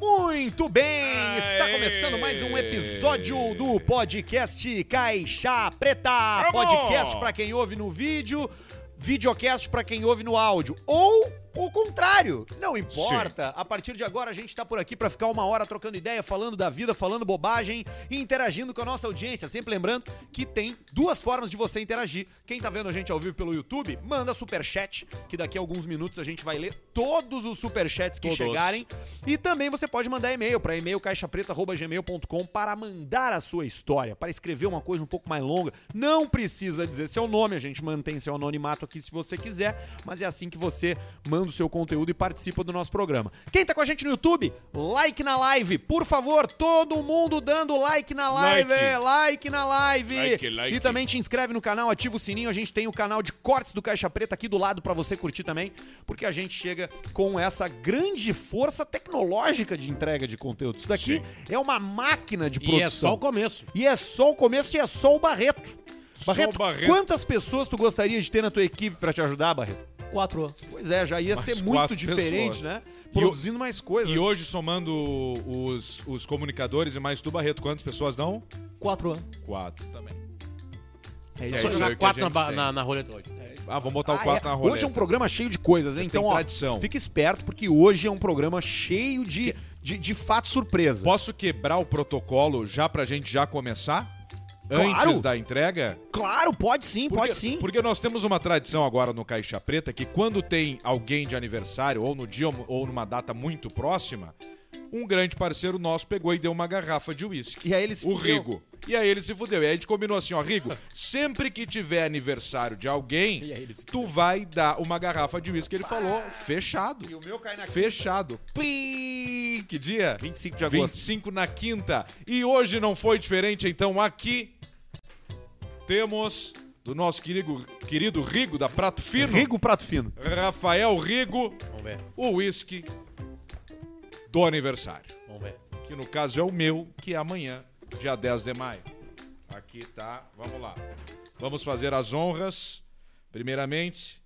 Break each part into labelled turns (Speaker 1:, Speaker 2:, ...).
Speaker 1: Muito bem, está
Speaker 2: Aê.
Speaker 1: começando mais um episódio do podcast Caixa Preta.
Speaker 2: Vamos!
Speaker 1: Podcast para quem ouve no vídeo, videocast para quem ouve no áudio ou o contrário. Não importa. A partir de agora a gente está por aqui para ficar uma hora trocando ideia, falando da vida, falando bobagem e interagindo com a nossa audiência, sempre lembrando que tem duas formas de você interagir. Quem tá vendo a gente ao vivo pelo YouTube, manda superchat, que daqui a alguns minutos a gente vai ler todos os superchats que
Speaker 2: Todos.
Speaker 1: chegarem e também você pode mandar e-mail para e-mail caixapreta.gmail.com para mandar a sua história, para escrever uma coisa um pouco mais longa. Não precisa dizer seu nome, a gente mantém seu anonimato aqui se você quiser, mas é assim que você manda o seu conteúdo e participa do nosso programa. Quem tá com a gente no YouTube, like na live, por favor, todo mundo dando like na live, é, like,
Speaker 2: Like.
Speaker 1: na live.
Speaker 2: Like, like.
Speaker 1: E também também te inscreve no canal, ativa o sininho. A gente tem o canal de cortes do Caixa Preta aqui do lado pra você curtir também, porque a gente chega com essa grande força tecnológica de entrega de conteúdo. Isso daqui é uma máquina de produção.
Speaker 3: E é só o começo.
Speaker 1: E é só o começo e é só o Barreto.
Speaker 2: Só o
Speaker 1: Barreto,
Speaker 2: Barreto.
Speaker 1: quantas pessoas tu gostaria de ter na tua equipe pra te ajudar, Barreto?
Speaker 3: Quatro.
Speaker 1: Pois é, já ia
Speaker 2: Mais
Speaker 1: ser muito
Speaker 2: quatro
Speaker 1: diferente,
Speaker 2: pessoas.
Speaker 1: né?
Speaker 2: E o-
Speaker 1: Produzindo mais coisas.
Speaker 2: E hoje, somando os, os comunicadores e mais tu, Barreto, quantas pessoas dão?
Speaker 3: Quatro.
Speaker 2: Quatro também.
Speaker 1: É
Speaker 2: isso
Speaker 3: Só
Speaker 2: aí
Speaker 3: jogar
Speaker 2: que a
Speaker 3: quatro na,
Speaker 2: gente
Speaker 3: ba-
Speaker 2: tem.
Speaker 3: na, na roleta hoje.
Speaker 2: Ah, vamos botar
Speaker 1: Ah,
Speaker 2: o quatro
Speaker 1: é.
Speaker 2: na roleta.
Speaker 1: Hoje é um programa cheio de coisas, hein?
Speaker 2: Tem
Speaker 1: Então, ó,
Speaker 2: tradição.
Speaker 1: fica esperto, porque hoje é um programa cheio de, de, de fato surpresa.
Speaker 2: Posso quebrar o protocolo já pra gente já começar?
Speaker 1: Claro.
Speaker 2: Antes da entrega?
Speaker 1: Claro, pode sim,
Speaker 2: Porque-
Speaker 1: pode sim.
Speaker 2: Porque nós temos uma tradição agora no Caixa Preta que quando tem alguém de aniversário, ou no dia ou numa data muito próxima, um grande parceiro nosso pegou e deu uma garrafa de uísque.
Speaker 1: E aí ele se
Speaker 2: O
Speaker 1: fudeu.
Speaker 2: Rigo. E aí ele se fudeu. E aí a gente combinou assim, ó, Rigo, sempre que tiver aniversário de alguém,
Speaker 3: E aí ele se
Speaker 2: tu vai dar uma garrafa de uísque. Ele falou, fechado.
Speaker 1: E o meu cai na
Speaker 2: Fechado. Plim! Que dia?
Speaker 1: 25 de agosto.
Speaker 2: 25 na quinta. E hoje não foi diferente, então aqui temos do nosso querido, querido Rigo da Prato Fino,
Speaker 1: Rigo Prato Fino.
Speaker 2: Rafael Rigo,
Speaker 3: Vamos ver,
Speaker 2: o uísque do aniversário.
Speaker 3: vamos ver.
Speaker 2: Que no caso é o meu, que é amanhã, dia 10 de maio. Aqui tá, vamos lá. Vamos fazer as honras. Primeiramente,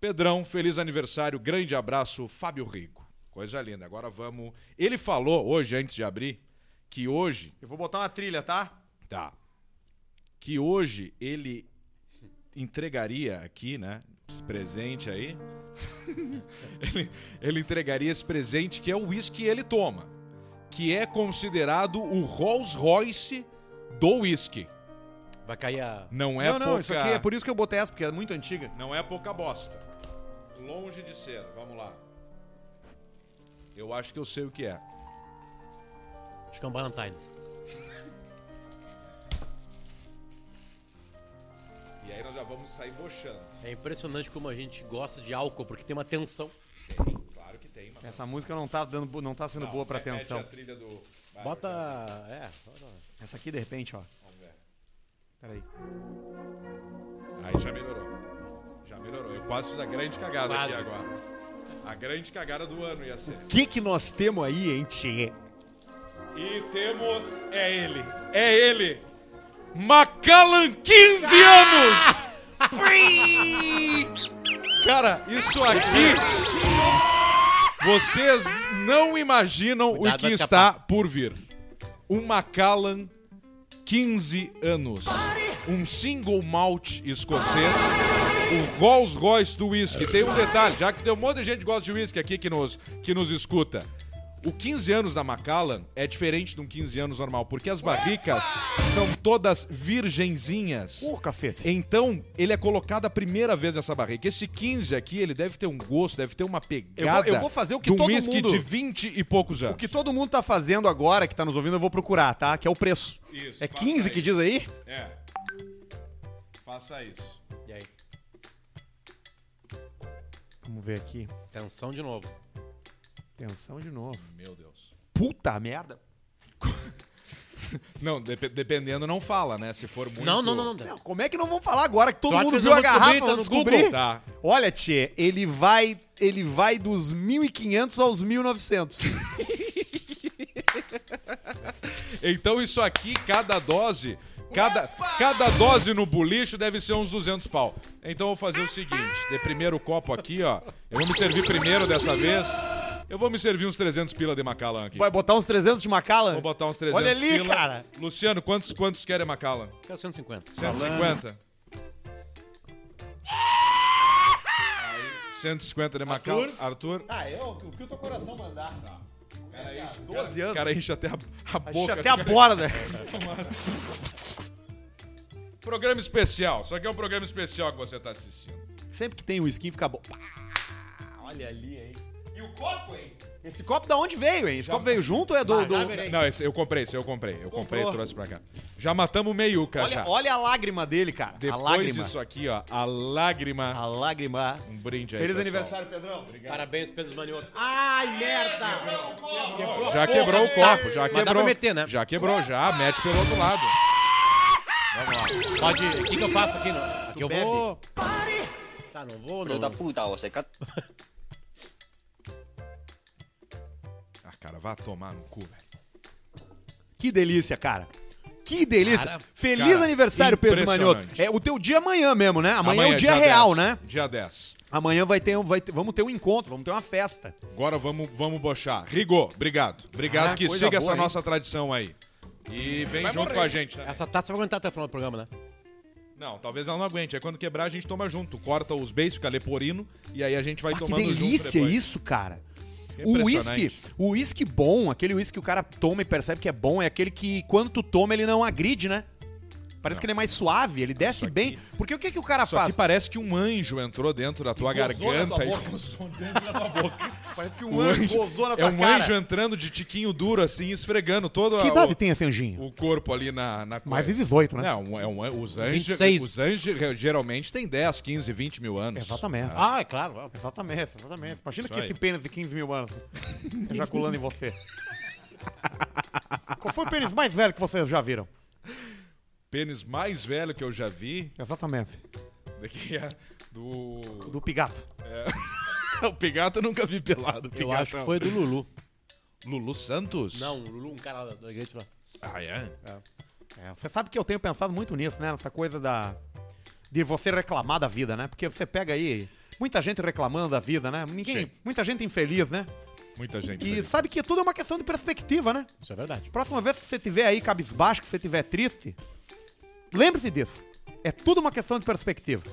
Speaker 2: Pedrão, feliz aniversário, grande abraço, Fábio Rigo. Coisa linda. Agora vamos. Ele falou hoje, antes de abrir, que hoje
Speaker 1: Eu vou botar uma trilha, tá?
Speaker 2: Tá. Que hoje ele entregaria aqui, né? Esse presente aí. ele, ele entregaria esse presente que é o uísque que ele toma. Que é considerado o Rolls Royce do uísque.
Speaker 3: Vai cair a.
Speaker 2: Não é
Speaker 1: não, não,
Speaker 2: pouca...
Speaker 1: isso aqui é por isso que eu botei essa, porque é muito antiga.
Speaker 2: Não é pouca bosta. Longe de ser. Vamos lá. Eu acho que eu sei o que é.
Speaker 3: Acho que é um Valentine's.
Speaker 2: E aí nós já vamos sair bochando.
Speaker 3: É impressionante como a gente gosta de álcool, porque tem uma tensão.
Speaker 2: Tem, claro que tem. Mas...
Speaker 1: Essa música não tá, dando, bo- não tá sendo boa pra
Speaker 2: Mete
Speaker 1: atenção.
Speaker 2: a trilha do- Vai,
Speaker 3: Bota. É. bota-
Speaker 1: Essa aqui, de repente, ó.
Speaker 2: Vamos ver.
Speaker 1: Peraí.
Speaker 2: Aí já melhorou. Já melhorou. Eu quase fiz a grande cagada
Speaker 3: Quase.
Speaker 2: aqui agora. A grande cagada do ano ia ser.
Speaker 1: O que que nós temos aí, hein, tchê?
Speaker 2: E temos. É ele. É ele. Macallan, 15 anos! Cara, isso aqui. Vocês não imaginam
Speaker 3: Cuidado,
Speaker 2: o que
Speaker 3: vai
Speaker 2: está por vir. Um Macallan, 15 anos. Um single malt escocês. O Rolls Royce do whisky. Tem um detalhe, já que tem um monte de gente que gosta de whisky aqui que nos, que nos escuta. O 15 anos da Macallan é diferente de um 15 anos normal, porque as barricas são todas virgenzinhas.
Speaker 1: Ô, café.
Speaker 2: Então, ele é colocado a primeira vez nessa barrica. Esse 15 aqui, ele deve ter um gosto, deve ter uma pegada.
Speaker 1: eu vou fazer o que
Speaker 2: de um
Speaker 1: todo
Speaker 2: whisky
Speaker 1: mundo-
Speaker 2: de 20 e poucos anos.
Speaker 1: O que todo mundo tá fazendo agora, que tá nos ouvindo, eu vou procurar, tá? Que é o preço.
Speaker 2: Isso,
Speaker 1: é
Speaker 2: faz
Speaker 1: 15
Speaker 2: aí.
Speaker 1: que diz aí?
Speaker 2: É. Faça isso.
Speaker 3: E aí?
Speaker 1: Vamos ver aqui.
Speaker 3: Tensão de novo.
Speaker 1: Atenção de novo.
Speaker 2: Meu Deus.
Speaker 1: Puta merda.
Speaker 2: Não, depe- dependendo não fala, né? Se for muito
Speaker 3: Não, não, não, não.
Speaker 1: Não, como é que não vão falar agora que todo
Speaker 3: Tu acha
Speaker 1: mundo
Speaker 3: que eles
Speaker 1: viu a
Speaker 3: não
Speaker 1: garrafa? Vão
Speaker 3: vão descobrir, tá no
Speaker 1: descobrir?
Speaker 3: Google?
Speaker 2: Tá.
Speaker 1: Olha, Tchê, ele vai, ele vai dos 1.500 aos 1.900.
Speaker 2: Então isso aqui, cada dose, cada, cada dose no bulicho deve ser uns 200 pau. Então eu vou fazer o seguinte, de primeiro copo aqui, ó. Eu vou me servir primeiro dessa vez. Eu vou me servir uns 300 pila de Macallan aqui.
Speaker 1: Vai botar uns 300 de Macala?
Speaker 2: Vou botar uns 300
Speaker 1: Olha ali,
Speaker 2: pila.
Speaker 1: cara.
Speaker 2: Luciano, quantos, quantos querem Macallan?
Speaker 3: Quero 150.
Speaker 2: 150. 150 de Macallan. Arthur.
Speaker 1: Ah, eu, o que o teu coração mandar. Cara, 12
Speaker 2: O
Speaker 1: anos.
Speaker 2: cara enche até a, a boca.
Speaker 1: Deixa até
Speaker 2: assim,
Speaker 1: a
Speaker 2: cara.
Speaker 1: borda.
Speaker 2: Programa especial. Só que é um programa especial que você tá assistindo.
Speaker 1: Sempre que tem um skin fica bom. Pá, olha ali, hein? E o copo, hein? Esse copo da onde veio, hein? Esse copo veio junto ou é do... do-
Speaker 2: Não, esse, eu comprei, esse eu comprei. Eu comprei e
Speaker 1: Comprou.
Speaker 2: trouxe pra cá. Já matamos o meiuca
Speaker 1: Olha,
Speaker 2: já.
Speaker 1: olha a lágrima dele, cara. a
Speaker 2: Depois
Speaker 1: lágrima.
Speaker 2: disso aqui, ó, a lágrima.
Speaker 1: A lágrima.
Speaker 2: Um brinde aí.
Speaker 1: Feliz
Speaker 2: pessoal.
Speaker 1: aniversário, Pedrão.
Speaker 3: Parabéns pelos maniotos.
Speaker 1: Ai, merda!
Speaker 2: Já quebrou o copo, já
Speaker 3: Mas dá
Speaker 2: quebrou.
Speaker 3: pra meter, né?
Speaker 2: Já quebrou, já. Mete pelo outro lado.
Speaker 3: Pode. O que, que eu faço aqui? Não? Aqui eu
Speaker 1: bebe.
Speaker 3: vou. Tá, não vou, não.
Speaker 4: Filho da puta, você cat...
Speaker 2: Ah, cara, vá tomar no cu, velho.
Speaker 1: Que delícia, cara. Que delícia.
Speaker 3: Cara,
Speaker 1: Feliz
Speaker 2: cara,
Speaker 1: aniversário, Pedro Manioto.
Speaker 2: impressionante.
Speaker 1: É o teu dia amanhã mesmo, né? Amanhã, é o dia,
Speaker 2: 10,
Speaker 1: real, né?
Speaker 2: Dia 10.
Speaker 1: Amanhã vai ter, um- vai ter- vamos ter um encontro, vamos ter uma festa.
Speaker 2: Agora vamos, vamos bochar. Rigô, obrigado. Obrigado
Speaker 1: Ah,
Speaker 2: que
Speaker 1: coisa
Speaker 2: siga
Speaker 1: boa,
Speaker 2: essa
Speaker 1: hein?
Speaker 2: nossa tradição aí. E vem junto com a gente. Né?
Speaker 3: Essa taça vai aguentar até o final do programa, né?
Speaker 2: Não, talvez ela não aguente. É quando quebrar, a gente toma junto. Corta os beijos, fica leporino. E aí a gente vai
Speaker 1: Ah, que
Speaker 2: tomando junto.
Speaker 1: delícia
Speaker 2: depois.
Speaker 1: isso, cara.
Speaker 2: Que
Speaker 1: O uísque,
Speaker 2: impressionante.
Speaker 1: o uísque bom, aquele uísque que o cara toma e percebe que é bom, é aquele que quando tu toma ele não agride, né? Parece que ele é mais suave, ele desce
Speaker 2: aqui-
Speaker 1: bem. Porque o que, que o cara
Speaker 2: Só
Speaker 1: faz?
Speaker 2: que parece que um anjo entrou dentro da tua
Speaker 1: gozou na tua
Speaker 2: garganta. e-
Speaker 1: boca. Parece que um
Speaker 2: O anjo-
Speaker 1: gozou na
Speaker 2: é
Speaker 1: tua
Speaker 2: um
Speaker 1: cara. é
Speaker 2: anjo entrando de tiquinho duro, assim, esfregando todo a-
Speaker 1: Que idade
Speaker 2: o,
Speaker 1: tem esse anjinho?
Speaker 2: o corpo ali na, na
Speaker 1: Mais de
Speaker 2: coisa.
Speaker 1: 18, né?
Speaker 2: Não, é um, an- os anjos
Speaker 3: 26.
Speaker 2: os anjos re- geralmente têm 10, 15, 20 mil anos.
Speaker 1: Exatamente.
Speaker 3: Ah, é claro.
Speaker 1: Exatamente, exatamente. Imagina
Speaker 2: Isso
Speaker 1: que
Speaker 2: aí.
Speaker 1: esse pênis de 15 mil anos ejaculando em você. Qual foi o pênis mais velho que vocês já viram?
Speaker 2: Pênis mais velho que eu já vi,
Speaker 1: Exatamente.
Speaker 2: daqui é do...
Speaker 1: Do Pigato.
Speaker 2: O Pigato eu nunca vi pelado.
Speaker 3: Eu
Speaker 2: Pigato
Speaker 3: acho que
Speaker 2: não.
Speaker 3: foi do Lulu.
Speaker 2: Lulu Santos?
Speaker 3: Não, o Lulu, um cara lá da igreja lá.
Speaker 2: Ah, é?
Speaker 1: É, você sabe que eu tenho pensado muito nisso, né? Nessa coisa da. De você reclamar da vida, né? Porque você pega aí muita gente reclamando da vida, né? Ninguém,
Speaker 2: Sim.
Speaker 1: muita gente infeliz, né?
Speaker 2: Muita gente.
Speaker 1: E
Speaker 2: feliz.
Speaker 1: sabe que tudo é uma questão de perspectiva, né?
Speaker 3: Isso é verdade.
Speaker 1: Próxima vez que você tiver aí cabisbaixo, que você tiver triste, lembre-se disso. É tudo uma questão de perspectiva.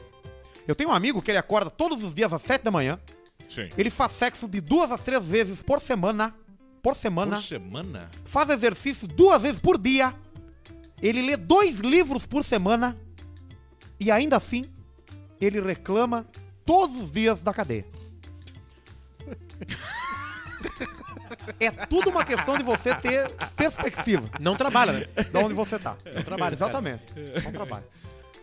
Speaker 1: Eu tenho um amigo que ele acorda todos os dias às 7 da manhã,
Speaker 2: Sim.
Speaker 1: ele faz sexo de duas a três vezes por semana, por semana,
Speaker 2: Por semana?
Speaker 1: faz exercício duas vezes por dia, ele lê dois livros por semana e ainda assim ele reclama todos os dias da cadeia. É tudo uma questão de você ter perspectiva
Speaker 3: Não trabalha, né?
Speaker 1: da onde você tá. É um trabalho, exatamente. É um trabalho.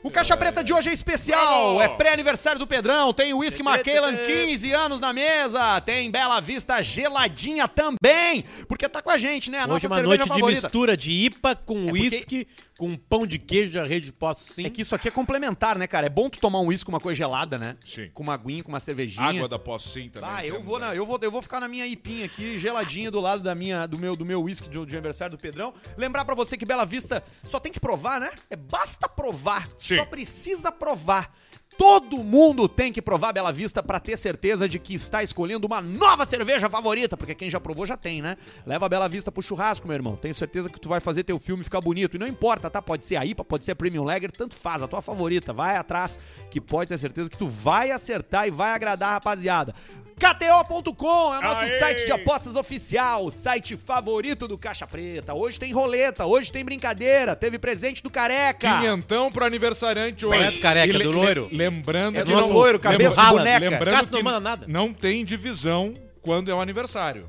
Speaker 1: O Caixa Preta de hoje é especial, é pré-aniversário do Pedrão, tem Whisky McKellan, 15 anos na mesa, tem Bela Vista geladinha também, porque tá com a gente, né? A
Speaker 3: Hoje
Speaker 1: nossa
Speaker 3: é uma
Speaker 1: cerveja
Speaker 3: noite de
Speaker 1: favorita. É
Speaker 3: mistura de IPA com
Speaker 1: porque-
Speaker 3: uísque, com pão de queijo da rede Poço Sim.
Speaker 1: É que isso aqui é complementar, né, cara? É bom tu tomar um uísque com uma coisa gelada, né?
Speaker 2: Sim.
Speaker 1: Com uma aguinha, com uma cervejinha.
Speaker 2: Água da Poço Sim também.
Speaker 1: Ah, eu
Speaker 2: temos,
Speaker 1: vou,
Speaker 2: né?
Speaker 1: na, eu, vou, eu vou ficar na minha ipinha aqui, geladinha, do lado da minha, do meu do meu whisky de, de aniversário do Pedrão. Lembrar pra você que Bela Vista só tem que provar, né? É, basta provar,
Speaker 2: Sim.
Speaker 1: só precisa provar. Todo mundo tem que provar Bela Vista pra ter certeza de que está escolhendo uma nova cerveja favorita, porque quem já provou já tem, né? Leva a Bela Vista pro churrasco, meu irmão. Tenho certeza que tu vai fazer teu filme ficar bonito. E não importa, tá? Pode ser a IPA, pode ser a Premium Lager, tanto faz. A tua favorita, vai atrás, que pode ter certeza que tu vai acertar e vai agradar a rapaziada. KTO.com é o nosso
Speaker 2: Aê!
Speaker 1: site de apostas oficial, o site favorito do Caixa Preta. Hoje tem roleta, hoje tem brincadeira, teve presente do Careca.
Speaker 2: Quinhentão pro aniversariante hoje.
Speaker 3: Não é do careca,
Speaker 2: E
Speaker 3: é do
Speaker 2: le-
Speaker 3: loiro.
Speaker 2: le- Lembrando
Speaker 1: É
Speaker 2: que
Speaker 1: do
Speaker 2: não-
Speaker 1: loiro, cabeça
Speaker 2: lembra-
Speaker 1: de
Speaker 2: Lembra-
Speaker 1: boneca.
Speaker 2: Lembrando
Speaker 3: Cássio
Speaker 2: que
Speaker 3: não manda nada.
Speaker 2: não tem divisão quando é o aniversário.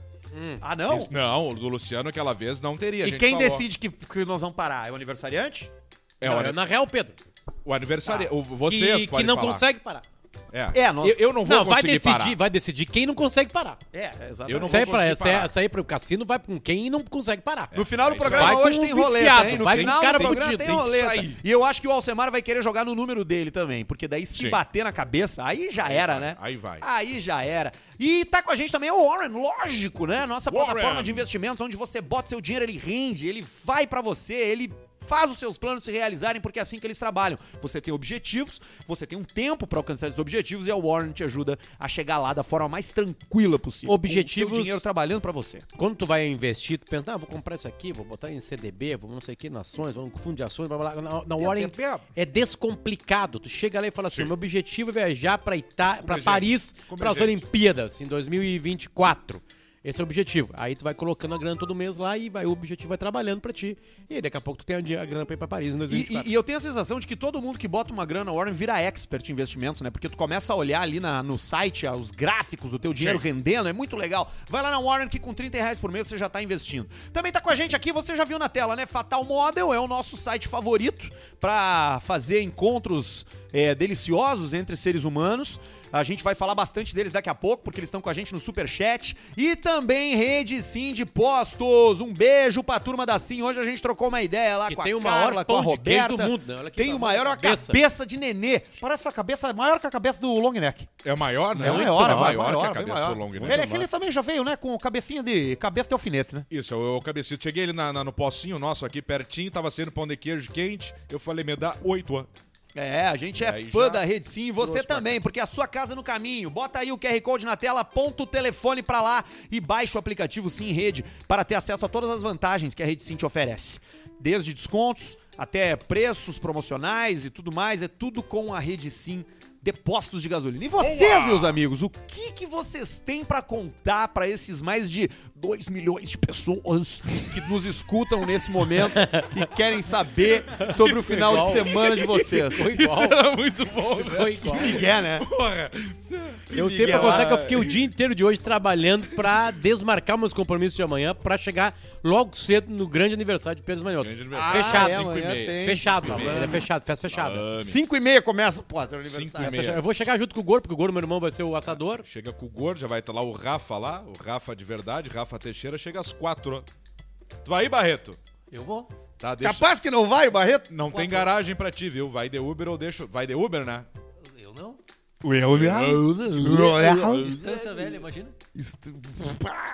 Speaker 1: Ah, não?
Speaker 2: Não, o do Luciano aquela vez não teria. a
Speaker 1: E
Speaker 2: gente
Speaker 1: quem
Speaker 2: falou.
Speaker 1: decide que, que nós vamos parar? É o aniversariante?
Speaker 2: É
Speaker 3: Não,
Speaker 2: o,
Speaker 3: é
Speaker 2: ani-
Speaker 3: na real, Pedro.
Speaker 2: o aniversário. O, vocês
Speaker 3: que, que
Speaker 2: podem
Speaker 3: não
Speaker 2: falar.
Speaker 3: consegue parar.
Speaker 2: É,
Speaker 1: É, nós-
Speaker 2: eu, eu não vou
Speaker 3: não, vai
Speaker 2: conseguir
Speaker 3: decidir,
Speaker 2: parar.
Speaker 3: vai decidir quem não consegue parar.
Speaker 1: É, exatamente.
Speaker 2: Eu não
Speaker 3: Sai
Speaker 2: vou
Speaker 3: pra,
Speaker 2: conseguir parar.
Speaker 3: sai, sai pro cassino, vai com quem não consegue parar.
Speaker 1: No final do
Speaker 2: é isso
Speaker 1: programa
Speaker 3: aí. Vai
Speaker 1: hoje
Speaker 3: com
Speaker 1: tem
Speaker 3: um
Speaker 1: roleta,
Speaker 3: viciado,
Speaker 1: hein? No
Speaker 3: vai com
Speaker 1: final
Speaker 3: cara
Speaker 1: do programa
Speaker 3: fudido,
Speaker 1: tem
Speaker 3: tem que
Speaker 1: roleta.
Speaker 3: sair.
Speaker 1: E eu acho que o Alcemar vai querer jogar no número dele também, porque daí se
Speaker 2: Sim.
Speaker 1: bater na cabeça, aí já era,
Speaker 2: vai,
Speaker 1: né?
Speaker 2: aí vai.
Speaker 1: Aí já era. E tá com a gente também o Warren, lógico, né? Nossa
Speaker 2: Warren.
Speaker 1: plataforma de investimentos onde você bota seu dinheiro, ele rende, ele vai pra você, ele Faz os seus planos se realizarem, porque é assim que eles trabalham. Você tem objetivos, você tem um tempo pra alcançar esses objetivos e a Warren te ajuda a chegar lá da forma mais tranquila possível. com o seu
Speaker 3: Objetivos-
Speaker 1: dinheiro trabalhando pra você.
Speaker 3: Quando tu vai investir, tu pensa, ah, vou comprar isso aqui, vou botar em CDB, vou não sei o que, nações, vou no fundo de ações, blá blá blá. Na, na Warren
Speaker 1: CDB.
Speaker 3: é descomplicado. Tu chega lá e fala assim:
Speaker 2: Sim.
Speaker 3: meu objetivo é viajar pra, Ita pra
Speaker 2: gente.
Speaker 3: Paris,
Speaker 2: Como
Speaker 3: para
Speaker 2: a
Speaker 3: as
Speaker 2: gente.
Speaker 3: Olimpíadas em 2024. Esse é o objetivo. Aí tu vai colocando a grana todo mês lá e vai, o objetivo vai trabalhando pra ti. E aí daqui a pouco tu tem a di- a grana pra ir pra Paris em
Speaker 1: E,
Speaker 3: 2024.
Speaker 1: e- e eu tenho a sensação de que todo mundo que bota uma grana Warren vira expert em investimentos, né? Porque tu começa a olhar ali na- no site ah, os gráficos do teu dinheiro
Speaker 2: Sim.
Speaker 1: rendendo, é muito legal. Vai lá na Warren que com 30 reais por mês você já tá investindo. Também tá com a gente aqui, você já viu na tela, né? Fatal Model é o nosso site favorito pra fazer encontros é, deliciosos entre seres humanos. A gente vai falar bastante deles daqui a pouco, porque eles estão com a gente no Superchat. E também Rede Sim de Postos. Um beijo pra turma da Sim. Hoje a gente trocou uma ideia lá
Speaker 3: Que
Speaker 1: tá com a
Speaker 3: tem o
Speaker 1: Carla,
Speaker 3: maior
Speaker 1: com a
Speaker 3: pão de queijo
Speaker 1: Roberta.
Speaker 3: do mundo, né? Olha que
Speaker 1: tem o
Speaker 3: tamanho
Speaker 1: maior
Speaker 3: da
Speaker 1: a cabeça.
Speaker 3: cabeça.
Speaker 1: de nenê. Parece a cabeça maior que a cabeça do long neck.
Speaker 2: É maior, né?
Speaker 1: É maior, é maior,
Speaker 2: é maior, que a
Speaker 1: bem
Speaker 2: cabeça
Speaker 1: maior.
Speaker 2: do long neck.
Speaker 1: Ele é aquele também já veio, né, com cabecinha de cabeça de alfinete, né?
Speaker 2: Isso, eu, eu cabecei. Cheguei ele na, na- no pocinho nosso aqui pertinho, tava sendo pão de queijo quente. Eu falei, me dá oito anos.
Speaker 1: É, a gente
Speaker 2: E
Speaker 1: é
Speaker 2: aí
Speaker 1: fã
Speaker 2: já
Speaker 1: da Rede Sim e você
Speaker 2: trouxe pra
Speaker 1: também, porque é a sua casa no caminho. Bota aí o QR Code na tela, aponta o telefone pra lá e baixa o aplicativo Sim Rede para ter acesso a todas as vantagens que a Rede Sim te oferece. Desde descontos até preços promocionais e tudo mais, é tudo com a Rede Sim Depósitos de gasolina. E vocês,
Speaker 2: Boa!
Speaker 1: meus amigos, o que, que vocês têm pra contar pra esses mais de 2 milhões de pessoas que nos escutam nesse momento e querem saber sobre o final de semana de vocês?
Speaker 3: igual,
Speaker 2: Era muito bom,
Speaker 3: foi igual.
Speaker 1: Miguel, né?
Speaker 2: Porra.
Speaker 3: Eu tenho pra contar que eu fiquei o dia inteiro de hoje trabalhando pra desmarcar meus compromissos de amanhã pra chegar logo cedo no grande aniversário de Pedro Manhoto.
Speaker 2: Grande aniversário.
Speaker 3: Fechado.
Speaker 2: Ah, é, amanhã tem.
Speaker 3: fechado, mano. É fechado, festa fechada.
Speaker 1: Cinco e meia começa. Pô, teu
Speaker 2: Cinco
Speaker 1: aniversário.
Speaker 2: e
Speaker 3: Fechado.
Speaker 2: meia.
Speaker 3: Eu vou chegar junto com o Gordo, porque o Gordo, meu irmão, vai ser o assador.
Speaker 2: é- Chega com o gordo, já vai estar lá o Rafa lá, o Rafa de verdade, Rafa Teixeira, chega às quatro. horas. Tu vai aí, Barreto?
Speaker 3: Eu vou.
Speaker 2: Tá, deixa.
Speaker 1: Capaz que não vai o Barreto?
Speaker 2: Não tem garagem pra ti, viu? Vai de Uber ou deixa. Vai de Uber, né?
Speaker 3: Eu não. Distância
Speaker 1: Distância,
Speaker 3: velha, imagina.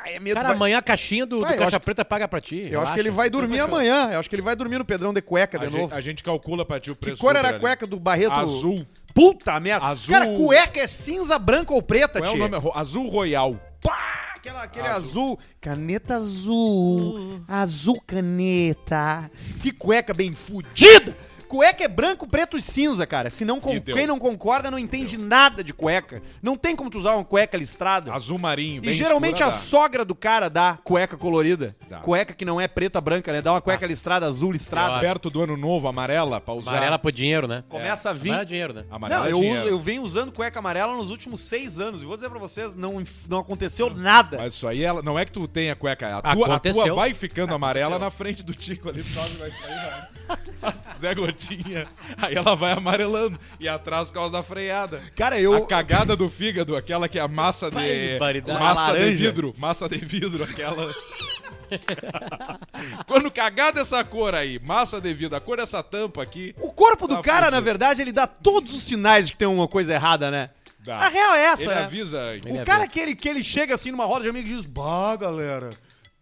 Speaker 1: É medo.
Speaker 3: Cara,
Speaker 1: vai-
Speaker 3: amanhã a caixinha do, do
Speaker 1: Vai, eu
Speaker 3: Caixa
Speaker 1: acho-
Speaker 3: Preta paga pra ti.
Speaker 1: Eu acho que ele vai dormir amanhã. Eu acho que ele vai dormir no Pedrão de cueca
Speaker 2: A
Speaker 1: de
Speaker 2: gente,
Speaker 1: novo.
Speaker 2: a gente calcula pra ti o
Speaker 1: Que
Speaker 2: preço.
Speaker 1: cor
Speaker 2: do
Speaker 1: era
Speaker 2: Uber
Speaker 1: a
Speaker 2: ali.
Speaker 1: cueca do Barreto?
Speaker 2: Azul.
Speaker 1: Puta merda.
Speaker 2: Azul.
Speaker 1: Cara, cueca é cinza, branca ou preta,
Speaker 2: Qual é o
Speaker 1: tio?
Speaker 2: nome? Ro- Azul Royal.
Speaker 1: Pá! Aquela, aquele azul. Caneta azul. Azul caneta. Que cueca bem fudida! Cueca é branco, preto e cinza, cara. Se não con-
Speaker 2: Entendeu.
Speaker 1: quem não concorda não entende nada de cueca. Não tem como tu usar uma cueca listrada.
Speaker 2: Azul marinho.
Speaker 1: e geralmente a sogra do cara dá cueca colorida.
Speaker 2: Dá. Tá.
Speaker 1: Cueca que não é preta, branca, né? Dá uma cueca listrada, azul listrada.
Speaker 2: Perto do ano novo, amarela, pra usar.
Speaker 3: Amarela pro dinheiro, né?
Speaker 1: Começa a vir.
Speaker 3: Amarela é dinheiro, né?
Speaker 2: Amarela
Speaker 1: Não,
Speaker 2: é
Speaker 1: eu,
Speaker 2: dinheiro.
Speaker 1: uso- eu venho usando cueca amarela nos últimos seis anos. E vou dizer pra vocês, não, não aconteceu nada.
Speaker 2: Mas isso aí, ela, não é que tu tenha cueca. A tua, a
Speaker 3: Aconteceu.
Speaker 2: tua vai ficando amarela na frente do Tico ali. Sabe, vai sair, na- Zé Gotinha. Aí ela vai amarelando. E atrás por causa da freada.
Speaker 1: Cara, eu...
Speaker 2: A cagada do fígado, aquela que é a massa de.
Speaker 3: Barbaridade.
Speaker 2: Massa de
Speaker 1: Laranja.
Speaker 2: vidro. Massa de vidro, aquela. Quando cagar dessa cor aí, massa de vidro, a cor dessa tampa aqui.
Speaker 1: O corpo do
Speaker 2: Tá
Speaker 1: cara,
Speaker 2: fudido.
Speaker 1: na verdade, ele dá todos os sinais de que tem uma coisa errada, né?
Speaker 2: Dá.
Speaker 1: A real é essa,
Speaker 2: Ele
Speaker 1: né?
Speaker 2: avisa antes.
Speaker 1: O cara que ele, que ele chega assim numa roda de amigos e diz: Bah, galera,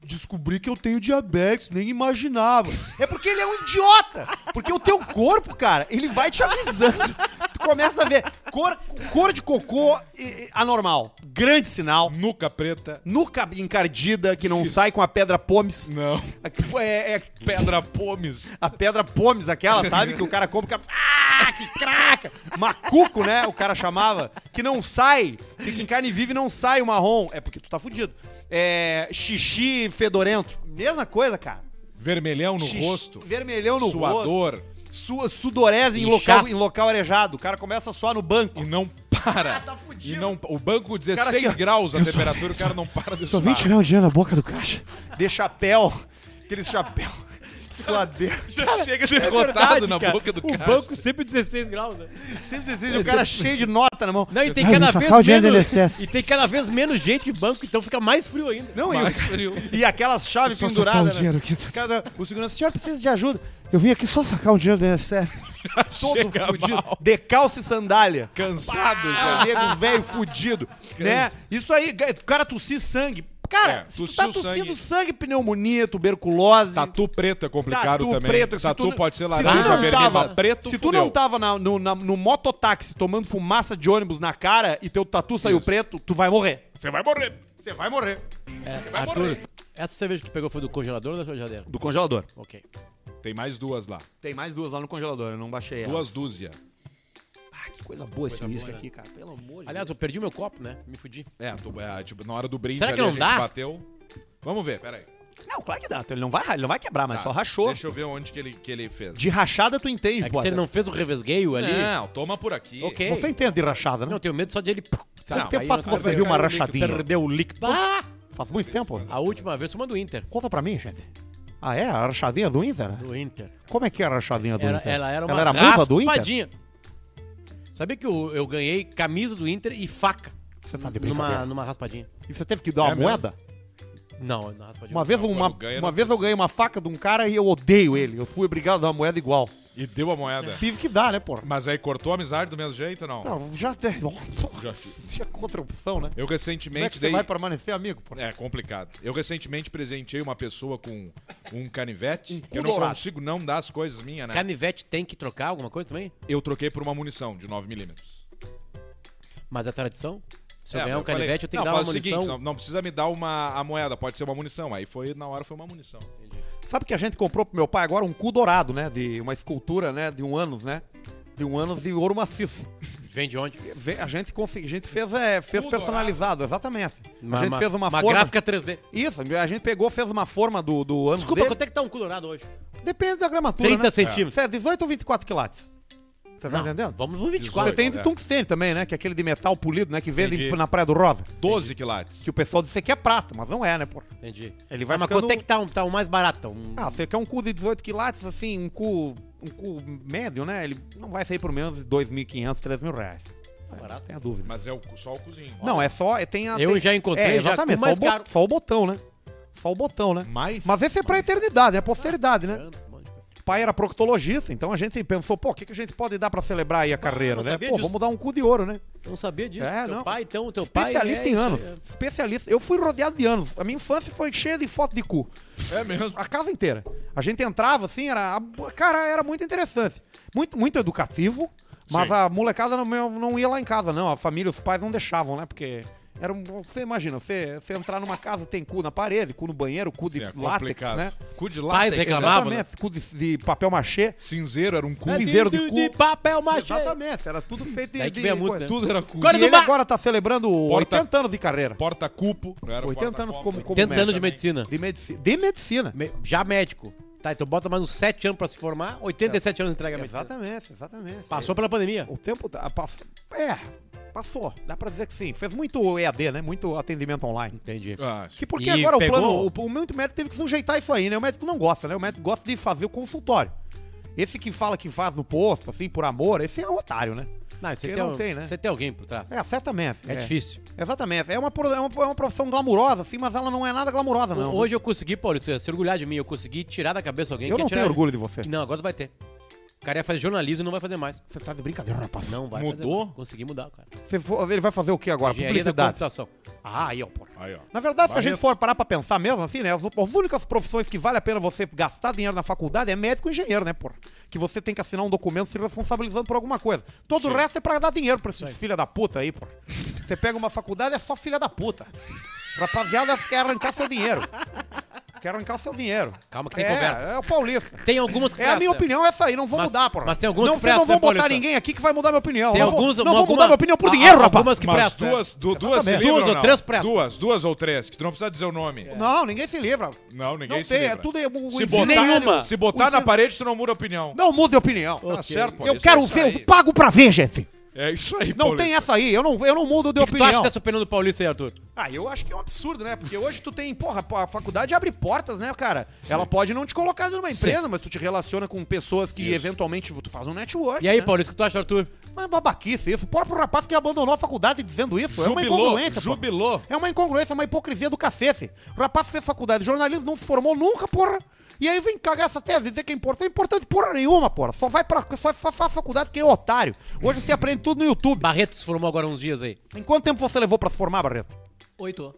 Speaker 1: descobri que eu tenho diabetes, nem imaginava. É porque ele é um idiota. Porque o teu corpo, cara, ele vai te avisando. Tu começa a ver cor, cor de cocô e- e anormal. Grande sinal.
Speaker 2: Nuca preta.
Speaker 1: Nuca encardida, que não
Speaker 2: Isso.
Speaker 1: sai com a pedra pomes.
Speaker 2: Não.
Speaker 1: É, é
Speaker 2: Pedra pomes.
Speaker 1: a pedra pomes, aquela, sabe? Que o cara compra que... Ah, que craca! Macuco, né? O cara chamava. Que não sai. Fica em carne viva e não sai o marrom. É porque tu tá fudido. É... Xixi fedorento. Mesma coisa, cara.
Speaker 2: Vermelhão no
Speaker 1: Xixi
Speaker 2: rosto.
Speaker 1: Vermelhão no rosto.
Speaker 2: suador.
Speaker 1: Sua, sudorese em local,
Speaker 3: Inchaço.
Speaker 1: em local arejado. O cara começa a suar no banco.
Speaker 2: E não para.
Speaker 1: tá
Speaker 2: e
Speaker 1: fudido.
Speaker 2: não, o banco
Speaker 1: Cara,
Speaker 2: 16
Speaker 1: aqui, ó.
Speaker 2: graus a temperatura, o cara não para de suar.
Speaker 1: o um dinheiro na boca do caixa. De chapéu. Aquele chapéu. Suadeiro. é
Speaker 2: Já chega derrotado
Speaker 1: verdade,
Speaker 2: na
Speaker 1: cara.
Speaker 2: boca do
Speaker 3: O
Speaker 2: cara.
Speaker 3: banco sempre 16 graus, né?
Speaker 1: Sempre existe o cara cheio de nota na mão.
Speaker 3: Não, e tem
Speaker 1: Ai,
Speaker 3: cada
Speaker 1: vou
Speaker 3: vez
Speaker 1: sacar o dinheiro do
Speaker 3: menos.
Speaker 1: INSS.
Speaker 3: E tem cada vez menos gente em banco, então fica mais frio ainda.
Speaker 1: Não, e o-
Speaker 2: mais frio.
Speaker 1: E aquelas chaves
Speaker 4: só sacar o
Speaker 1: penduradas. Né?
Speaker 4: dinheiro aqui.
Speaker 1: Cara, o segurança, senhor precisa de ajuda.
Speaker 4: Eu vim aqui só sacar um dinheiro do INSS.
Speaker 1: Todo
Speaker 2: Chega
Speaker 1: fudido.
Speaker 2: mal.
Speaker 1: De calça e sandália.
Speaker 2: Cansado já.
Speaker 1: Nego velho fudido. Né? Isso aí, ga- o cara é, tossir sangue. Cara,
Speaker 2: É,
Speaker 1: se tu
Speaker 2: tossiu
Speaker 1: tá tossindo
Speaker 2: sangue.
Speaker 1: sangue, pneumonia, tuberculose.
Speaker 2: Tatu preto é complicado
Speaker 1: tatu
Speaker 2: também.
Speaker 1: preto, que se
Speaker 2: tatu
Speaker 1: tu-
Speaker 2: pode ser
Speaker 1: se tu
Speaker 2: laranja,
Speaker 1: não
Speaker 2: vermelho,
Speaker 1: tava-
Speaker 2: mas preto,
Speaker 1: Se tu
Speaker 2: fudeu.
Speaker 1: não tava na- no, na- no mototáxi tomando fumaça de ônibus na cara e teu tatu saiu preto, tu vai morrer.
Speaker 2: Você vai morrer.
Speaker 1: Você vai morrer.
Speaker 3: Arthur, essa cerveja que tu pegou foi do congelador ou da geladeira?
Speaker 1: Do congelador.
Speaker 3: Ok.
Speaker 2: Tem mais duas lá.
Speaker 1: Tem mais duas lá no congelador, eu não baixei elas.
Speaker 2: Duas dúzias.
Speaker 1: Ah, que coisa boa esse
Speaker 3: Coisa
Speaker 1: uísque
Speaker 3: boa,
Speaker 1: aqui, cara. Pelo amor de
Speaker 3: Aliás, eu perdi meu copo, né? Me fudi.
Speaker 2: É, tu- é, tipo, na hora do brinde
Speaker 3: Será
Speaker 2: ali
Speaker 3: que não
Speaker 2: a gente
Speaker 3: dá?
Speaker 2: bateu. Vamos ver, peraí.
Speaker 1: Deus. Não, claro que dá. Ele não vai, ele não vai quebrar, mas
Speaker 2: Tá,
Speaker 1: só rachou.
Speaker 2: Deixa eu ver onde que ele, que ele fez.
Speaker 1: De rachada tu entende,
Speaker 3: É que se
Speaker 1: Potter.
Speaker 3: ele não fez o revesgueio ali...
Speaker 1: É.
Speaker 2: Não, toma por aqui.
Speaker 3: Ok.
Speaker 1: Você entende de rachada, né?
Speaker 3: Não, eu tenho medo só de ele...
Speaker 1: Quanto
Speaker 3: Não,
Speaker 1: tempo
Speaker 3: aí
Speaker 1: faz que
Speaker 3: nós-
Speaker 1: você viu uma rachadinha?
Speaker 3: Perdeu o um líquido.
Speaker 1: Faz muito tempo.
Speaker 3: A última vez foi uma do Inter.
Speaker 1: Conta pra mim, gente. Ah, é? A rachadinha do Inter? né?
Speaker 3: Do Inter.
Speaker 1: Como é que era a rachadinha do
Speaker 3: Era-
Speaker 1: Inter?
Speaker 3: ela era uma
Speaker 1: ela era musa do Inter?
Speaker 3: raspadinha. Sabia que eu, eu ganhei camisa do Inter e faca
Speaker 1: Você tá de brincadeira.
Speaker 3: numa, numa raspadinha?
Speaker 1: E você teve que dar uma
Speaker 2: É mesmo?
Speaker 1: moeda?
Speaker 3: Não, na raspadinha.
Speaker 1: Uma vez,
Speaker 2: quando
Speaker 1: uma,
Speaker 2: ganha,
Speaker 1: uma
Speaker 2: não
Speaker 1: vez eu
Speaker 2: precisa.
Speaker 1: ganhei uma faca de um cara e eu odeio ele. Eu fui obrigado a dar uma moeda igual.
Speaker 2: E deu a moeda.
Speaker 1: Tive que dar, né, porra?
Speaker 2: Mas aí cortou a amizade do mesmo jeito, não?
Speaker 1: Não, já teve. Porra,
Speaker 2: Já-
Speaker 1: tinha contra opção, né?
Speaker 2: Eu
Speaker 1: Como é que
Speaker 2: recentemente
Speaker 1: você
Speaker 2: dei...
Speaker 1: vai permanecer amigo, porra?
Speaker 2: É complicado. Eu recentemente presenteei uma pessoa com um canivete.
Speaker 1: Um cu
Speaker 2: eu não
Speaker 1: dourado.
Speaker 2: consigo não dar as coisas minhas, né?
Speaker 3: Canivete tem que trocar alguma coisa também?
Speaker 2: Eu troquei por uma munição de 9mm.
Speaker 3: Mas é tradição? Se eu
Speaker 2: É,
Speaker 3: ganhar um
Speaker 2: eu falei,
Speaker 3: canivete, eu tenho
Speaker 2: não,
Speaker 3: que dar uma
Speaker 2: faz o seguinte,
Speaker 3: munição.
Speaker 2: não, não precisa me dar uma, a moeda, pode ser uma munição. Aí foi, na hora foi uma munição.
Speaker 1: Sabe que a gente comprou pro meu pai agora um cu dourado, né? De uma escultura, né? De um ânus, né? De um ânus de ouro maciço.
Speaker 3: Vem de onde?
Speaker 1: Vê- A gente, consegui- a gente fez, é, fez
Speaker 2: Cu
Speaker 1: personalizado, exatamente. assim. a gente fez uma,
Speaker 3: uma
Speaker 1: forma.
Speaker 3: gráfica 3D.
Speaker 1: Isso, a gente pegou, fez uma forma do, do ânus
Speaker 3: Desculpa,
Speaker 1: dele.
Speaker 3: quanto é que tá um colorado hoje?
Speaker 1: Depende da gramatura.
Speaker 3: 30
Speaker 1: né?
Speaker 3: centímetros.
Speaker 1: Você é 18 ou 24 quilates? Você tá
Speaker 3: Não,
Speaker 1: entendendo?
Speaker 3: Vamos no
Speaker 1: Você
Speaker 3: 24.
Speaker 1: tem de
Speaker 2: é.
Speaker 1: tungstênio também, né? Que é aquele de metal polido, né? Que vende
Speaker 3: Entendi.
Speaker 1: na Praia do Rosa.
Speaker 2: 12 quilates.
Speaker 1: Que o pessoal diz que é prata, mas não é, né, pô?
Speaker 3: Entendi.
Speaker 1: Ele vai
Speaker 3: Ah, mas
Speaker 1: ficando-
Speaker 3: quanto é que tá um, tá um mais barato? tá? Um...
Speaker 1: Ah, você quer um cu de 18 quilates, assim, um cu, um cu médio, né? Ele não vai sair por menos de 2.500, 3 mil reais.
Speaker 3: Tá barato.
Speaker 1: Tenha dúvida.
Speaker 2: Mas é o, só o cozinho.
Speaker 1: Não, é só... é, Tem a,
Speaker 3: Eu
Speaker 1: tem-
Speaker 3: já encontrei
Speaker 1: é,
Speaker 3: já com
Speaker 1: exatamente,
Speaker 3: mais
Speaker 1: só, o bo-
Speaker 3: caro.
Speaker 1: só o botão, né? Só o botão, né?
Speaker 2: Mas,
Speaker 1: Mas esse é pra eternidade, é a posteridade, né?
Speaker 3: um monte de coisa.
Speaker 1: O pai era proctologista, então a gente pensou, pô, o que, que a gente pode dar pra celebrar aí a carreira,
Speaker 3: não
Speaker 1: né? Pô,
Speaker 3: sabia disso.
Speaker 1: vamos dar um cu de ouro, né?
Speaker 3: Eu não sabia disso.
Speaker 1: É,
Speaker 3: teu
Speaker 1: não.
Speaker 3: pai, então, teu pai.
Speaker 1: Especialista
Speaker 3: é
Speaker 1: em
Speaker 3: isso
Speaker 1: anos.
Speaker 3: aí, é.
Speaker 1: Especialista. Eu fui rodeado de anos. A minha infância foi cheia de fotos de cu.
Speaker 2: é mesmo.
Speaker 1: A casa inteira. A gente entrava, assim, era. a- Cara, era muito interessante. Muito, muito educativo, mas
Speaker 2: Sim.
Speaker 1: a molecada não, não ia lá em casa, não. A família, os pais não deixavam, né? Porque. Era um, você imagina, você, você entrar numa casa, tem cu na parede, cu no banheiro, cu de
Speaker 2: Sim, é
Speaker 1: látex,
Speaker 2: complicado.
Speaker 1: né?
Speaker 2: Cu de
Speaker 3: Pais
Speaker 2: látex. né?
Speaker 3: reclamam. Reclamavam, né?
Speaker 1: Exatamente, cu de, de papel machê.
Speaker 2: Cinzeiro era um cu.
Speaker 1: É, viveiro de
Speaker 3: de,
Speaker 1: cu.
Speaker 3: papel machê.
Speaker 1: Exatamente, era tudo feito de.
Speaker 3: Daí que
Speaker 1: de
Speaker 3: vem a música,
Speaker 1: coisa.
Speaker 3: né?
Speaker 2: Tudo era cu.
Speaker 3: Agora-
Speaker 1: E ele
Speaker 3: Mar-
Speaker 1: agora tá celebrando
Speaker 2: Porta-
Speaker 1: 80 anos de carreira.
Speaker 2: Porta-cupo. não era
Speaker 1: 80 anos
Speaker 2: porta-copo.
Speaker 1: como, como
Speaker 3: Tentando
Speaker 1: médico.
Speaker 3: de medicina.
Speaker 1: De, medici- de medicina.
Speaker 3: Me- Já médico. Tá, então bota mais uns 7 anos pra se formar, 87 anos de entrega à medicina.
Speaker 1: Exatamente, exatamente.
Speaker 3: Passou pela pandemia.
Speaker 1: O tempo. da- pass- É, passou. Dá pra dizer que sim. Fez muito EAD, né? Muito atendimento online.
Speaker 3: Entendi.
Speaker 2: Ah, sim.
Speaker 1: Que porque
Speaker 3: E
Speaker 1: agora
Speaker 3: pegou-
Speaker 1: o plano. O, o muito médico teve que sujeitar isso aí, né? O médico não gosta, né? O médico gosta de fazer o consultório. Esse que fala que faz no posto, assim, por amor, esse é um otário, né?
Speaker 3: Não, você
Speaker 1: Porque
Speaker 3: tem,
Speaker 1: não
Speaker 3: um-
Speaker 1: tem, né?
Speaker 3: Você tem alguém por trás.
Speaker 1: É, certamente.
Speaker 3: É, difícil.
Speaker 1: Exatamente. É uma, pro- é, uma, é uma profissão glamurosa, assim, mas ela não é nada glamurosa, não.
Speaker 3: Hoje eu consegui, Paulo, se se orgulhar de mim, eu consegui tirar da cabeça alguém
Speaker 1: eu
Speaker 3: que
Speaker 1: não
Speaker 3: ia tirar
Speaker 1: tenho orgulho de você.
Speaker 3: Não, agora tu vai ter. O cara ia fazer jornalismo e não vai fazer mais.
Speaker 1: Você tá de brincadeira, rapaz.
Speaker 3: Não vai
Speaker 2: Mudou?
Speaker 3: fazer. Consegui mudar, cara.
Speaker 1: Você for- ele vai fazer o que agora?
Speaker 3: Engenharia da
Speaker 1: Publicidade.
Speaker 3: computação.
Speaker 1: Ah, aí, ó, porra.
Speaker 2: Aí, ó.
Speaker 1: Na verdade, se a
Speaker 2: Barreto.
Speaker 1: gente for parar pra pensar mesmo, assim, né? As, as únicas profissões que vale a pena você gastar dinheiro na faculdade é médico e engenheiro, né, porra? Que você tem que assinar um documento se responsabilizando por alguma coisa. Todo o resto é pra dar dinheiro pra esses filha da puta aí, porra. Você pega uma faculdade, é só filha da puta. Rapaziada, quer arrancar seu dinheiro. Quer arrancar seu dinheiro.
Speaker 3: Calma que tem
Speaker 1: é,
Speaker 3: conversa.
Speaker 1: É o paulista.
Speaker 3: Tem algumas que
Speaker 1: É a minha
Speaker 3: prestam.
Speaker 1: opinião essa aí, não vou
Speaker 3: Mas-
Speaker 1: mudar, porra.
Speaker 3: mas tem algumas
Speaker 1: não,
Speaker 3: que
Speaker 1: vocês não
Speaker 3: prestam,
Speaker 1: vão
Speaker 3: né,
Speaker 1: botar
Speaker 3: Paulista?
Speaker 1: ninguém aqui que vai mudar minha opinião.
Speaker 3: Tem
Speaker 1: não vou,
Speaker 3: algumas-
Speaker 1: não vou
Speaker 3: alguma-
Speaker 1: mudar minha opinião por
Speaker 3: a-
Speaker 1: dinheiro, rapaz.
Speaker 3: algumas que
Speaker 2: Mas
Speaker 3: prestam.
Speaker 2: duas, du- duas se
Speaker 1: né? Exatamente.
Speaker 2: livram,
Speaker 3: Duas ou
Speaker 2: não?
Speaker 3: três prestam.
Speaker 2: Duas, duas ou três, que tu não precisa dizer o nome.
Speaker 1: Não, ninguém se livra.
Speaker 2: Não, ninguém
Speaker 1: É. Não
Speaker 2: se
Speaker 1: tem,
Speaker 2: livra.
Speaker 1: é tudo é o- o
Speaker 2: se
Speaker 1: ensino-
Speaker 2: botar,
Speaker 3: Nenhuma.
Speaker 2: Se botar
Speaker 1: O
Speaker 2: na
Speaker 1: ensino-
Speaker 2: parede, tu não muda a opinião.
Speaker 1: Não mude de opinião.
Speaker 2: Tá certo,
Speaker 1: Eu
Speaker 2: Paulista,
Speaker 1: quero
Speaker 2: é isso
Speaker 1: ver,
Speaker 2: aí.
Speaker 1: eu pago pra ver, gente.
Speaker 2: É isso aí,
Speaker 1: Não
Speaker 2: Paulista.
Speaker 1: tem essa aí, eu não, eu não mudo de
Speaker 3: O que, que tu acha
Speaker 1: opinião.
Speaker 3: dessa opinião do Paulista aí, Arthur?
Speaker 1: Ah, eu acho que é um absurdo, né? Porque hoje tu tem, porra, a faculdade abre portas, né, cara? Ela pode não te colocar numa empresa, mas tu te relaciona com pessoas que eventualmente tu faz um network.
Speaker 3: E aí,
Speaker 1: né?
Speaker 3: Paulista, o que tu acha, Arthur?
Speaker 1: Mas é babaquice isso. Porra, pro rapaz que abandonou a faculdade dizendo isso. é uma
Speaker 2: Jubilou,
Speaker 1: incongruência, pô.
Speaker 2: jubilou.
Speaker 1: É uma incongruência, é uma hipocrisia do cacete. O rapaz fez faculdade de jornalismo, não se formou nunca, porra. E aí vem cagar essa tese, dizer que é importante. É importante porra nenhuma, porra. Só vai pra. Só, só faz faculdade quem é otário. Hoje você aprende tudo no YouTube.
Speaker 3: Barreto se formou agora uns dias aí.
Speaker 1: Em quanto tempo você levou pra se formar, Barreto?
Speaker 3: Oito.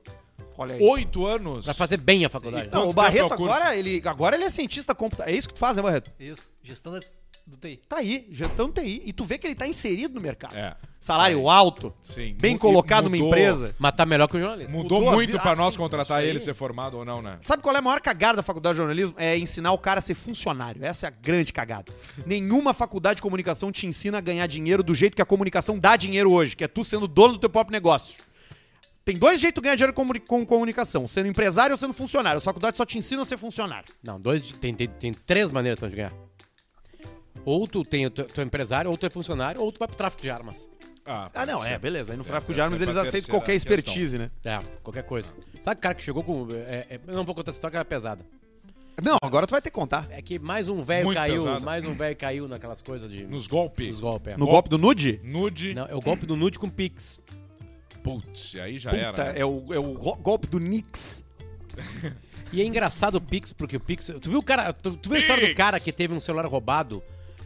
Speaker 1: Olha aí.
Speaker 2: Oito anos.
Speaker 3: Pra fazer bem a faculdade.
Speaker 1: Não,
Speaker 2: Quanto
Speaker 1: o Barreto
Speaker 2: tempo é o curso?
Speaker 1: agora, ele, agora ele é cientista computador. É isso que tu faz, né, Barreto?
Speaker 5: Isso, gestão das- do TI.
Speaker 1: Tá aí, gestão TI. E tu vê que ele tá inserido no mercado.
Speaker 2: É.
Speaker 1: Salário alto,
Speaker 2: Sim.
Speaker 1: bem
Speaker 2: Mu-
Speaker 1: colocado numa
Speaker 2: mudou-
Speaker 1: empresa.
Speaker 3: Mas tá melhor que o jornalista.
Speaker 2: Mudou,
Speaker 1: Mudou a
Speaker 2: muito
Speaker 1: vida-
Speaker 2: pra
Speaker 1: Ah,
Speaker 2: nós
Speaker 1: sim,
Speaker 2: contratar
Speaker 1: isso aí.
Speaker 2: ele ser formado ou não, né?
Speaker 1: Sabe qual é a maior cagada da faculdade de jornalismo? É ensinar o cara a ser funcionário. Essa é a grande cagada. Nenhuma faculdade de comunicação te ensina a ganhar dinheiro do jeito que a comunicação dá dinheiro hoje, que é tu sendo dono do teu próprio negócio. Tem dois jeitos de ganhar dinheiro com, comuni- com comunicação, sendo empresário ou sendo funcionário. As faculdades só te ensinam a ser funcionário.
Speaker 3: Não, dois, tem, tem, tem três maneiras então, de ganhar. Ou tu, tem, tu, tu é empresário, ou tu é funcionário, ou tu vai pro tráfico de armas.
Speaker 1: Ah, não, é, beleza. Aí no tráfico de
Speaker 2: essa
Speaker 1: armas
Speaker 2: é
Speaker 1: eles
Speaker 2: pra
Speaker 1: aceitam
Speaker 2: terceira
Speaker 1: qualquer
Speaker 2: questão.
Speaker 1: expertise, né?
Speaker 3: É, qualquer coisa. Sabe o cara que chegou com. é, é, eu não vou contar essa história que era pesada.
Speaker 1: Não, agora tu vai ter que contar.
Speaker 3: É que mais um velho
Speaker 2: Muito
Speaker 3: caiu,
Speaker 2: pesada.
Speaker 3: mais um velho caiu naquelas coisas de.
Speaker 2: Nos golpes.
Speaker 3: dos golpes. é.
Speaker 1: No golpe do nude?
Speaker 2: Nude.
Speaker 3: Não, é o golpe do nude com Pix.
Speaker 2: Putz, aí já
Speaker 1: Puta,
Speaker 2: era. né?
Speaker 1: é o, é o ro- golpe do Nix.
Speaker 3: E é engraçado o Pix, porque o Pix. Tu viu o cara. Tu, tu viu a história do
Speaker 2: Pix!
Speaker 3: cara que teve um celular roubado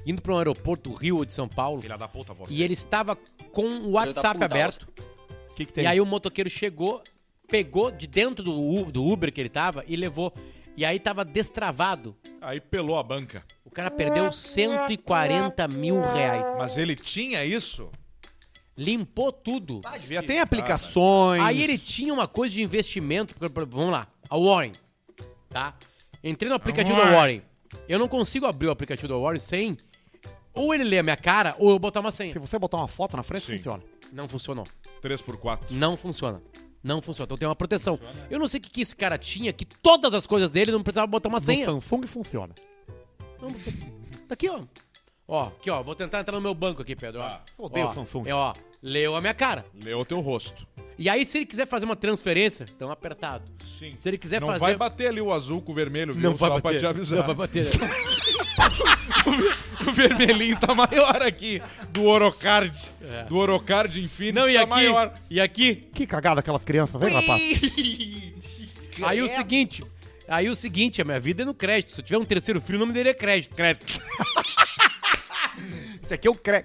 Speaker 3: indo pra um aeroporto do Rio ou de São Paulo?
Speaker 2: Filha da puta, você.
Speaker 3: E ele estava com o WhatsApp
Speaker 5: puta,
Speaker 3: aberto.
Speaker 1: O que, que
Speaker 3: E aí o motoqueiro chegou, pegou de dentro do, U- do Uber que ele tava e levou. E aí tava destravado.
Speaker 2: Aí pelou a banca.
Speaker 3: O cara perdeu 140 mil reais.
Speaker 2: Mas ele tinha isso?
Speaker 3: Limpou tudo.
Speaker 1: Ah, Devia ter aplicações.
Speaker 3: Aí ele tinha uma coisa de investimento. porque, por- Vamos lá. A Warren. Tá? Entrei no aplicativo da Warren. Eu não consigo abrir o aplicativo da Warren sem. Ou ele ler a minha cara, ou eu botar uma
Speaker 1: Se
Speaker 3: senha.
Speaker 1: você botar uma foto na frente,
Speaker 2: Sim.
Speaker 1: funciona.
Speaker 3: Não funcionou.
Speaker 2: Ah, né?
Speaker 1: Hum.
Speaker 2: 3x4.
Speaker 3: Não funciona. Não funciona. Então tem uma proteção. Eu não sei o que, que esse cara tinha, que todas as coisas dele não precisava botar uma
Speaker 1: No
Speaker 3: senha.
Speaker 1: Samsung funciona.
Speaker 3: Tá aqui, ó. Ó, aqui, ó. Vou tentar entrar no meu banco aqui, Pedro. ó.
Speaker 2: Ah,
Speaker 1: odeio
Speaker 3: ó,
Speaker 1: Samsung.
Speaker 3: É, ó. Leu a minha cara.
Speaker 2: Leu teu rosto.
Speaker 3: E aí, se ele quiser fazer uma transferência, então apertado.
Speaker 2: Sim.
Speaker 3: Se ele quiser
Speaker 2: não
Speaker 3: fazer.
Speaker 2: vai bater ali o azul com o vermelho, viu? Só pra te avisar.
Speaker 3: Não vai bater.
Speaker 2: O vermelhinho tá maior aqui do Orocard. Do Orocard Infinity
Speaker 3: É. Não, e
Speaker 2: tá
Speaker 3: aqui.
Speaker 2: maior.
Speaker 3: E aqui.
Speaker 1: Que cagada aquelas crianças, vem, rapaz?
Speaker 3: Aí o seguinte. Aí o seguinte, a minha vida é no crédito. Se eu tiver um terceiro filho, o nome dele é crédito. Crédito.
Speaker 1: Isso aqui é o cre...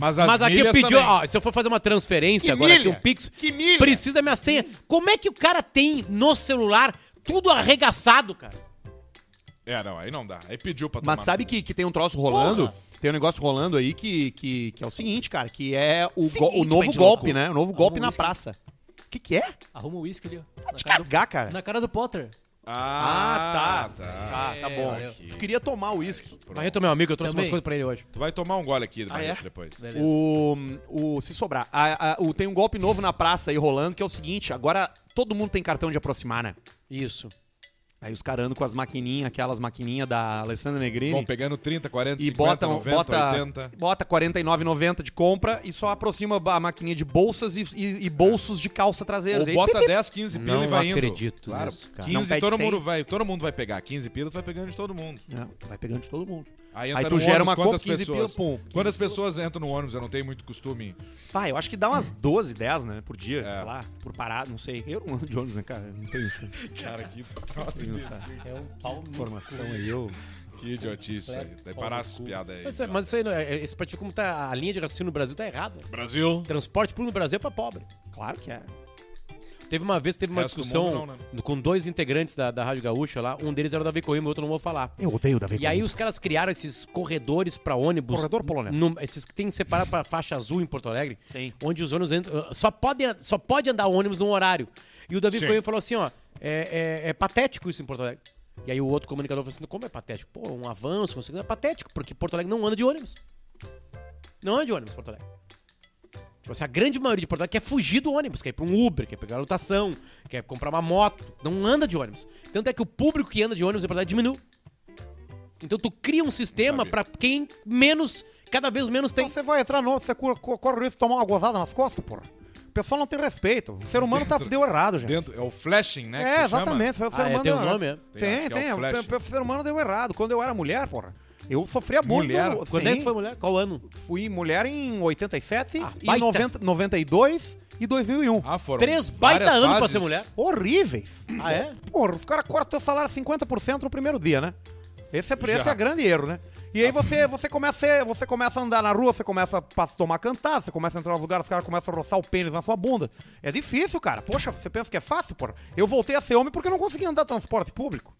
Speaker 2: Mas, as
Speaker 3: Mas aqui eu
Speaker 2: milhas
Speaker 3: pedi,
Speaker 2: também.
Speaker 3: ó, se eu for fazer uma transferência agora aqui, um Pix, precisa da minha senha. Como é que o cara tem no celular tudo arregaçado, cara?
Speaker 2: É, não, aí não dá. Aí pediu pra tomar.
Speaker 1: Mas sabe que, que tem um troço rolando? Tem um negócio rolando aí que, que, que é o seguinte, cara, que é o, go- o novo
Speaker 5: mente
Speaker 1: golpe,
Speaker 5: louco.
Speaker 1: né? O novo golpe
Speaker 5: Ah,
Speaker 1: na
Speaker 5: isso.
Speaker 1: praça. O que, que é?
Speaker 5: Arruma o uísque ali, ó.
Speaker 1: Te
Speaker 5: Na cara,
Speaker 1: cagar, cara.
Speaker 5: do, na cara do Potter.
Speaker 2: Ah, tá.
Speaker 1: Ah,
Speaker 5: É,
Speaker 1: tá bom. Tu queria tomar o uísque.
Speaker 3: Mas eu tô meu amigo, eu trouxe
Speaker 5: Também.
Speaker 3: umas coisas pra ele hoje.
Speaker 2: Tu vai tomar um gole
Speaker 3: Ah,
Speaker 2: aqui
Speaker 1: é?
Speaker 2: depois.
Speaker 5: Beleza.
Speaker 1: O, o, se sobrar. A- a- o, tem um golpe novo na praça aí rolando, que é o seguinte, agora todo mundo tem cartão de aproximar, né?
Speaker 3: Isso.
Speaker 1: Aí os caras andam com as maquininhas, aquelas maquininhas da Alessandra Negrini.
Speaker 2: Vão pegando 30, 40,
Speaker 1: e
Speaker 2: 50,
Speaker 3: um-
Speaker 1: bota,
Speaker 2: 90,
Speaker 1: bota,
Speaker 2: 80.
Speaker 1: bota 49,90 de compra e só aproxima a maquininha de bolsas e, e- e bolsos de calça traseiros.
Speaker 2: Ou
Speaker 1: Aí,
Speaker 2: bota
Speaker 1: pi, pi,
Speaker 2: 10, 15 pila
Speaker 3: Não
Speaker 2: e vai indo.
Speaker 3: acredito
Speaker 2: claro.
Speaker 3: nisso, cara.
Speaker 2: 15,
Speaker 1: Não pede
Speaker 2: todo,
Speaker 1: 100.
Speaker 2: mundo vai, todo mundo vai pegar. 15 pila, tu vai pegando de todo mundo.
Speaker 1: É, vai pegando de todo mundo.
Speaker 2: Aí,
Speaker 1: Aí
Speaker 2: entra
Speaker 1: tu
Speaker 2: no
Speaker 1: gera
Speaker 2: ônibus,
Speaker 1: uma compra,
Speaker 2: quantas
Speaker 1: 15 pila,
Speaker 2: pessoas?
Speaker 1: pum.
Speaker 2: Quantas pessoas entram no ônibus? Eu não tenho muito costume.
Speaker 1: Pá, eu acho que dá umas 12, 10, né? Por dia,
Speaker 2: É.
Speaker 1: sei lá, por parada, não sei. Eu não ando de ônibus, né, cara? Não tenho essa
Speaker 2: Cara, que troço desse.
Speaker 5: É um pau
Speaker 1: informação aí. Eu...
Speaker 2: Que idiotice. Daí parar essas piadas aí.
Speaker 3: Mas, isso- mas isso aí, não é- esse partido, como tá, a linha de raciocínio no Brasil tá errada.
Speaker 2: Brasil.
Speaker 3: Transporte público no Brasil é pra pobre.
Speaker 1: Claro que é.
Speaker 3: Teve uma vez, teve uma
Speaker 2: Resto do
Speaker 3: discussão
Speaker 2: mundo não, né?
Speaker 3: no- com dois integrantes da, da Rádio Gaúcha lá. Um deles era o Davi Coimbra, o outro eu não vou falar.
Speaker 1: Eu odeio Davi
Speaker 3: E aí os caras criaram esses corredores pra ônibus.
Speaker 1: Corredor polonês.
Speaker 3: num- esses que tem que separar pra faixa azul em Porto Alegre.
Speaker 1: Sim.
Speaker 3: Onde os ônibus entram, ah, só, podem, só pode andar ônibus num horário. E o Davi
Speaker 2: Sim.
Speaker 3: Coimbra falou assim, ó, é, é- é patético isso em Porto Alegre. E aí o outro comunicador falou assim, como é patético? Pô, um avanço, não sei o que. É patético, porque Porto Alegre não anda de ônibus. Não anda de ônibus Porto Alegre. Tipo assim, a grande maioria de Porto Alegre quer fugir do ônibus, quer ir pra um Uber, quer pegar a lotação, quer comprar uma moto. Não anda de ônibus. Tanto é que o público que anda de ônibus em Porto Alegre diminui. Então tu cria um sistema
Speaker 2: Sabia.
Speaker 3: pra quem menos, cada vez menos tem.
Speaker 1: Você vai entrar no. Você cor- cor- corre o risco de tomar uma gozada nas costas, porra. O pessoal não tem respeito. O ser humano tá, deu errado, gente.
Speaker 2: Dentro, é o flashing, né? que
Speaker 1: É,
Speaker 2: se chama?
Speaker 1: exatamente. Foi o ser
Speaker 3: Ah, é,
Speaker 1: humano
Speaker 3: tem
Speaker 1: deu
Speaker 3: um
Speaker 1: errado.
Speaker 3: nome, é?
Speaker 1: Tem,
Speaker 2: Tem,
Speaker 1: tem.
Speaker 2: é o
Speaker 1: o
Speaker 2: Flash.
Speaker 1: pe- pe- ser humano deu errado. Quando eu era mulher, porra, eu sofri abuso.
Speaker 2: Mulher?
Speaker 1: Eu-
Speaker 3: Quando
Speaker 1: sim,
Speaker 3: é que foi mulher? Qual ano?
Speaker 1: Fui mulher em 87,
Speaker 3: Ah,
Speaker 1: e
Speaker 3: baita.
Speaker 1: 90, 92 e 2001.
Speaker 2: Ah, foram
Speaker 3: Três baita
Speaker 2: várias
Speaker 3: anos pra
Speaker 2: fases.
Speaker 3: ser mulher.
Speaker 1: Horríveis.
Speaker 3: Ah, é?
Speaker 1: Porra, os caras cortam teu salário 50% no primeiro dia, né? Esse é,
Speaker 2: Já.
Speaker 1: esse é grande erro, né? E aí você, você, começa, a- você começa a andar na rua, você começa a tomar cantar, você começa a entrar nos lugares, os caras começam a roçar o pênis na sua bunda. É difícil, cara. Poxa, você pensa que é fácil, porra? Eu voltei a ser homem porque eu não consegui andar transporte público.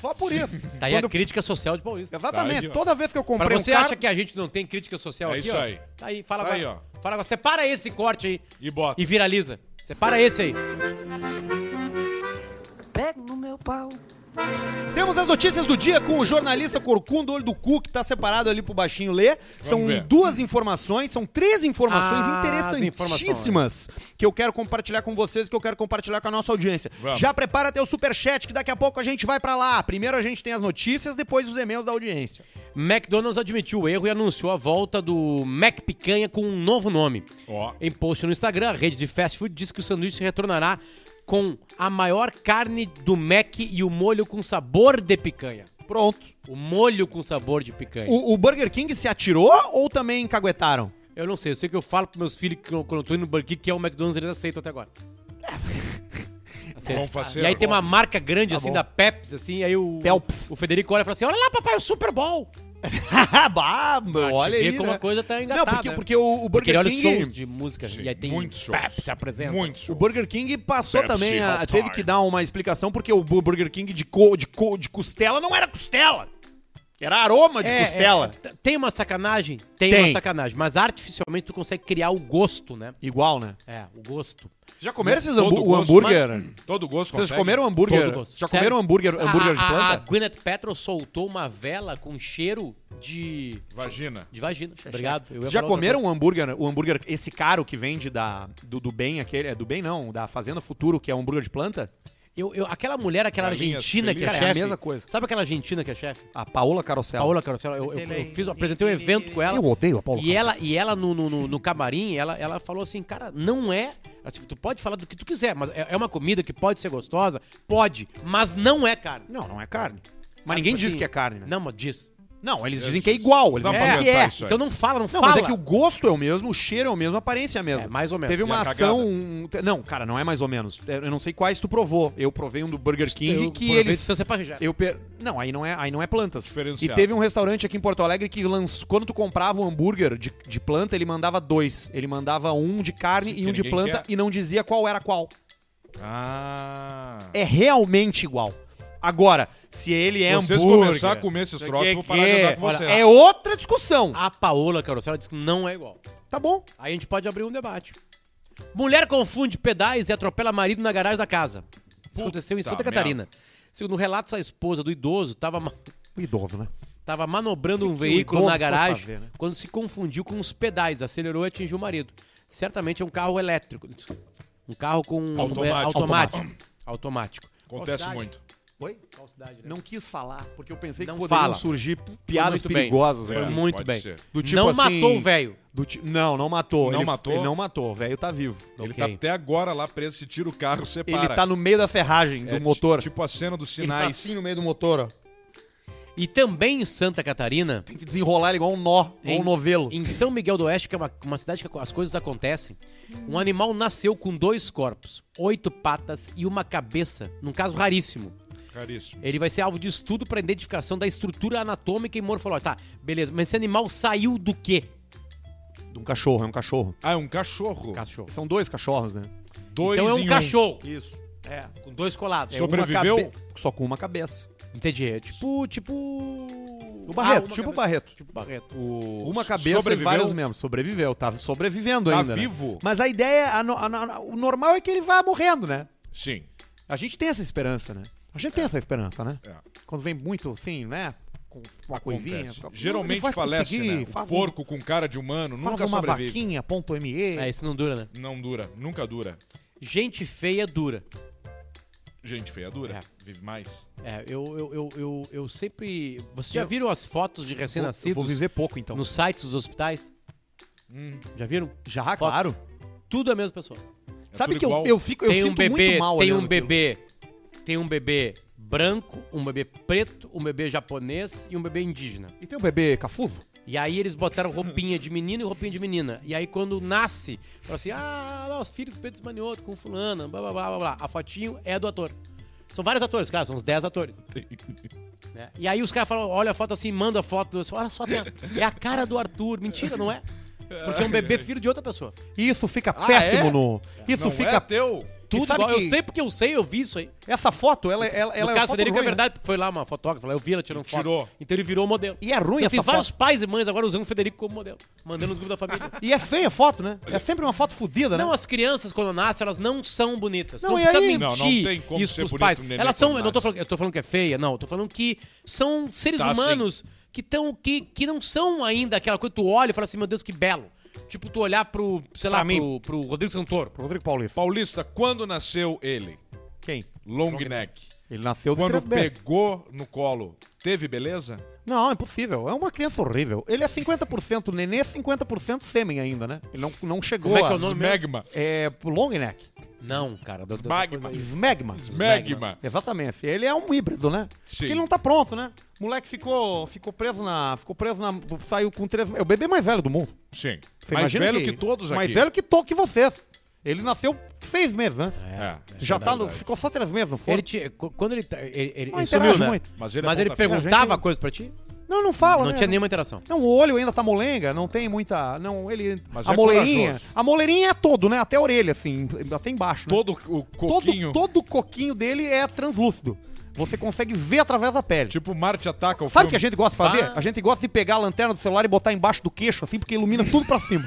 Speaker 1: Só por isso.
Speaker 3: É. Daí
Speaker 1: Quando-
Speaker 3: a crítica social de Paulista.
Speaker 1: Exatamente.
Speaker 2: Tá aí, ó.
Speaker 1: Toda vez que eu
Speaker 3: Pra
Speaker 1: comprei
Speaker 3: você
Speaker 1: um carro...
Speaker 3: acha que a gente não tem crítica social
Speaker 2: É
Speaker 3: aqui,
Speaker 2: isso
Speaker 3: ó?
Speaker 2: aí.
Speaker 3: Tá aí, fala
Speaker 2: Tá
Speaker 3: agora.
Speaker 2: aí,
Speaker 3: Fala agora. Separa esse corte aí
Speaker 2: E bota.
Speaker 3: e viraliza. Separa esse aí.
Speaker 6: Pego no meu pau.
Speaker 1: Temos as notícias do dia com o jornalista Corcunda Olho do Cu, que tá separado ali pro baixinho ler. São
Speaker 2: ver.
Speaker 1: duas informações, são três informações
Speaker 3: Ah, as
Speaker 1: interessantíssimas que eu quero compartilhar com vocês, que eu quero compartilhar com a nossa audiência.
Speaker 2: Vamos.
Speaker 1: Já prepara teu superchat, que daqui a pouco a gente vai pra lá. Primeiro a gente tem as notícias, depois os e-mails da audiência.
Speaker 3: McDonald's admitiu o erro e anunciou a volta do Mac Picanha com um novo nome.
Speaker 2: Ó.
Speaker 3: Em post no Instagram, a rede de fast food diz que o sanduíche retornará com a maior carne do Mac e o molho com sabor de picanha.
Speaker 1: Pronto.
Speaker 3: O molho com sabor de picanha.
Speaker 1: O, o Burger King se atirou ou também caguetaram?
Speaker 3: Eu não sei, eu sei que eu falo pros meus filhos que eu- quando eu tô indo no Burger King que é o McDonald's, eles aceitam até agora.
Speaker 2: Vamos fazer
Speaker 3: E aí tem uma
Speaker 2: agora.
Speaker 3: marca grande, assim, da Pepsi, assim, aí o,
Speaker 1: Tá Phelps.
Speaker 3: o Federico olha e fala assim, olha lá, papai, é o Super Bowl.
Speaker 1: bah,
Speaker 3: Pra Ah, te
Speaker 1: olha
Speaker 3: ver
Speaker 1: aí,
Speaker 3: como
Speaker 1: né?
Speaker 3: a coisa tá
Speaker 1: Não,
Speaker 3: engatada.
Speaker 1: porque,
Speaker 3: né?
Speaker 1: porque o, o
Speaker 3: Porque
Speaker 1: Burger
Speaker 3: ele olha um os
Speaker 1: King... é
Speaker 3: shows de música
Speaker 2: Sim,
Speaker 3: e aí tem
Speaker 2: muitos shows.
Speaker 3: Pepsi apresenta.
Speaker 2: Muitos
Speaker 1: O
Speaker 2: shows.
Speaker 1: Burger King passou
Speaker 2: Pepsi
Speaker 1: também, a-
Speaker 2: halftime.
Speaker 1: teve que dar uma explicação, porque o bu- Burger King de, co, de, co, de costela não era costela. Era aroma de
Speaker 3: É,
Speaker 1: costela.
Speaker 3: é, t- tem uma sacanagem? Tem,
Speaker 1: Tem.
Speaker 3: uma sacanagem, mas artificialmente tu consegue criar o gosto, né?
Speaker 1: Igual, né?
Speaker 3: É, o gosto.
Speaker 1: Vocês já comeram esses
Speaker 2: Todo
Speaker 1: hambú- o
Speaker 2: gosto,
Speaker 1: hambúrguer?
Speaker 2: Todo gosto
Speaker 1: Vocês
Speaker 2: consegue.
Speaker 1: comeram hambúrguer?
Speaker 3: Todo gosto.
Speaker 1: Já
Speaker 3: Sério? Ah,
Speaker 1: comeram hambúrguer, hambúrguer
Speaker 3: a,
Speaker 1: de
Speaker 3: a- A,
Speaker 1: planta?
Speaker 3: Gwyneth Paltrow soltou uma vela com cheiro de,
Speaker 2: Vagina.
Speaker 3: de vagina. Obrigado. Eu ia
Speaker 1: Vocês já
Speaker 3: falar outra
Speaker 1: comeram um hambúrguer, o hambúrguer, esse caro que vende da, do, do bem, aquele, é do bem não, da Fazenda Futuro, que é um hambúrguer de planta?
Speaker 3: Eu, eu- aquela mulher, aquela
Speaker 2: Galinhas
Speaker 3: argentina que é
Speaker 2: felizes.
Speaker 3: chefe.
Speaker 2: Cara, é a
Speaker 1: mesma coisa.
Speaker 3: Sabe aquela argentina que é chefe?
Speaker 1: A Paola Carosella.
Speaker 3: Paola Carosella. Eu, eu- eu fiz, eu apresentei um evento com ela.
Speaker 1: Eu odeio a Paola
Speaker 2: é
Speaker 3: E ela, e ela no, no, no- no camarim, ela, ela falou assim, cara, não é... Tipo, tu pode falar do que tu quiser, mas é, é uma comida que pode ser gostosa? Pode, mas não é carne.
Speaker 1: Não, não é carne.
Speaker 3: Sabe,
Speaker 1: Mas ninguém
Speaker 3: tipo
Speaker 1: diz
Speaker 3: assim,
Speaker 1: que é carne, né?
Speaker 3: Não, mas diz.
Speaker 1: Não, eles dizem que é igual, eles
Speaker 2: Dá
Speaker 1: não
Speaker 2: pra
Speaker 1: falam que
Speaker 2: aumentar
Speaker 1: é.
Speaker 2: isso aí.
Speaker 3: Então não fala, não,
Speaker 1: Não,
Speaker 3: fala.
Speaker 1: mas é que o gosto é o mesmo, o cheiro é o mesmo, a aparência é a mesma.
Speaker 3: É, mais ou menos.
Speaker 1: Teve
Speaker 2: E
Speaker 1: uma
Speaker 2: a cagada?
Speaker 1: ação. um- te- Não, cara, não é mais ou menos. É, Eu não sei quais tu provou. Eu provei um do Burger King
Speaker 3: Eu-
Speaker 1: que
Speaker 3: por vezes,
Speaker 1: eles.
Speaker 3: distância pra já.
Speaker 1: Eu per- Não, aí não é, aí não é plantas. E
Speaker 2: Diferenciado.
Speaker 1: teve um restaurante aqui em Porto Alegre que lançou. Quando tu comprava um hambúrguer de, de planta, ele mandava dois. Ele mandava um de carne
Speaker 2: Sim,
Speaker 1: e
Speaker 2: que
Speaker 1: um de
Speaker 2: ninguém
Speaker 1: planta
Speaker 2: quer.
Speaker 1: e não dizia qual era qual.
Speaker 2: Ah.
Speaker 1: É realmente igual. Agora, se ele é
Speaker 2: Vocês
Speaker 1: hambúrguer.
Speaker 2: começar a comer esses
Speaker 1: sei
Speaker 2: troços,
Speaker 1: que
Speaker 2: eu vou parar de
Speaker 1: que é.
Speaker 2: andar com
Speaker 1: Olha,
Speaker 2: vocês.
Speaker 1: É outra discussão.
Speaker 3: A Paola Carosella disse que não é igual.
Speaker 1: Tá bom.
Speaker 3: Aí a gente pode abrir um debate. Mulher confunde pedais e atropela marido na garagem da casa. Isso aconteceu em Santa
Speaker 2: merda.
Speaker 3: Catarina. Segundo relatos, a esposa do idoso estava ma-
Speaker 1: O idoso, né?
Speaker 3: tava manobrando um
Speaker 1: que o
Speaker 3: veículo
Speaker 1: idoso
Speaker 3: na
Speaker 1: foi
Speaker 3: garagem
Speaker 1: fazer, né?
Speaker 3: quando se confundiu com os pedais, acelerou e atingiu o marido. Certamente é um carro elétrico. Um carro com
Speaker 2: Automático.
Speaker 3: é, automático. automático.
Speaker 2: Acontece
Speaker 3: Qual cidade?
Speaker 2: muito.
Speaker 1: Oi?
Speaker 3: Qual cidade, né?
Speaker 1: Não quis falar, porque eu pensei
Speaker 3: Não
Speaker 1: que poderiam
Speaker 3: fala.
Speaker 1: surgir p- piadas
Speaker 3: muito bem.
Speaker 1: perigosas.
Speaker 2: É.
Speaker 3: Foi
Speaker 1: aqui.
Speaker 3: muito
Speaker 2: pode
Speaker 3: bem.
Speaker 2: ser.
Speaker 1: Do tipo
Speaker 3: não
Speaker 1: assim-
Speaker 3: matou o velho.
Speaker 1: Do ti- Não, não matou.
Speaker 2: Não
Speaker 1: ele,
Speaker 2: matou?
Speaker 1: Ele não matou, o velho tá vivo.
Speaker 2: Ele
Speaker 3: Ok.
Speaker 2: tá até agora lá preso, se tira o carro, separa.
Speaker 1: Ele tá no meio da ferragem
Speaker 2: É
Speaker 1: do motor.
Speaker 2: ti- Tipo a cena dos
Speaker 7: Ele tá
Speaker 2: sinais.
Speaker 7: assim no meio do motor, ó.
Speaker 2: tá
Speaker 3: E também em Santa Catarina,
Speaker 1: Tem que desenrolar ele igual um nó, igual
Speaker 3: Em-
Speaker 1: um novelo.
Speaker 3: Em São Miguel do Oeste, que é uma, uma cidade que as coisas acontecem, um animal nasceu com dois corpos, oito patas e uma cabeça, num caso raríssimo.
Speaker 2: Caríssimo.
Speaker 3: Ele vai ser alvo de estudo para identificação da estrutura anatômica e morfológica. Tá, beleza, mas esse animal saiu do quê?
Speaker 1: De um cachorro, é um cachorro.
Speaker 2: Ah, é um cachorro.
Speaker 3: Cachorro.
Speaker 1: São dois cachorros, né?
Speaker 2: Dois
Speaker 3: Então é
Speaker 2: em
Speaker 3: um cachorro,
Speaker 1: Isso. É.
Speaker 3: com dois colados.
Speaker 1: é
Speaker 2: Sobre-
Speaker 1: uma
Speaker 2: Sobreviveu?
Speaker 1: cabe- Só com uma cabeça.
Speaker 3: Entendi, é tipo, tipo...
Speaker 1: O Barreto,
Speaker 3: Ah, uma
Speaker 1: tipo o
Speaker 3: cabeça.
Speaker 1: Barreto.
Speaker 3: Tipo Barreto.
Speaker 2: O-
Speaker 1: Uma cabeça
Speaker 2: sobreviveu?
Speaker 1: e vários membros. Sobreviveu, tá sobrevivendo
Speaker 2: Tá
Speaker 1: ainda. né?
Speaker 2: vivo?
Speaker 1: Mas a ideia, a no- a no- a- o normal é que ele vá morrendo, né?
Speaker 2: Sim.
Speaker 1: A gente tem essa esperança, né? A gente tem essa esperança, né?
Speaker 2: É.
Speaker 1: Quando vem muito, assim, né? Com uma coisinha.
Speaker 2: Acontece.
Speaker 1: com-
Speaker 2: Geralmente
Speaker 1: Ele vai
Speaker 2: falece,
Speaker 1: conseguir,
Speaker 2: né? O
Speaker 1: faz um-
Speaker 2: porco com cara de humano
Speaker 1: faz
Speaker 2: nunca
Speaker 1: uma
Speaker 2: sobrevive.
Speaker 1: vaquinha, ponto ME.
Speaker 3: É, isso não dura, né?
Speaker 2: Não dura, nunca dura.
Speaker 3: Gente feia dura.
Speaker 2: Gente feia dura,
Speaker 3: É.
Speaker 2: vive mais.
Speaker 3: É, eu, eu, eu, eu, eu sempre... Vocês já viram as fotos
Speaker 1: vou,
Speaker 3: de
Speaker 1: eu vou
Speaker 3: recém-nascidos?
Speaker 1: viver Hum. pouco, então.
Speaker 3: nos sites dos hospitais? Já viram?
Speaker 1: Já,
Speaker 3: Foto.
Speaker 1: Ah, claro.
Speaker 3: Tudo a mesma pessoa.
Speaker 2: É
Speaker 1: Sabe
Speaker 2: tudo
Speaker 1: que eu,
Speaker 2: igual.
Speaker 1: eu fico, eu
Speaker 3: tem
Speaker 1: sinto
Speaker 3: um bebê,
Speaker 1: muito mal
Speaker 3: tem
Speaker 1: olhando
Speaker 3: um
Speaker 1: aquilo.
Speaker 3: bebê, tem um bebê branco, um bebê preto, um bebê japonês e um bebê indígena.
Speaker 1: E tem um bebê cafuso?
Speaker 3: E aí eles botaram roupinha de menino e roupinha de menina. E aí quando nasce, fala assim: "Ah, lá os filhos do Pedro Manioto com fulana, blá blá blá blá". blá. A fotinho é do ator. São vários atores, cara, são uns 10 atores. né? E aí os caras falam, olha a foto assim, manda a foto. Eu falo, Olha só, tem a- é a cara do Arthur. Mentira, não é? Porque é um bebê filho de outra pessoa.
Speaker 4: Isso fica
Speaker 2: Ah,
Speaker 4: péssimo
Speaker 2: é?
Speaker 4: no. Isso
Speaker 2: Não
Speaker 4: fica.
Speaker 2: é teu.
Speaker 3: Tudo
Speaker 4: sabe
Speaker 3: igual.
Speaker 4: que-
Speaker 3: Eu sei porque eu sei, um eu vi isso aí.
Speaker 4: Essa foto, ela, ela, ela
Speaker 3: no
Speaker 4: é
Speaker 3: caso
Speaker 4: foto
Speaker 3: Federico
Speaker 4: ruim,
Speaker 3: é verdade, porque foi lá uma fotógrafa, né? eu vi ela tirando foto.
Speaker 2: Tirou.
Speaker 3: Então ele virou modelo.
Speaker 4: né? E é ruim
Speaker 3: Então,
Speaker 4: essa
Speaker 3: tem vários
Speaker 4: foto.
Speaker 3: pais e mães agora usando o Federico como modelo, mandando nos grupos da família.
Speaker 4: E é feia a foto, né? É sempre uma foto fodida, né?
Speaker 3: Não, assim- as crianças, quando nascem, elas não são bonitas.
Speaker 4: Não,
Speaker 3: Não, não
Speaker 4: e
Speaker 3: precisa
Speaker 4: aí?
Speaker 3: mentir
Speaker 2: Não, não tem como
Speaker 3: isso
Speaker 2: ser
Speaker 3: pros
Speaker 2: bonito
Speaker 3: pais.
Speaker 2: um neném
Speaker 3: Elas são,
Speaker 2: quando
Speaker 3: eu não tô
Speaker 2: nasce.
Speaker 3: falando, eu tô falando que é feia, não. Eu tô falando que são seres
Speaker 2: Tá,
Speaker 3: humanos que, tão, que, que não são ainda aquela coisa que tu olha e fala assim, meu Deus, que belo. Tipo, tu olhar pro, sei lá,
Speaker 4: Pra mim.
Speaker 3: pro, pro Rodrigo Santoro.
Speaker 4: Rodrigo Paulista.
Speaker 2: Paulista, quando nasceu ele?
Speaker 4: Quem?
Speaker 2: Long, neck.
Speaker 4: Ele nasceu de
Speaker 2: Quando
Speaker 4: três meses.
Speaker 2: pegou no colo, teve beleza?
Speaker 4: Não, é impossível. É uma criança horrível. Ele é 50% nenê, 50% sêmen ainda, né? Ele não, não chegou
Speaker 3: Como é que
Speaker 4: a...
Speaker 3: é o nome?
Speaker 2: Smegma.
Speaker 4: É, pro long neck.
Speaker 3: Não, cara. Deus, Deus,
Speaker 2: Magma.
Speaker 4: Smegma.
Speaker 2: Smegma.
Speaker 4: Exatamente. Ele é um híbrido, né?
Speaker 2: Sim.
Speaker 4: Porque ele não tá pronto, né? O moleque ficou, ficou preso na... Ficou preso na... Saiu com três... É o bebê mais velho do mundo.
Speaker 2: Sim.
Speaker 4: Você
Speaker 2: mais
Speaker 4: imagina
Speaker 2: velho que, todos aqui.
Speaker 4: Mais velho que, to que vocês. Ele nasceu seis meses antes.
Speaker 2: É.
Speaker 4: Já tá no,
Speaker 2: verdade.
Speaker 4: ficou só três meses, não foi?
Speaker 3: Ele te, qu- quando ele, tá- ele, ele,
Speaker 4: Não
Speaker 3: ele
Speaker 4: interage
Speaker 3: sumiu, né?
Speaker 4: muito.
Speaker 2: Mas ele é
Speaker 3: Mas ele
Speaker 2: ponta-feira.
Speaker 3: perguntava
Speaker 4: A gente-
Speaker 3: coisa pra ti?
Speaker 4: Não, não fala,
Speaker 3: não
Speaker 4: né?
Speaker 3: tinha nenhuma interação.
Speaker 4: Não, o olho ainda tá molenga, não tem muita. Não, ele.
Speaker 2: Mas
Speaker 4: a
Speaker 2: é
Speaker 4: moleirinha.
Speaker 2: corajoso.
Speaker 4: A moleirinha é todo, né? Até a orelha, assim, até embaixo. né?
Speaker 2: Todo o coquinho.
Speaker 4: Todo, todo o coquinho dele é translúcido. Você consegue ver através da pele.
Speaker 2: Tipo, Marte ataca o
Speaker 4: Sabe o que a
Speaker 2: filme.
Speaker 4: gente gosta de fazer? A gente gosta de pegar a lanterna do celular e botar embaixo do queixo, assim, porque ilumina tudo pra cima.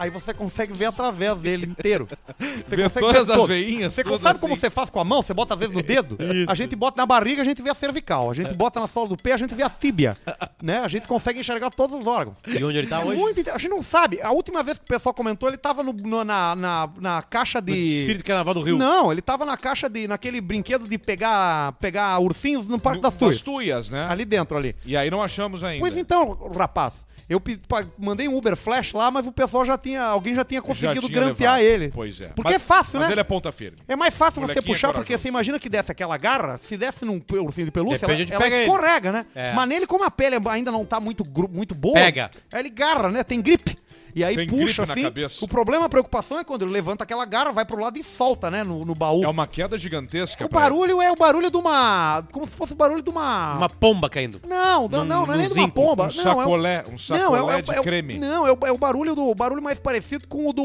Speaker 4: Aí você consegue ver através dele inteiro. Você
Speaker 2: Vê
Speaker 4: consegue
Speaker 2: todas as
Speaker 4: todo.
Speaker 2: veinhas,
Speaker 4: Você
Speaker 2: tudo
Speaker 4: sabe como
Speaker 2: assim.
Speaker 4: você faz com a mão? Você bota às vezes no dedo. A gente bota na barriga, a gente vê a cervical. A gente bota na sola do pé, a gente vê a tíbia. Né? A gente consegue enxergar todos os órgãos.
Speaker 3: E onde ele tá
Speaker 4: É
Speaker 3: hoje?
Speaker 4: muito inte- A gente não sabe. A última vez que o pessoal comentou, ele tava no- no- na, na, na caixa de.
Speaker 3: Espírito Carnaval do Rio.
Speaker 4: Não, ele tava na caixa de. naquele brinquedo de pegar, pegar ursinhos no Parque
Speaker 2: No-
Speaker 4: das Tuias.
Speaker 2: das tuias, né?
Speaker 4: Ali dentro ali.
Speaker 2: E aí não achamos ainda.
Speaker 4: Pois então, rapaz, eu pe- pa- mandei um Uber Flash lá, mas o pessoal já tinha. Alguém já tinha conseguido
Speaker 2: tinha
Speaker 4: grampear
Speaker 2: levado.
Speaker 4: ele.
Speaker 2: Pois é.
Speaker 4: Porque
Speaker 2: Mas-
Speaker 4: é fácil,
Speaker 2: Mas
Speaker 4: né?
Speaker 2: ele é ponta firme.
Speaker 4: É mais fácil você
Speaker 2: Molequinho é
Speaker 4: puxar, porque
Speaker 2: corajoso.
Speaker 4: você imagina que desse aquela garra, se desse num pe- ursinho de pelúcia,
Speaker 3: Depende onde
Speaker 4: ela,
Speaker 3: pega
Speaker 4: ela
Speaker 3: ele.
Speaker 4: escorrega, né?
Speaker 3: É.
Speaker 4: Mas nele, como a pele ainda não tá muito, gru- muito boa,
Speaker 3: Pega.
Speaker 4: aí ele garra, né? Tem gripe. E aí
Speaker 2: Tem
Speaker 4: puxa
Speaker 2: gripe na
Speaker 4: assim.
Speaker 2: cabeça.
Speaker 4: O problema, a preocupação é quando ele levanta aquela garra, vai pro lado e solta, né? No, no baú.
Speaker 2: É uma queda gigantesca.
Speaker 4: O
Speaker 2: pra ele.
Speaker 4: barulho é o barulho de uma. Como se fosse o barulho de uma.
Speaker 3: Uma pomba caindo.
Speaker 4: Não, não,
Speaker 3: Num-
Speaker 4: não, não é nem de uma
Speaker 3: num
Speaker 2: Um
Speaker 4: pomba. não, é um-
Speaker 2: sacolé, um sacolé de
Speaker 4: o-
Speaker 2: creme.
Speaker 4: Não, é o, é o barulho do o barulho mais parecido com o do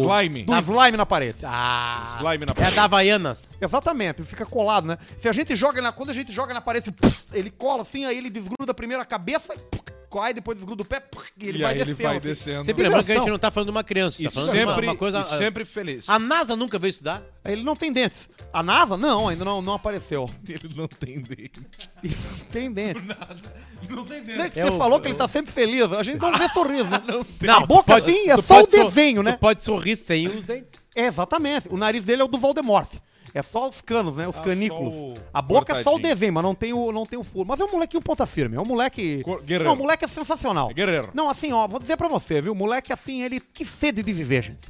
Speaker 2: Slime.
Speaker 4: do slime na parede.
Speaker 3: Ah,
Speaker 2: Slime na
Speaker 3: é
Speaker 2: parede.
Speaker 3: da Havaianas.
Speaker 4: Exatamente, fica colado, né? Se a gente joga na quando a gente joga na parede, pss, ele cola assim, aí ele desgruda primeiro a cabeça, pss, cai, depois desgruda o pé, pss, e ele
Speaker 2: e
Speaker 4: vai
Speaker 2: aí ele
Speaker 4: descendo.
Speaker 2: vai
Speaker 4: assim.
Speaker 2: descendo.
Speaker 3: Sempre lembrando que a gente
Speaker 4: Diversão.
Speaker 3: não tá falando de uma criança,
Speaker 2: E
Speaker 3: tá falando de uma,
Speaker 2: sempre,
Speaker 3: uma coisa.
Speaker 2: e sempre feliz.
Speaker 4: Ah,
Speaker 3: A NASA nunca veio estudar.
Speaker 4: Ele não tem dentes. A NASA não, ainda não, não apareceu.
Speaker 2: Ele não tem dentes.
Speaker 4: Ele não tem dentes.
Speaker 2: Não tem dentes.
Speaker 4: Não é que
Speaker 3: É
Speaker 4: você
Speaker 3: o-
Speaker 4: falou que ele tá sempre feliz. A gente não vê sorriso, né?
Speaker 3: Não,
Speaker 4: a boca
Speaker 3: tu pode-
Speaker 4: assim é
Speaker 3: tu
Speaker 4: só o
Speaker 3: pode sor-
Speaker 4: desenho, né?
Speaker 3: Tu pode sorrir sem os dentes.
Speaker 4: É, exatamente. O nariz dele é o do Voldemort. É só os canos, né? Os
Speaker 2: Ah,
Speaker 4: canículos.
Speaker 2: só o-
Speaker 4: A boca é só o
Speaker 2: cortadinho.
Speaker 4: desenho, mas não tem o, não tem o furo. Mas é um molequinho ponta firme. É um moleque.
Speaker 2: Co- guerreiro.
Speaker 4: Não, o moleque é sensacional.
Speaker 2: É guerreiro.
Speaker 4: Não, assim, ó, vou dizer pra você, viu? O moleque, assim, ele. Que sede de viver, gente.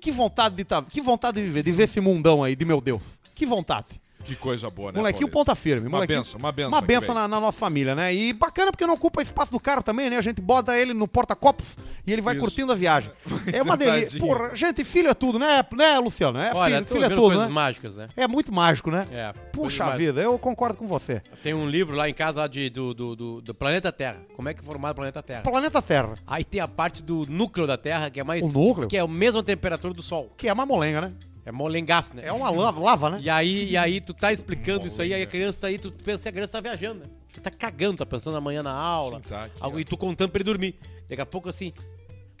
Speaker 4: Que vontade de tá... Que vontade de viver, de ver esse mundão aí, de meu Deus. Que vontade.
Speaker 2: Que coisa boa, né?
Speaker 4: Molequinho
Speaker 2: Paulista?
Speaker 4: ponta firme.
Speaker 2: Uma
Speaker 4: molequinho-
Speaker 2: benção, uma benção
Speaker 4: Uma
Speaker 2: que veio.
Speaker 4: benção na, na nossa família, né? E bacana porque não ocupa espaço do cara também, né? A gente bota ele no porta-copos e ele vai
Speaker 2: Isso.
Speaker 4: curtindo a viagem. É uma
Speaker 2: Tadinho.
Speaker 4: delícia. Porra, gente, filho é tudo, né, né Luciano? É
Speaker 3: Olha,
Speaker 4: filho,
Speaker 3: tu
Speaker 4: filho é
Speaker 3: vendo
Speaker 4: tudo,
Speaker 3: coisas
Speaker 4: né?
Speaker 3: mágicas, né?
Speaker 4: É muito mágico, né?
Speaker 3: É,
Speaker 4: Puxa
Speaker 3: coisas
Speaker 4: vida, eu concordo com você.
Speaker 3: Tem um livro lá em casa lá de, do, do, do, do Planeta Terra. Como é que formado o Planeta Terra?
Speaker 4: Planeta Terra,
Speaker 3: Aí tem a parte do núcleo da Terra, que é mais.
Speaker 4: O núcleo?
Speaker 3: Que é a mesma temperatura do Sol.
Speaker 4: que é uma molenga, né?
Speaker 3: É molengaço, né?
Speaker 4: É uma lava, lava né?
Speaker 3: E aí, e aí tu tá explicando isso aí, aí a criança tá aí, tu pensa que a criança tá viajando, né? Tu tá cagando, tá pensando amanhã na aula,
Speaker 2: Sim, tá aqui,
Speaker 3: algo,
Speaker 2: ó.
Speaker 3: e tu contando pra ele dormir. Daqui a pouco assim,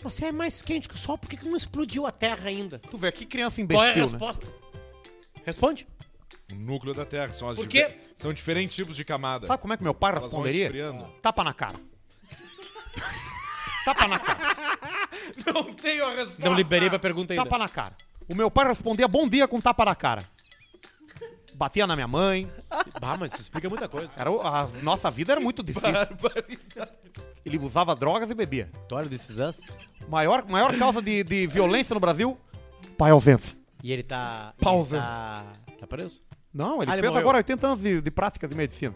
Speaker 3: você é mais quente que o sol, por que, que não explodiu a terra ainda?
Speaker 4: Tu vê, que criança
Speaker 3: Qual é a
Speaker 4: imbecil, né?
Speaker 3: resposta? Responde.
Speaker 2: O núcleo da Terra. São, as
Speaker 3: Por
Speaker 2: diver-
Speaker 3: quê?
Speaker 2: são diferentes tipos de camada.
Speaker 4: Sabe como é que meu pai
Speaker 2: Elas vão
Speaker 4: responderia?
Speaker 2: esfriando.
Speaker 4: Tapa na cara. Tapa na cara.
Speaker 2: Não tenho a resposta.
Speaker 4: Ah,
Speaker 3: Não
Speaker 4: tá.
Speaker 3: liberei pra pergunta ainda.
Speaker 4: Tapa na cara. O meu pai respondia bom dia com tapa na cara. Batia na minha mãe.
Speaker 3: Ah, mas isso explica muita coisa.
Speaker 4: Era, o- a nossa vida era muito difícil. Ele usava drogas e bebia.
Speaker 3: Tu olha desses anos
Speaker 4: Maior, maior causa de, de violência no Brasil? Pai ausente.
Speaker 3: e ele tá...
Speaker 4: Pausa.
Speaker 3: Ele tá, tá preso?
Speaker 4: Não, ele
Speaker 3: Ah, ele
Speaker 4: fez
Speaker 3: morreu. Ah,
Speaker 4: agora 80 anos de, de prática de medicina.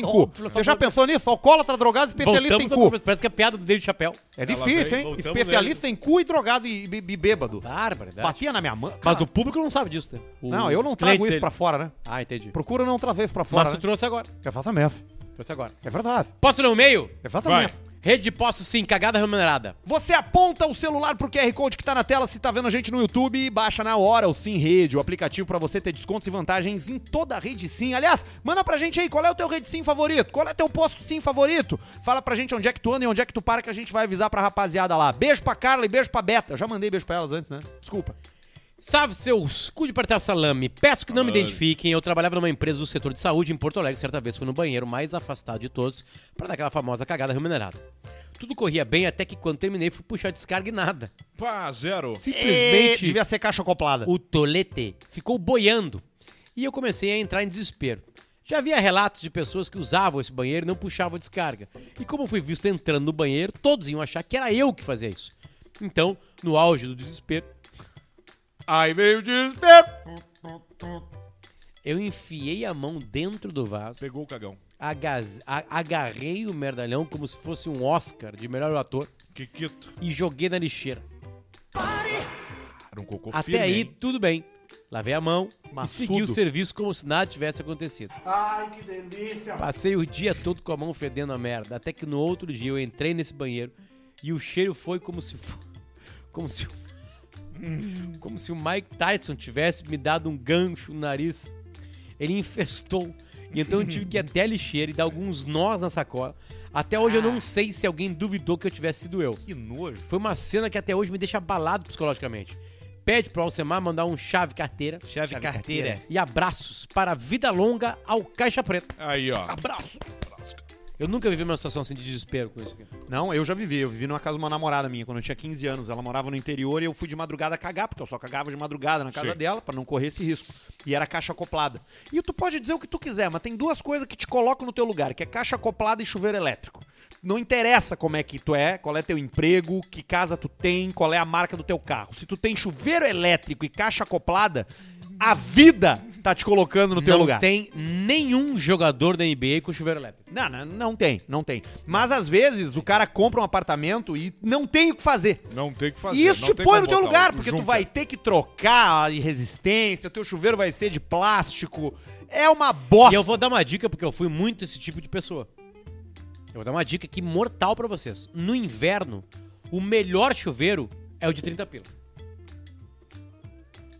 Speaker 4: em cu.
Speaker 3: óbvio,
Speaker 4: Você já pensou nisso? Alcoólatra, drogado, especialista
Speaker 3: Voltamos
Speaker 4: em
Speaker 3: a
Speaker 4: cu.
Speaker 3: conversa. Parece que é a piada do David Chapéu.
Speaker 4: É difícil, hein? Especialista em cu e drogado e, e, e bêbado.
Speaker 3: Barbaridade.
Speaker 4: Batia na minha mão.
Speaker 3: Mas o público não sabe disso, né? O-
Speaker 4: Não, eu não
Speaker 3: os
Speaker 4: trago
Speaker 3: clientes
Speaker 4: isso
Speaker 3: dele.
Speaker 4: pra fora, né?
Speaker 3: Ah, entendi.
Speaker 4: Procuro não trazer isso pra fora.
Speaker 3: Mas tu
Speaker 4: né?
Speaker 3: trouxe agora.
Speaker 4: Exatamente.
Speaker 3: Trouxe agora.
Speaker 4: É verdade.
Speaker 3: Posso ler o e-mail?
Speaker 4: Exatamente.
Speaker 3: Rede de postos sim, cagada remunerada.
Speaker 4: Você aponta o celular pro QR Code que tá na tela se tá vendo a gente no YouTube e baixa na hora o Sim Rede, o aplicativo pra você ter descontos e vantagens em toda a Rede Sim. Aliás, manda pra gente aí qual é o teu Rede Sim favorito, qual é o teu posto Sim favorito. Fala pra gente onde é que tu anda e onde é que tu para que a gente vai avisar pra rapaziada lá. Beijo pra Carla e beijo pra Beta. Eu já mandei beijo pra elas antes, né? Desculpa.
Speaker 3: Salve seus cu de partel salame. Peço que não me
Speaker 2: Salame.
Speaker 3: identifiquem. Eu trabalhava numa empresa do setor de saúde em Porto Alegre. Certa vez fui no banheiro mais afastado de todos para dar aquela famosa cagada remunerada. Tudo corria bem até que quando terminei fui puxar a descarga e nada.
Speaker 2: Pá, zero.
Speaker 4: E
Speaker 3: Simplesmente
Speaker 4: devia ser caixa acoplada.
Speaker 3: o tolete ficou boiando e eu comecei a entrar em desespero. Já havia relatos de pessoas que usavam esse banheiro e não puxavam a descarga. E como eu fui visto entrando no banheiro, todos iam achar que era eu que fazia isso. Então, no auge do desespero,
Speaker 2: Aí veio o desespero.
Speaker 3: eu enfiei a mão dentro do vaso
Speaker 2: Pegou o cagão.
Speaker 3: agaz- a- agarrei o merdalhão como se fosse um Oscar de melhor ator
Speaker 2: Kikito.
Speaker 3: e joguei na lixeira.
Speaker 2: Era um cocô
Speaker 3: Até
Speaker 2: firme,
Speaker 3: aí,
Speaker 2: hein?
Speaker 3: tudo bem. Lavei a mão
Speaker 4: Maçudo.
Speaker 3: e segui o serviço como se nada tivesse acontecido. Ai, que delícia! Passei o dia todo com a mão fedendo a merda, até que no outro dia eu entrei nesse banheiro e o cheiro foi como se fo- como se o- como se o Mike Tyson tivesse me dado um gancho no nariz. Ele infestou. E então eu tive que ir até a lixeira e dar alguns nós na sacola. Até hoje eu não sei se alguém duvidou que eu tivesse sido eu.
Speaker 4: Que nojo.
Speaker 3: Foi uma cena que até hoje me deixa abalado psicologicamente. Pede pro Alcemar mandar um chave carteira É.
Speaker 4: Chave, carteira.
Speaker 3: e abraços para vida longa ao Caixa Preta.
Speaker 2: Aí, ó.
Speaker 4: Abraço.
Speaker 3: Eu nunca vivi uma situação assim de desespero com isso aqui.
Speaker 4: Não, eu já vivi. Eu vivi numa casa de uma namorada minha, quando eu tinha 15 anos. Ela morava no interior e eu fui de madrugada cagar, porque eu só cagava de madrugada na casa
Speaker 2: Sim.
Speaker 4: dela, pra não correr esse risco. E era caixa acoplada. E tu pode dizer o que tu quiser, mas tem duas coisas que te colocam no teu lugar, que é caixa acoplada e chuveiro elétrico. Não interessa como é que tu é, qual é teu emprego, que casa tu tem, qual é a marca do teu carro. Se tu tem chuveiro elétrico e caixa acoplada, a vida tá te colocando no teu
Speaker 3: não
Speaker 4: lugar.
Speaker 3: tem nenhum jogador da NBA com chuveiro elétrico.
Speaker 4: Não, não, não tem, não tem. Mas às vezes o cara compra um apartamento e não tem o que fazer.
Speaker 2: Não tem o que fazer.
Speaker 4: E isso
Speaker 2: não
Speaker 4: te
Speaker 2: tem como um
Speaker 4: põe no teu
Speaker 2: botar
Speaker 4: lugar,
Speaker 2: o
Speaker 4: porque tu
Speaker 2: Junker.
Speaker 4: vai ter que trocar a resistência, teu chuveiro vai ser de plástico. É uma bosta.
Speaker 3: E eu vou dar uma dica porque eu fui muito esse tipo de pessoa. Eu vou dar uma dica aqui mortal pra vocês. No inverno, o melhor chuveiro é o de 30 pila.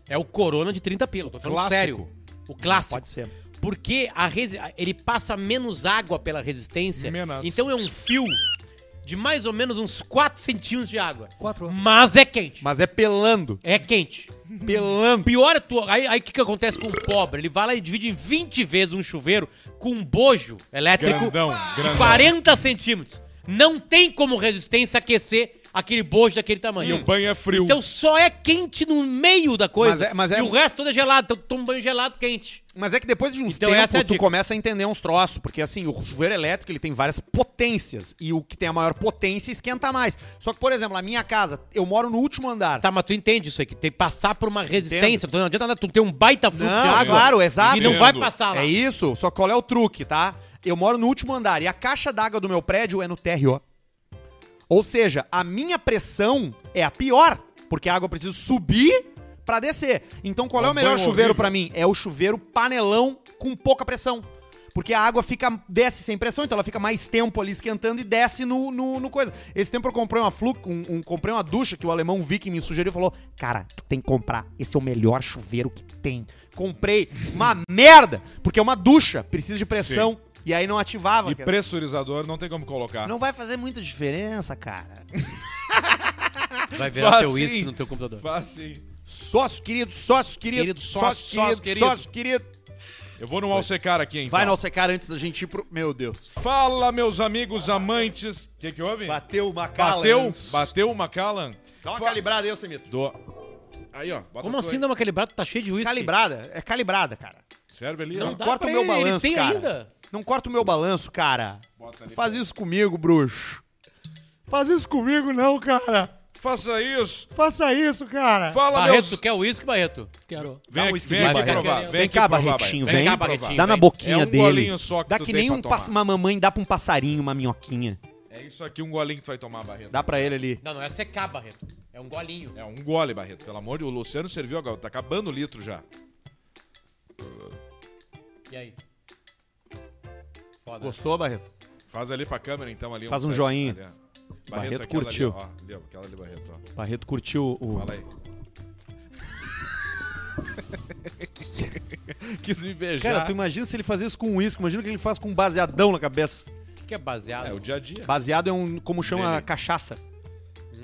Speaker 3: É o Corona de 30 pila. Tô falando
Speaker 2: Clássico.
Speaker 3: sério. O clássico.
Speaker 4: Pode ser.
Speaker 3: Porque a resi- ele passa menos água pela resistência.
Speaker 2: Menos.
Speaker 3: Então é um fio de mais ou menos uns 4 centímetros de água.
Speaker 8: Quatro.
Speaker 3: Mas é quente.
Speaker 4: Mas é pelando.
Speaker 3: É quente.
Speaker 4: Pelando.
Speaker 3: Pior é tu. Aí aí o que, que acontece com o pobre? Ele vai lá e divide em 20 vezes um chuveiro com um bojo elétrico
Speaker 2: Grandão,
Speaker 3: de
Speaker 2: grandão.
Speaker 3: 40 centímetros. Não tem como resistência aquecer aquele bojo daquele tamanho.
Speaker 2: E o banho é frio.
Speaker 3: Então só é quente no meio da coisa.
Speaker 4: Mas é- mas é
Speaker 3: e o
Speaker 4: um-
Speaker 3: resto todo é gelado. Então tu toma um banho gelado quente.
Speaker 4: Mas é que depois de uns
Speaker 3: Então
Speaker 4: tempos
Speaker 3: essa é a
Speaker 4: tu
Speaker 3: dica.
Speaker 4: começa a entender uns troços, porque assim, o chuveiro elétrico ele tem várias potências e o que tem a maior potência esquenta mais. Só que, por exemplo, na minha casa, eu moro no último andar.
Speaker 3: Tá, mas tu entende isso aí, que tem que passar por uma resistência. Não adianta nada, tu ter um baita fluxo
Speaker 4: Não,
Speaker 3: de água.
Speaker 4: claro, exato.
Speaker 3: E não
Speaker 2: Entendo.
Speaker 3: vai passar lá.
Speaker 4: É isso, só que qual é o truque, tá? Eu moro no último andar e a caixa d'água do meu prédio é no térreo. Ou seja, a minha pressão é a pior, porque a água precisa subir pra descer. Então qual é,
Speaker 2: É
Speaker 4: o
Speaker 2: um
Speaker 4: melhor
Speaker 2: banho
Speaker 4: chuveiro
Speaker 2: horrível.
Speaker 4: pra mim? É o chuveiro panelão com pouca pressão. Porque a água fica desce sem pressão, então ela fica mais tempo ali esquentando e desce no, no, no coisa. Esse tempo eu comprei uma flu, um, um- comprei uma ducha que o alemão Vicky me sugeriu e falou: "Cara, tu tem que comprar, esse é o melhor chuveiro que tem". Comprei uma merda, porque é uma ducha, precisa de pressão e aí não ativava.
Speaker 2: E
Speaker 4: cara.
Speaker 2: pressurizador não tem como colocar.
Speaker 4: Não vai fazer muita diferença, cara.
Speaker 3: Vai virar teu
Speaker 2: Faz
Speaker 3: uísque
Speaker 4: assim.
Speaker 2: sim.
Speaker 3: no teu computador.
Speaker 2: Faz sim.
Speaker 4: Sócio querido, sócio querido,
Speaker 3: Querido,
Speaker 4: sócio,
Speaker 2: sócio,
Speaker 4: querido,
Speaker 2: sócio,
Speaker 4: sócio querido.
Speaker 2: Eu vou no alcecar aqui, então.
Speaker 4: Vai no secar antes da gente ir pro. Meu Deus.
Speaker 2: Fala, meus amigos amantes. O que, que houve?
Speaker 4: Bateu uma cala.
Speaker 2: Bateu? Bateu o Macallan?
Speaker 4: Dá uma
Speaker 2: Fa-
Speaker 4: calibrada aí, Alcemito.
Speaker 2: Do... Aí, ó. bota
Speaker 3: Como
Speaker 2: tu
Speaker 3: assim
Speaker 2: aí.
Speaker 3: dá uma calibrada? Tá cheio de uísque.
Speaker 4: Calibrada? É calibrada, cara.
Speaker 2: Serve ali, ó.
Speaker 3: Não dá
Speaker 4: corta
Speaker 3: pra
Speaker 4: o meu
Speaker 3: ele,
Speaker 4: balanço,
Speaker 3: ele tem
Speaker 4: cara.
Speaker 3: ainda.
Speaker 4: Não corta o meu balanço, cara.
Speaker 2: Bota
Speaker 4: Não
Speaker 2: ali
Speaker 4: faz
Speaker 2: pra-
Speaker 4: isso comigo, bruxo. Faz isso comigo, não, cara.
Speaker 2: Faça isso.
Speaker 9: Faça isso, cara.
Speaker 2: Fala,
Speaker 3: Barreto,
Speaker 2: meus...
Speaker 3: tu quer uísque, Barreto?
Speaker 1: Quero.
Speaker 2: Vem,
Speaker 4: Dá um
Speaker 2: aqui, vem
Speaker 4: whiskyzinho,
Speaker 2: aqui
Speaker 3: Barreto.
Speaker 2: provar.
Speaker 3: Vem
Speaker 4: Vem
Speaker 2: aqui
Speaker 4: cá,
Speaker 2: provar,
Speaker 4: Barretinho,
Speaker 2: Barreto.
Speaker 4: vem.
Speaker 3: cá, Barretinho,
Speaker 4: Dá na
Speaker 2: É
Speaker 3: vem.
Speaker 4: boquinha
Speaker 2: um
Speaker 4: dele.
Speaker 2: golinho só que
Speaker 4: Dá
Speaker 2: tu
Speaker 4: que
Speaker 2: tem
Speaker 4: nem
Speaker 2: pra
Speaker 4: um
Speaker 2: tomar.
Speaker 4: pass- uma mamãe dá pra um passarinho, uma minhoquinha.
Speaker 2: É isso aqui, um golinho que tu vai tomar, Barreto.
Speaker 4: Dá pra ele ali.
Speaker 3: Não, não é secar, Barreto. É um golinho.
Speaker 2: É um gole, Barreto. Pelo amor de Deus, o Luciano serviu agora. Tá acabando o litro já.
Speaker 3: E aí? Foda.
Speaker 4: Gostou, Barreto?
Speaker 2: Faz ali pra câmera, então, ali.
Speaker 4: Faz um
Speaker 2: set,
Speaker 4: joinha.
Speaker 2: ali, ó. Barreto,
Speaker 4: Barreto
Speaker 2: aquela
Speaker 4: curtiu.
Speaker 2: Ali, ó. Ali, ó, aquela ali, Barreto, ó.
Speaker 4: Barreto curtiu o.
Speaker 2: Fala aí. Quis me beijar.
Speaker 4: Cara, tu imagina se ele fazia isso com uísque, imagina o que ele faz com um baseadão na cabeça.
Speaker 3: O que é baseado?
Speaker 2: É o dia a dia.
Speaker 4: Baseado é um, como chama,
Speaker 2: Dele.
Speaker 4: cachaça.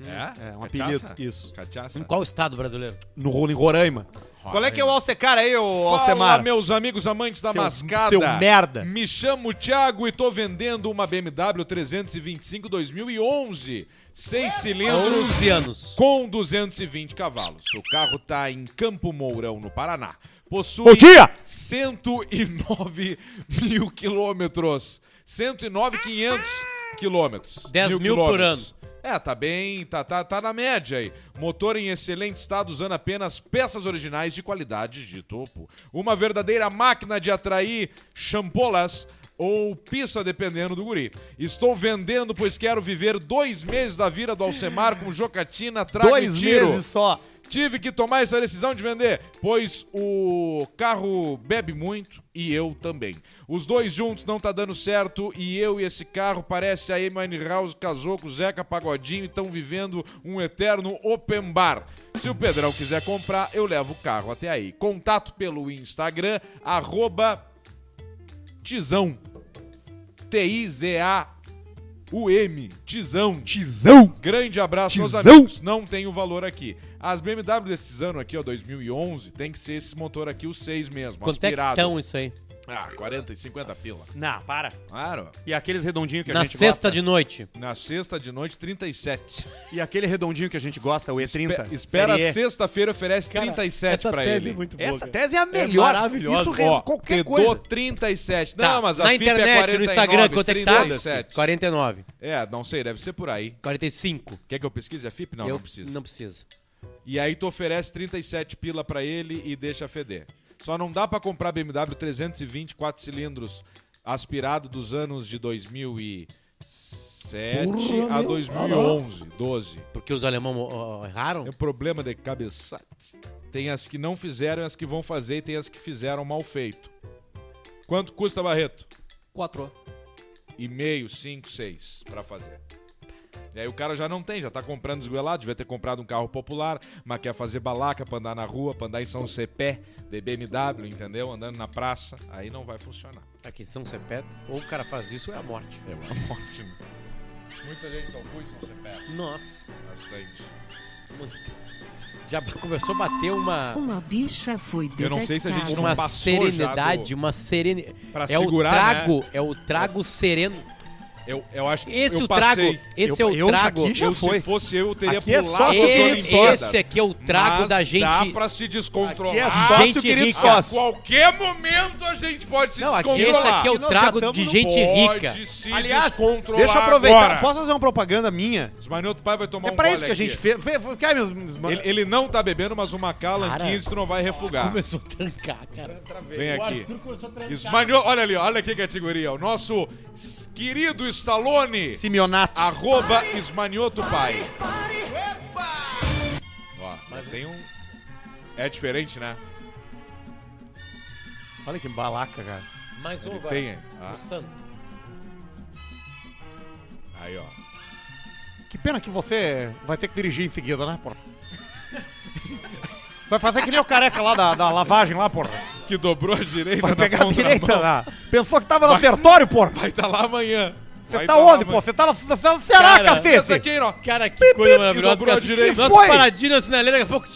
Speaker 2: É?
Speaker 4: É, um
Speaker 2: Cachaça?
Speaker 4: apelido, isso. Um
Speaker 2: Cachaça.
Speaker 3: Em qual estado brasileiro?
Speaker 4: No rolo em Roraima. Qual é que é o Alcecar aí, ô
Speaker 2: Fala,
Speaker 4: Alcemar?
Speaker 2: meus amigos amantes da
Speaker 4: é Seu-
Speaker 2: mascada.
Speaker 4: seu merda.
Speaker 2: Me chamo Thiago e tô vendendo uma BMW 325 2011. Seis cilindros
Speaker 3: 11 anos.
Speaker 2: com 220 cavalos. O carro tá em Campo Mourão, no Paraná. Possui
Speaker 9: Bom dia!
Speaker 2: 109 mil quilômetros. 109,500 quilômetros.
Speaker 3: 10 mil por
Speaker 2: quilômetros. É, tá bem, tá, tá, tá na média aí. Motor em excelente estado, usando apenas peças originais de qualidade de topo. Uma verdadeira máquina de atrair champolas ou pista, dependendo do guri. Estou vendendo, pois quero viver dois meses da vida do Alcemar com jocatina, trago
Speaker 4: Dois
Speaker 2: e tiro.
Speaker 4: meses só.
Speaker 2: Tive que tomar essa decisão de vender, pois o carro bebe muito e eu também. Os dois juntos não tá dando certo e eu e esse carro parece a Amy House casou com o Zeca Pagodinho e estão vivendo um eterno open bar. Se o Pedrão quiser comprar, eu levo o carro até aí. Contato pelo Instagram, arroba Tizão. T-I-Z-A-U-M. Tizão.
Speaker 9: Tizão.
Speaker 2: Grande abraço aos
Speaker 9: Tizão.
Speaker 2: amigos. Não tem o valor aqui. As BMW desses anos aqui, ó, 2011, tem que ser esse motor aqui, os seis mesmo.
Speaker 3: Quanto é que
Speaker 2: aspirado.
Speaker 3: estão isso aí?
Speaker 2: Ah, 40 e 50 pila.
Speaker 4: Não, para.
Speaker 2: Claro.
Speaker 4: E aqueles redondinhos que a
Speaker 3: Na
Speaker 4: gente
Speaker 3: sexta
Speaker 4: gosta.
Speaker 3: de noite.
Speaker 2: Na sexta de noite, 37.
Speaker 4: E aquele redondinho que a gente gosta, o E30.
Speaker 2: Espe- espera
Speaker 3: é-
Speaker 4: Série E.
Speaker 2: sexta-feira, oferece 37
Speaker 1: essa
Speaker 2: pra
Speaker 1: tese
Speaker 2: ele.
Speaker 1: é muito boa.
Speaker 4: Essa
Speaker 1: cara.
Speaker 4: tese é a melhor.
Speaker 1: maravilhosa.
Speaker 4: Isso re-
Speaker 2: Ó, te
Speaker 4: qualquer
Speaker 2: dou
Speaker 4: coisa.
Speaker 2: 37.
Speaker 3: Tá,
Speaker 2: Não, mas a
Speaker 3: Na
Speaker 2: FIP é
Speaker 3: internet,
Speaker 2: 49,
Speaker 3: no Instagram, quanto é que tá?
Speaker 2: 37.
Speaker 3: 49.
Speaker 2: É, não sei, deve ser por aí.
Speaker 3: 45.
Speaker 2: Quer que eu pesquise a FIP? Não,
Speaker 3: eu,
Speaker 2: não precisa.
Speaker 3: Não precisa.
Speaker 2: E aí tu oferece 37 pila pra ele e deixa feder. Só não dá pra comprar BMW 320 4 cilindros aspirado dos anos de 2007 a 2011, 12.
Speaker 3: Porque os alemão ó, ó, erraram?
Speaker 2: É problema de cabeçote. Tem as que não fizeram, as que vão fazer e tem as que fizeram mal feito. Quanto custa, Barreto?
Speaker 1: Quatro.
Speaker 2: E meio, cinco, seis pra fazer. E aí o cara já não tem, já tá comprando esguelado, devia ter comprado um carro popular, mas quer fazer balaca pra andar na rua, pra andar em São Cepé, de BMW, entendeu? Andando na praça, aí não vai funcionar.
Speaker 3: Aqui em São Cepeta, ou o cara faz isso ou é a morte.
Speaker 2: É uma morte, né? Muita gente só foi em São Cepé,
Speaker 3: Nossa,
Speaker 2: bastante.
Speaker 3: muito. Já começou a bater uma,
Speaker 4: Um
Speaker 6: Uma bicha foi detectada.
Speaker 2: Eu não sei se a gente não
Speaker 3: uma
Speaker 2: passou já
Speaker 3: serenidade,
Speaker 2: do-
Speaker 3: uma serenidade.
Speaker 2: Pra
Speaker 3: é
Speaker 2: segurar,
Speaker 3: o trago,
Speaker 4: né?
Speaker 3: é o trago sereno.
Speaker 2: Eu, eu acho que
Speaker 3: Esse
Speaker 2: eu
Speaker 3: o trago,
Speaker 2: passei.
Speaker 3: esse
Speaker 4: Eu-
Speaker 3: é
Speaker 4: eu
Speaker 3: o trago.
Speaker 4: aqui já
Speaker 2: eu,
Speaker 4: foi.
Speaker 2: Se fosse eu, eu teria
Speaker 4: Aqui é
Speaker 2: pulado
Speaker 4: só
Speaker 2: as
Speaker 4: sócio
Speaker 3: Esse,
Speaker 2: Olimpíadas.
Speaker 3: esse aqui é o trago
Speaker 2: Mas
Speaker 3: da gente.
Speaker 2: Dá pra se descontrolar.
Speaker 4: Aqui é
Speaker 3: gente
Speaker 4: sócio, querido
Speaker 3: rica.
Speaker 2: A
Speaker 4: sócio.
Speaker 2: qualquer momento a gente pode se
Speaker 4: Não, aqui-
Speaker 2: descontrolar.
Speaker 3: Esse aqui é
Speaker 4: Aqui
Speaker 3: o
Speaker 4: nós já
Speaker 3: trago
Speaker 4: tamo
Speaker 3: de
Speaker 4: no
Speaker 3: gente rica.
Speaker 2: Pode se
Speaker 4: Aliás,
Speaker 2: descontrolar
Speaker 4: deixa eu aproveitar.
Speaker 2: agora.
Speaker 4: Posso fazer uma propaganda minha?
Speaker 2: Esmanioto Pai vai tomar
Speaker 4: é
Speaker 2: um
Speaker 4: pra
Speaker 2: gole
Speaker 4: isso que a gente
Speaker 2: aqui.
Speaker 4: fez. Vê- vê- Quer, meus- meus-
Speaker 2: Ele, ele não tá bebendo, mas uma Macallan
Speaker 3: Cara,
Speaker 2: 15 tu não vai refugar.
Speaker 3: Começou a trancar, cara.
Speaker 2: Vem aqui. Esmanioto, olha ali, olha que categoria. O nosso s- querido Stallone,
Speaker 4: é Simeonato.
Speaker 2: arroba Esmanioto Pai. Ó, mas tem um... É diferente, né?
Speaker 4: Olha que balaca, cara.
Speaker 3: Mais um agora.
Speaker 2: Tem,
Speaker 3: O
Speaker 4: tá?
Speaker 2: ah,
Speaker 3: santo.
Speaker 2: aí ó.
Speaker 4: Que pena que você vai ter que dirigir em seguida, né, porra? Vai fazer que nem o careca lá da, da lavagem lá, porra.
Speaker 2: Que dobrou a direita
Speaker 4: Vai
Speaker 2: na
Speaker 4: pegar a
Speaker 2: contramão.
Speaker 4: direita lá. Pensou que tava no ofertório, porra?
Speaker 2: Vai tá lá amanhã.
Speaker 4: Você
Speaker 2: Vai
Speaker 4: tá
Speaker 2: lá
Speaker 4: onde,
Speaker 2: amanhã.
Speaker 4: pô? Você tá na. Você tá no Ceará,
Speaker 3: Cara,
Speaker 2: Essa
Speaker 4: cacete!
Speaker 2: aqui, ó.
Speaker 3: Cara, que coisa maravilhosa.
Speaker 2: dobrou a
Speaker 3: Cara,
Speaker 2: direita.
Speaker 3: Nosso
Speaker 4: Foi.
Speaker 3: paradinho assim na sinaleira, daqui a pouco.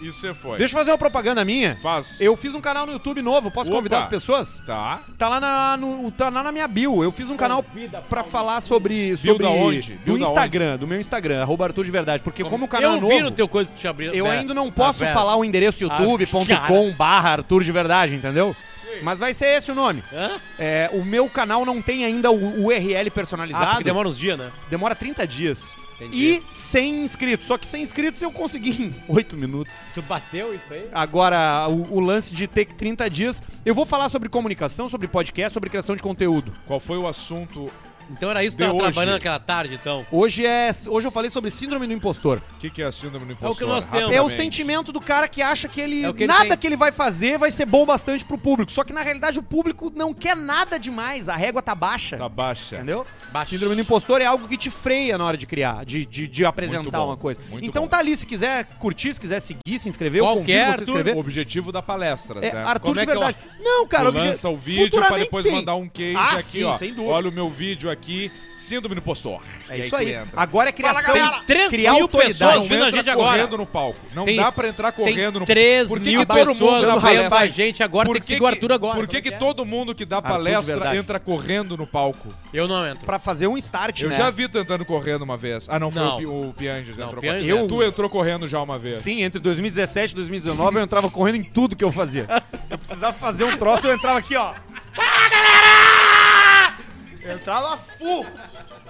Speaker 2: Isso você foi.
Speaker 4: Deixa eu fazer uma propaganda minha.
Speaker 2: Faz.
Speaker 4: Eu fiz um canal no YouTube novo, posso
Speaker 2: Opa.
Speaker 4: convidar as pessoas?
Speaker 2: Tá.
Speaker 4: Tá lá na, no- tá lá na minha bio. Eu fiz um canal pra falar sobre. sobre
Speaker 2: da onde?
Speaker 4: Do
Speaker 2: Bio da
Speaker 4: Instagram, do meu Instagram, arroba Arthur de Verdade. Porque como o canal é
Speaker 3: eu vi
Speaker 4: novo.
Speaker 3: no teu coisa que te abriu.
Speaker 4: Eu
Speaker 3: né?
Speaker 4: ainda não posso
Speaker 3: Ah,
Speaker 4: falar o endereço
Speaker 3: Ah,
Speaker 4: youtube.com barra Arthur de Verdade, entendeu? Mas vai ser esse o nome.
Speaker 3: Hã?
Speaker 4: É, o meu canal não tem ainda o o URL
Speaker 3: Ah,
Speaker 4: personalizado.
Speaker 3: porque demora uns dias, né?
Speaker 4: demora 30 dias. e 100 inscritos. Só que 100 inscritos eu consegui em 8 minutos.
Speaker 3: Tu bateu isso aí?
Speaker 4: Agora, o, o lance de ter que 30 dias. Eu vou falar sobre comunicação, sobre podcast, sobre criação de conteúdo.
Speaker 2: Qual foi o assunto?
Speaker 3: Então era isso que
Speaker 2: De
Speaker 3: tava
Speaker 2: hoje.
Speaker 3: trabalhando naquela tarde, então.
Speaker 4: Hoje é, hoje eu falei sobre síndrome do impostor.
Speaker 2: O que, que é a síndrome do
Speaker 3: É
Speaker 2: impostor?
Speaker 3: o que nós temos.
Speaker 4: É o
Speaker 2: Rapidamente.
Speaker 4: sentimento do cara que acha que ele,
Speaker 3: É o que ele
Speaker 4: nada
Speaker 3: tem.
Speaker 4: que ele vai fazer vai ser bom bastante pro público. Só que na realidade o público não quer nada demais, a régua tá baixa.
Speaker 2: Tá baixa.
Speaker 4: Entendeu?
Speaker 3: Baixa.
Speaker 4: Síndrome do impostor é algo que te freia na hora de criar, de, de, de apresentar
Speaker 2: bom,
Speaker 4: uma coisa.
Speaker 2: muito
Speaker 4: Então
Speaker 2: bom.
Speaker 4: tá ali, se quiser curtir, se quiser seguir, se inscrever, eu convido
Speaker 3: Qualquer,
Speaker 4: você a se
Speaker 3: Arthur.
Speaker 4: inscrever.
Speaker 2: O é, objetivo da palestra,
Speaker 4: É,
Speaker 2: né?
Speaker 4: Arthur
Speaker 3: Como
Speaker 4: de
Speaker 3: é que eu-
Speaker 4: verdade. Não, cara,
Speaker 2: tu lança
Speaker 4: obje-
Speaker 2: o vídeo pra
Speaker 4: futuramente,
Speaker 2: depois
Speaker 4: sim.
Speaker 2: mandar um case
Speaker 4: Ah,
Speaker 2: aqui,
Speaker 4: sim,
Speaker 2: ó.
Speaker 4: sem dúvida.
Speaker 2: Olha o meu vídeo aqui, síndrome do impostor.
Speaker 4: É
Speaker 2: E
Speaker 4: isso
Speaker 2: tu
Speaker 4: aí. Tá
Speaker 2: entra.
Speaker 4: Agora é criação.
Speaker 3: Fala, galera! Três
Speaker 4: criar
Speaker 3: mil
Speaker 4: autoridade.
Speaker 3: pessoas
Speaker 2: Não
Speaker 3: vindo a
Speaker 2: entra
Speaker 3: gente agora.
Speaker 2: correndo no palco. Não
Speaker 3: Tem-
Speaker 2: dá pra entrar correndo no
Speaker 3: Tem 3
Speaker 2: Por que
Speaker 3: mil
Speaker 2: que todo mundo
Speaker 3: pessoas
Speaker 2: dá
Speaker 3: vendo a
Speaker 2: palestra?
Speaker 3: gente agora.
Speaker 2: Por
Speaker 3: Tem que seguir o Arthur agora.
Speaker 2: Por que,
Speaker 3: Como
Speaker 2: que
Speaker 3: é é?
Speaker 2: todo mundo que dá
Speaker 4: Arthur, de
Speaker 2: palestra
Speaker 4: verdade.
Speaker 2: entra correndo no palco?
Speaker 3: Eu não entro.
Speaker 4: Pra fazer um start,
Speaker 2: Eu
Speaker 4: né?
Speaker 2: já vi tu entrando correndo uma vez. Ah, não, foi
Speaker 3: Não.
Speaker 2: o Pi- o Pianges.
Speaker 3: Não,
Speaker 2: entrou
Speaker 3: o Pianges
Speaker 2: correndo.
Speaker 3: é.
Speaker 2: Tu entrou correndo já uma vez.
Speaker 4: Sim, entre 2017 e 2019 eu entrava correndo em tudo que eu fazia. Eu precisava fazer um troço, eu entrava aqui, ó. Fala, galera! Eu entrava full.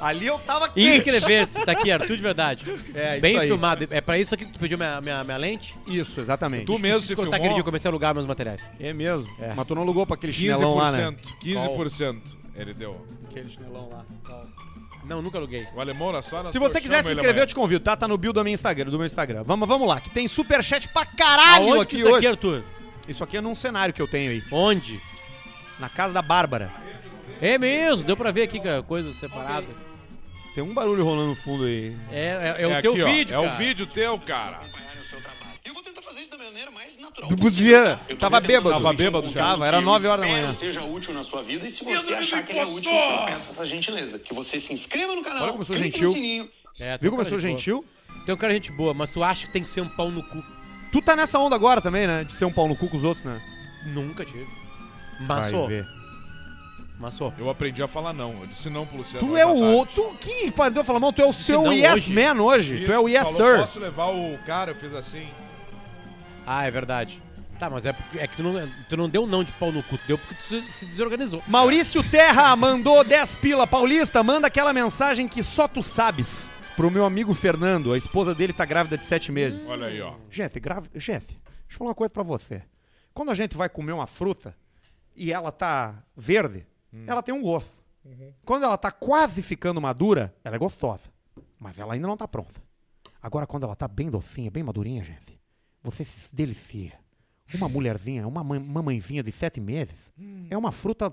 Speaker 4: Ali eu tava
Speaker 3: E
Speaker 4: quente.
Speaker 3: inscrever-se, tá aqui, Arthur de verdade.
Speaker 4: É, isso
Speaker 3: Bem
Speaker 4: aí.
Speaker 3: filmado. É pra isso aqui que tu pediu minha, minha, minha lente?
Speaker 4: Isso, exatamente.
Speaker 2: Tu mesmo se
Speaker 3: Preciso contar aquele dia que eu
Speaker 2: filmou?
Speaker 3: comecei a alugar meus materiais.
Speaker 4: É mesmo.
Speaker 3: É.
Speaker 4: Mas tu não alugou pra aquele chinelão lá, né?
Speaker 2: 15%. 15% ele deu.
Speaker 4: Aquele chinelão lá.
Speaker 3: Não, nunca aluguei.
Speaker 2: O alemão na sala.
Speaker 4: Se você quiser se inscrever, eu te convido, tá? Tá no bio do meu Instagram. Do meu Instagram. Vamos, vamos lá, que tem superchat pra caralho
Speaker 3: Aonde
Speaker 4: aqui
Speaker 3: que isso
Speaker 4: hoje.
Speaker 3: Tá aqui, Arthur?
Speaker 4: Isso aqui é num cenário que eu tenho aí.
Speaker 3: Onde?
Speaker 4: Na casa da Bárbara.
Speaker 3: É mesmo, deu pra ver aqui que é coisa separada.
Speaker 4: Tem um barulho rolando no fundo aí.
Speaker 3: É, é, é o teu vídeo,
Speaker 2: É
Speaker 3: cara.
Speaker 2: o vídeo teu, cara.
Speaker 1: acompanharem o seu trabalho. Eu vou tentar fazer isso da maneira mais natural
Speaker 4: Podia.
Speaker 1: Eu tô
Speaker 4: Tava
Speaker 1: tentando transmitir
Speaker 4: bêbado.
Speaker 2: Tava bêbado
Speaker 1: um
Speaker 2: já.
Speaker 1: conteúdo
Speaker 4: Tava, era
Speaker 1: que eu
Speaker 4: nove horas da
Speaker 1: espero
Speaker 4: manhã.
Speaker 1: seja útil na sua vida e se você
Speaker 2: Síndrome
Speaker 1: achar
Speaker 2: do
Speaker 1: que ele é útil,
Speaker 2: impostor!
Speaker 1: eu peço essa gentileza, que você se inscreva no canal,
Speaker 4: Olha como eu sou
Speaker 1: clique
Speaker 4: gentil.
Speaker 1: no sininho.
Speaker 3: É, tem
Speaker 4: Viu
Speaker 3: um
Speaker 4: como eu
Speaker 3: cara
Speaker 4: sou
Speaker 3: de boa.
Speaker 4: gentil?
Speaker 3: Tem um cara de gente boa, mas tu acha que tem que ser um pau no cu.
Speaker 4: Tu tá nessa onda agora também, né? De ser um pau no cu com os outros, né?
Speaker 3: Nunca tive. Massou.
Speaker 4: ver.
Speaker 3: Massou.
Speaker 2: Eu aprendi a falar não. Eu disse não pro Luciano.
Speaker 4: Tu
Speaker 2: hoje
Speaker 4: é
Speaker 2: à
Speaker 4: o
Speaker 2: tarde.
Speaker 4: outro. Que padrão falar, mano, tu é o seu
Speaker 3: não,
Speaker 4: yes
Speaker 3: hoje.
Speaker 4: man hoje.
Speaker 2: Isso,
Speaker 4: tu é o yes
Speaker 2: falou,
Speaker 4: sir.
Speaker 2: Posso levar o cara? Eu fiz assim.
Speaker 3: Ah, é verdade. Tá, mas é, porque- é que tu não, tu não deu não de pau no cu, tu deu porque tu se, se desorganizou.
Speaker 4: Maurício Terra mandou 10 pila. Paulista, manda aquela mensagem que só tu sabes. Pro meu amigo Fernando, a esposa dele tá grávida de 7 meses.
Speaker 2: Olha aí, ó.
Speaker 4: Gente, grave... gente, deixa eu falar uma coisa pra você. Quando a gente vai comer uma fruta e ela tá verde,
Speaker 3: Hum.
Speaker 4: ela tem um gosto.
Speaker 3: Uhum.
Speaker 4: Quando ela tá quase ficando madura, ela é gostosa. Mas ela ainda não tá pronta. Agora, quando ela tá bem docinha, bem madurinha, gente, você se delicia. Uma mulherzinha, uma mãe- mamãezinha de sete meses, é uma fruta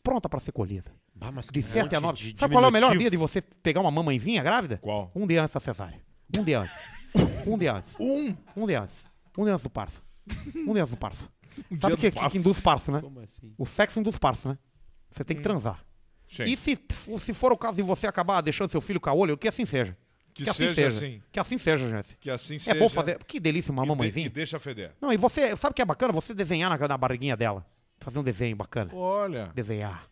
Speaker 4: pronta pra ser colhida.
Speaker 3: Hum. Bah, mas
Speaker 4: De
Speaker 3: que
Speaker 4: sete a
Speaker 3: monte
Speaker 4: nove.
Speaker 3: de
Speaker 4: Sabe qual é o melhor
Speaker 3: diminutivo.
Speaker 4: dia de você pegar uma mamãezinha grávida?
Speaker 2: Qual?
Speaker 4: Um dia antes da cesárea. Um dia antes. Um dia antes. Um? Um dia antes. Um dia antes do parto. Um dia antes do parto. Sabe o que, que, que induz parto, né?
Speaker 3: Como assim? Hum.
Speaker 4: O sexo induz parto, né? Você tem que transar.
Speaker 2: Gente,
Speaker 4: E se, se for o caso de você acabar deixando seu filho com a olho, que assim seja.
Speaker 2: Que seja assim.
Speaker 4: Que assim seja, gente.
Speaker 2: que assim
Speaker 4: É
Speaker 2: seja.
Speaker 4: bom fazer. Que delícia uma
Speaker 2: E, de, e
Speaker 4: mamãezinha.
Speaker 2: deixa feder.
Speaker 4: Não, e você, sabe o que é bacana? Você desenhar na, na barriguinha dela. Fazer um desenho bacana.
Speaker 2: Olha.
Speaker 4: Desenhar.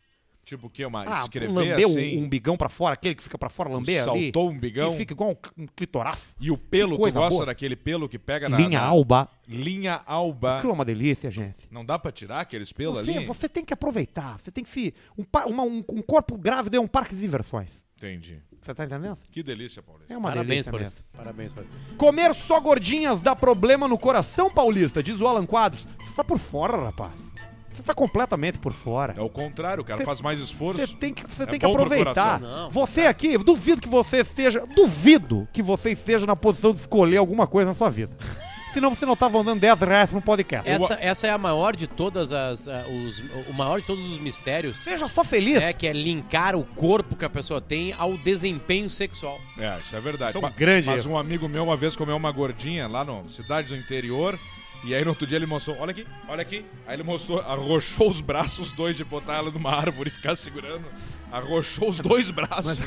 Speaker 2: Tipo o que? Uma
Speaker 4: Ah,
Speaker 2: escrever
Speaker 4: lamber
Speaker 2: assim.
Speaker 4: o umbigão pra fora, aquele que fica pra fora, lamber ali.
Speaker 2: Saltou o umbigão?
Speaker 4: Que fica igual um, um clitoraço.
Speaker 2: E o pelo,
Speaker 4: Que
Speaker 2: tu
Speaker 4: coisa
Speaker 2: gosta
Speaker 4: boa.
Speaker 2: daquele pelo que pega na.
Speaker 4: Linha
Speaker 2: na-
Speaker 4: alba.
Speaker 2: Linha alba.
Speaker 4: Aquilo é uma delícia, gente.
Speaker 2: Não dá pra tirar aqueles pelos
Speaker 4: Você, é
Speaker 2: ali?
Speaker 4: você tem que aproveitar. Você tem que se. Um, pa- uma- um, um corpo grávido é um parque de diversões.
Speaker 2: Entendi.
Speaker 4: Você tá entendendo?
Speaker 2: Que delícia, Paulista.
Speaker 4: É uma
Speaker 3: Parabéns,
Speaker 4: delícia. Mesmo.
Speaker 3: Paulista. Parabéns, Paulista.
Speaker 4: Comer só gordinhas dá problema no coração paulista, diz o Alan Quadros. Você tá por fora, rapaz. Você tá completamente por fora.
Speaker 2: É o contrário, o cara
Speaker 4: um- Cê-
Speaker 2: faz mais esforço.
Speaker 4: Você tem que, você
Speaker 2: É
Speaker 4: tem que
Speaker 2: bom pro
Speaker 4: aproveitar.
Speaker 2: coração.
Speaker 3: Não,
Speaker 4: você aqui, duvido que você seja. Duvido que você esteja na posição de escolher alguma coisa na sua vida. Senão você não tava andando 10 reais pra um podcast.
Speaker 3: Essa, essa é a maior de todas as. ah, os, o maior de todos os mistérios.
Speaker 4: Seja só feliz.
Speaker 3: É, que é linkar o corpo que a pessoa tem ao desempenho sexual.
Speaker 2: É, isso é verdade.
Speaker 4: Isso é um
Speaker 2: Ma-
Speaker 4: grande
Speaker 2: Mas
Speaker 4: erro.
Speaker 2: um amigo meu uma vez comeu uma gordinha lá na cidade do interior. E aí no outro dia ele mostrou, olha aqui, olha aqui. Aí ele mostrou, arrochou os braços dois de botar ela numa árvore e ficar segurando. Arrochou os dois braços.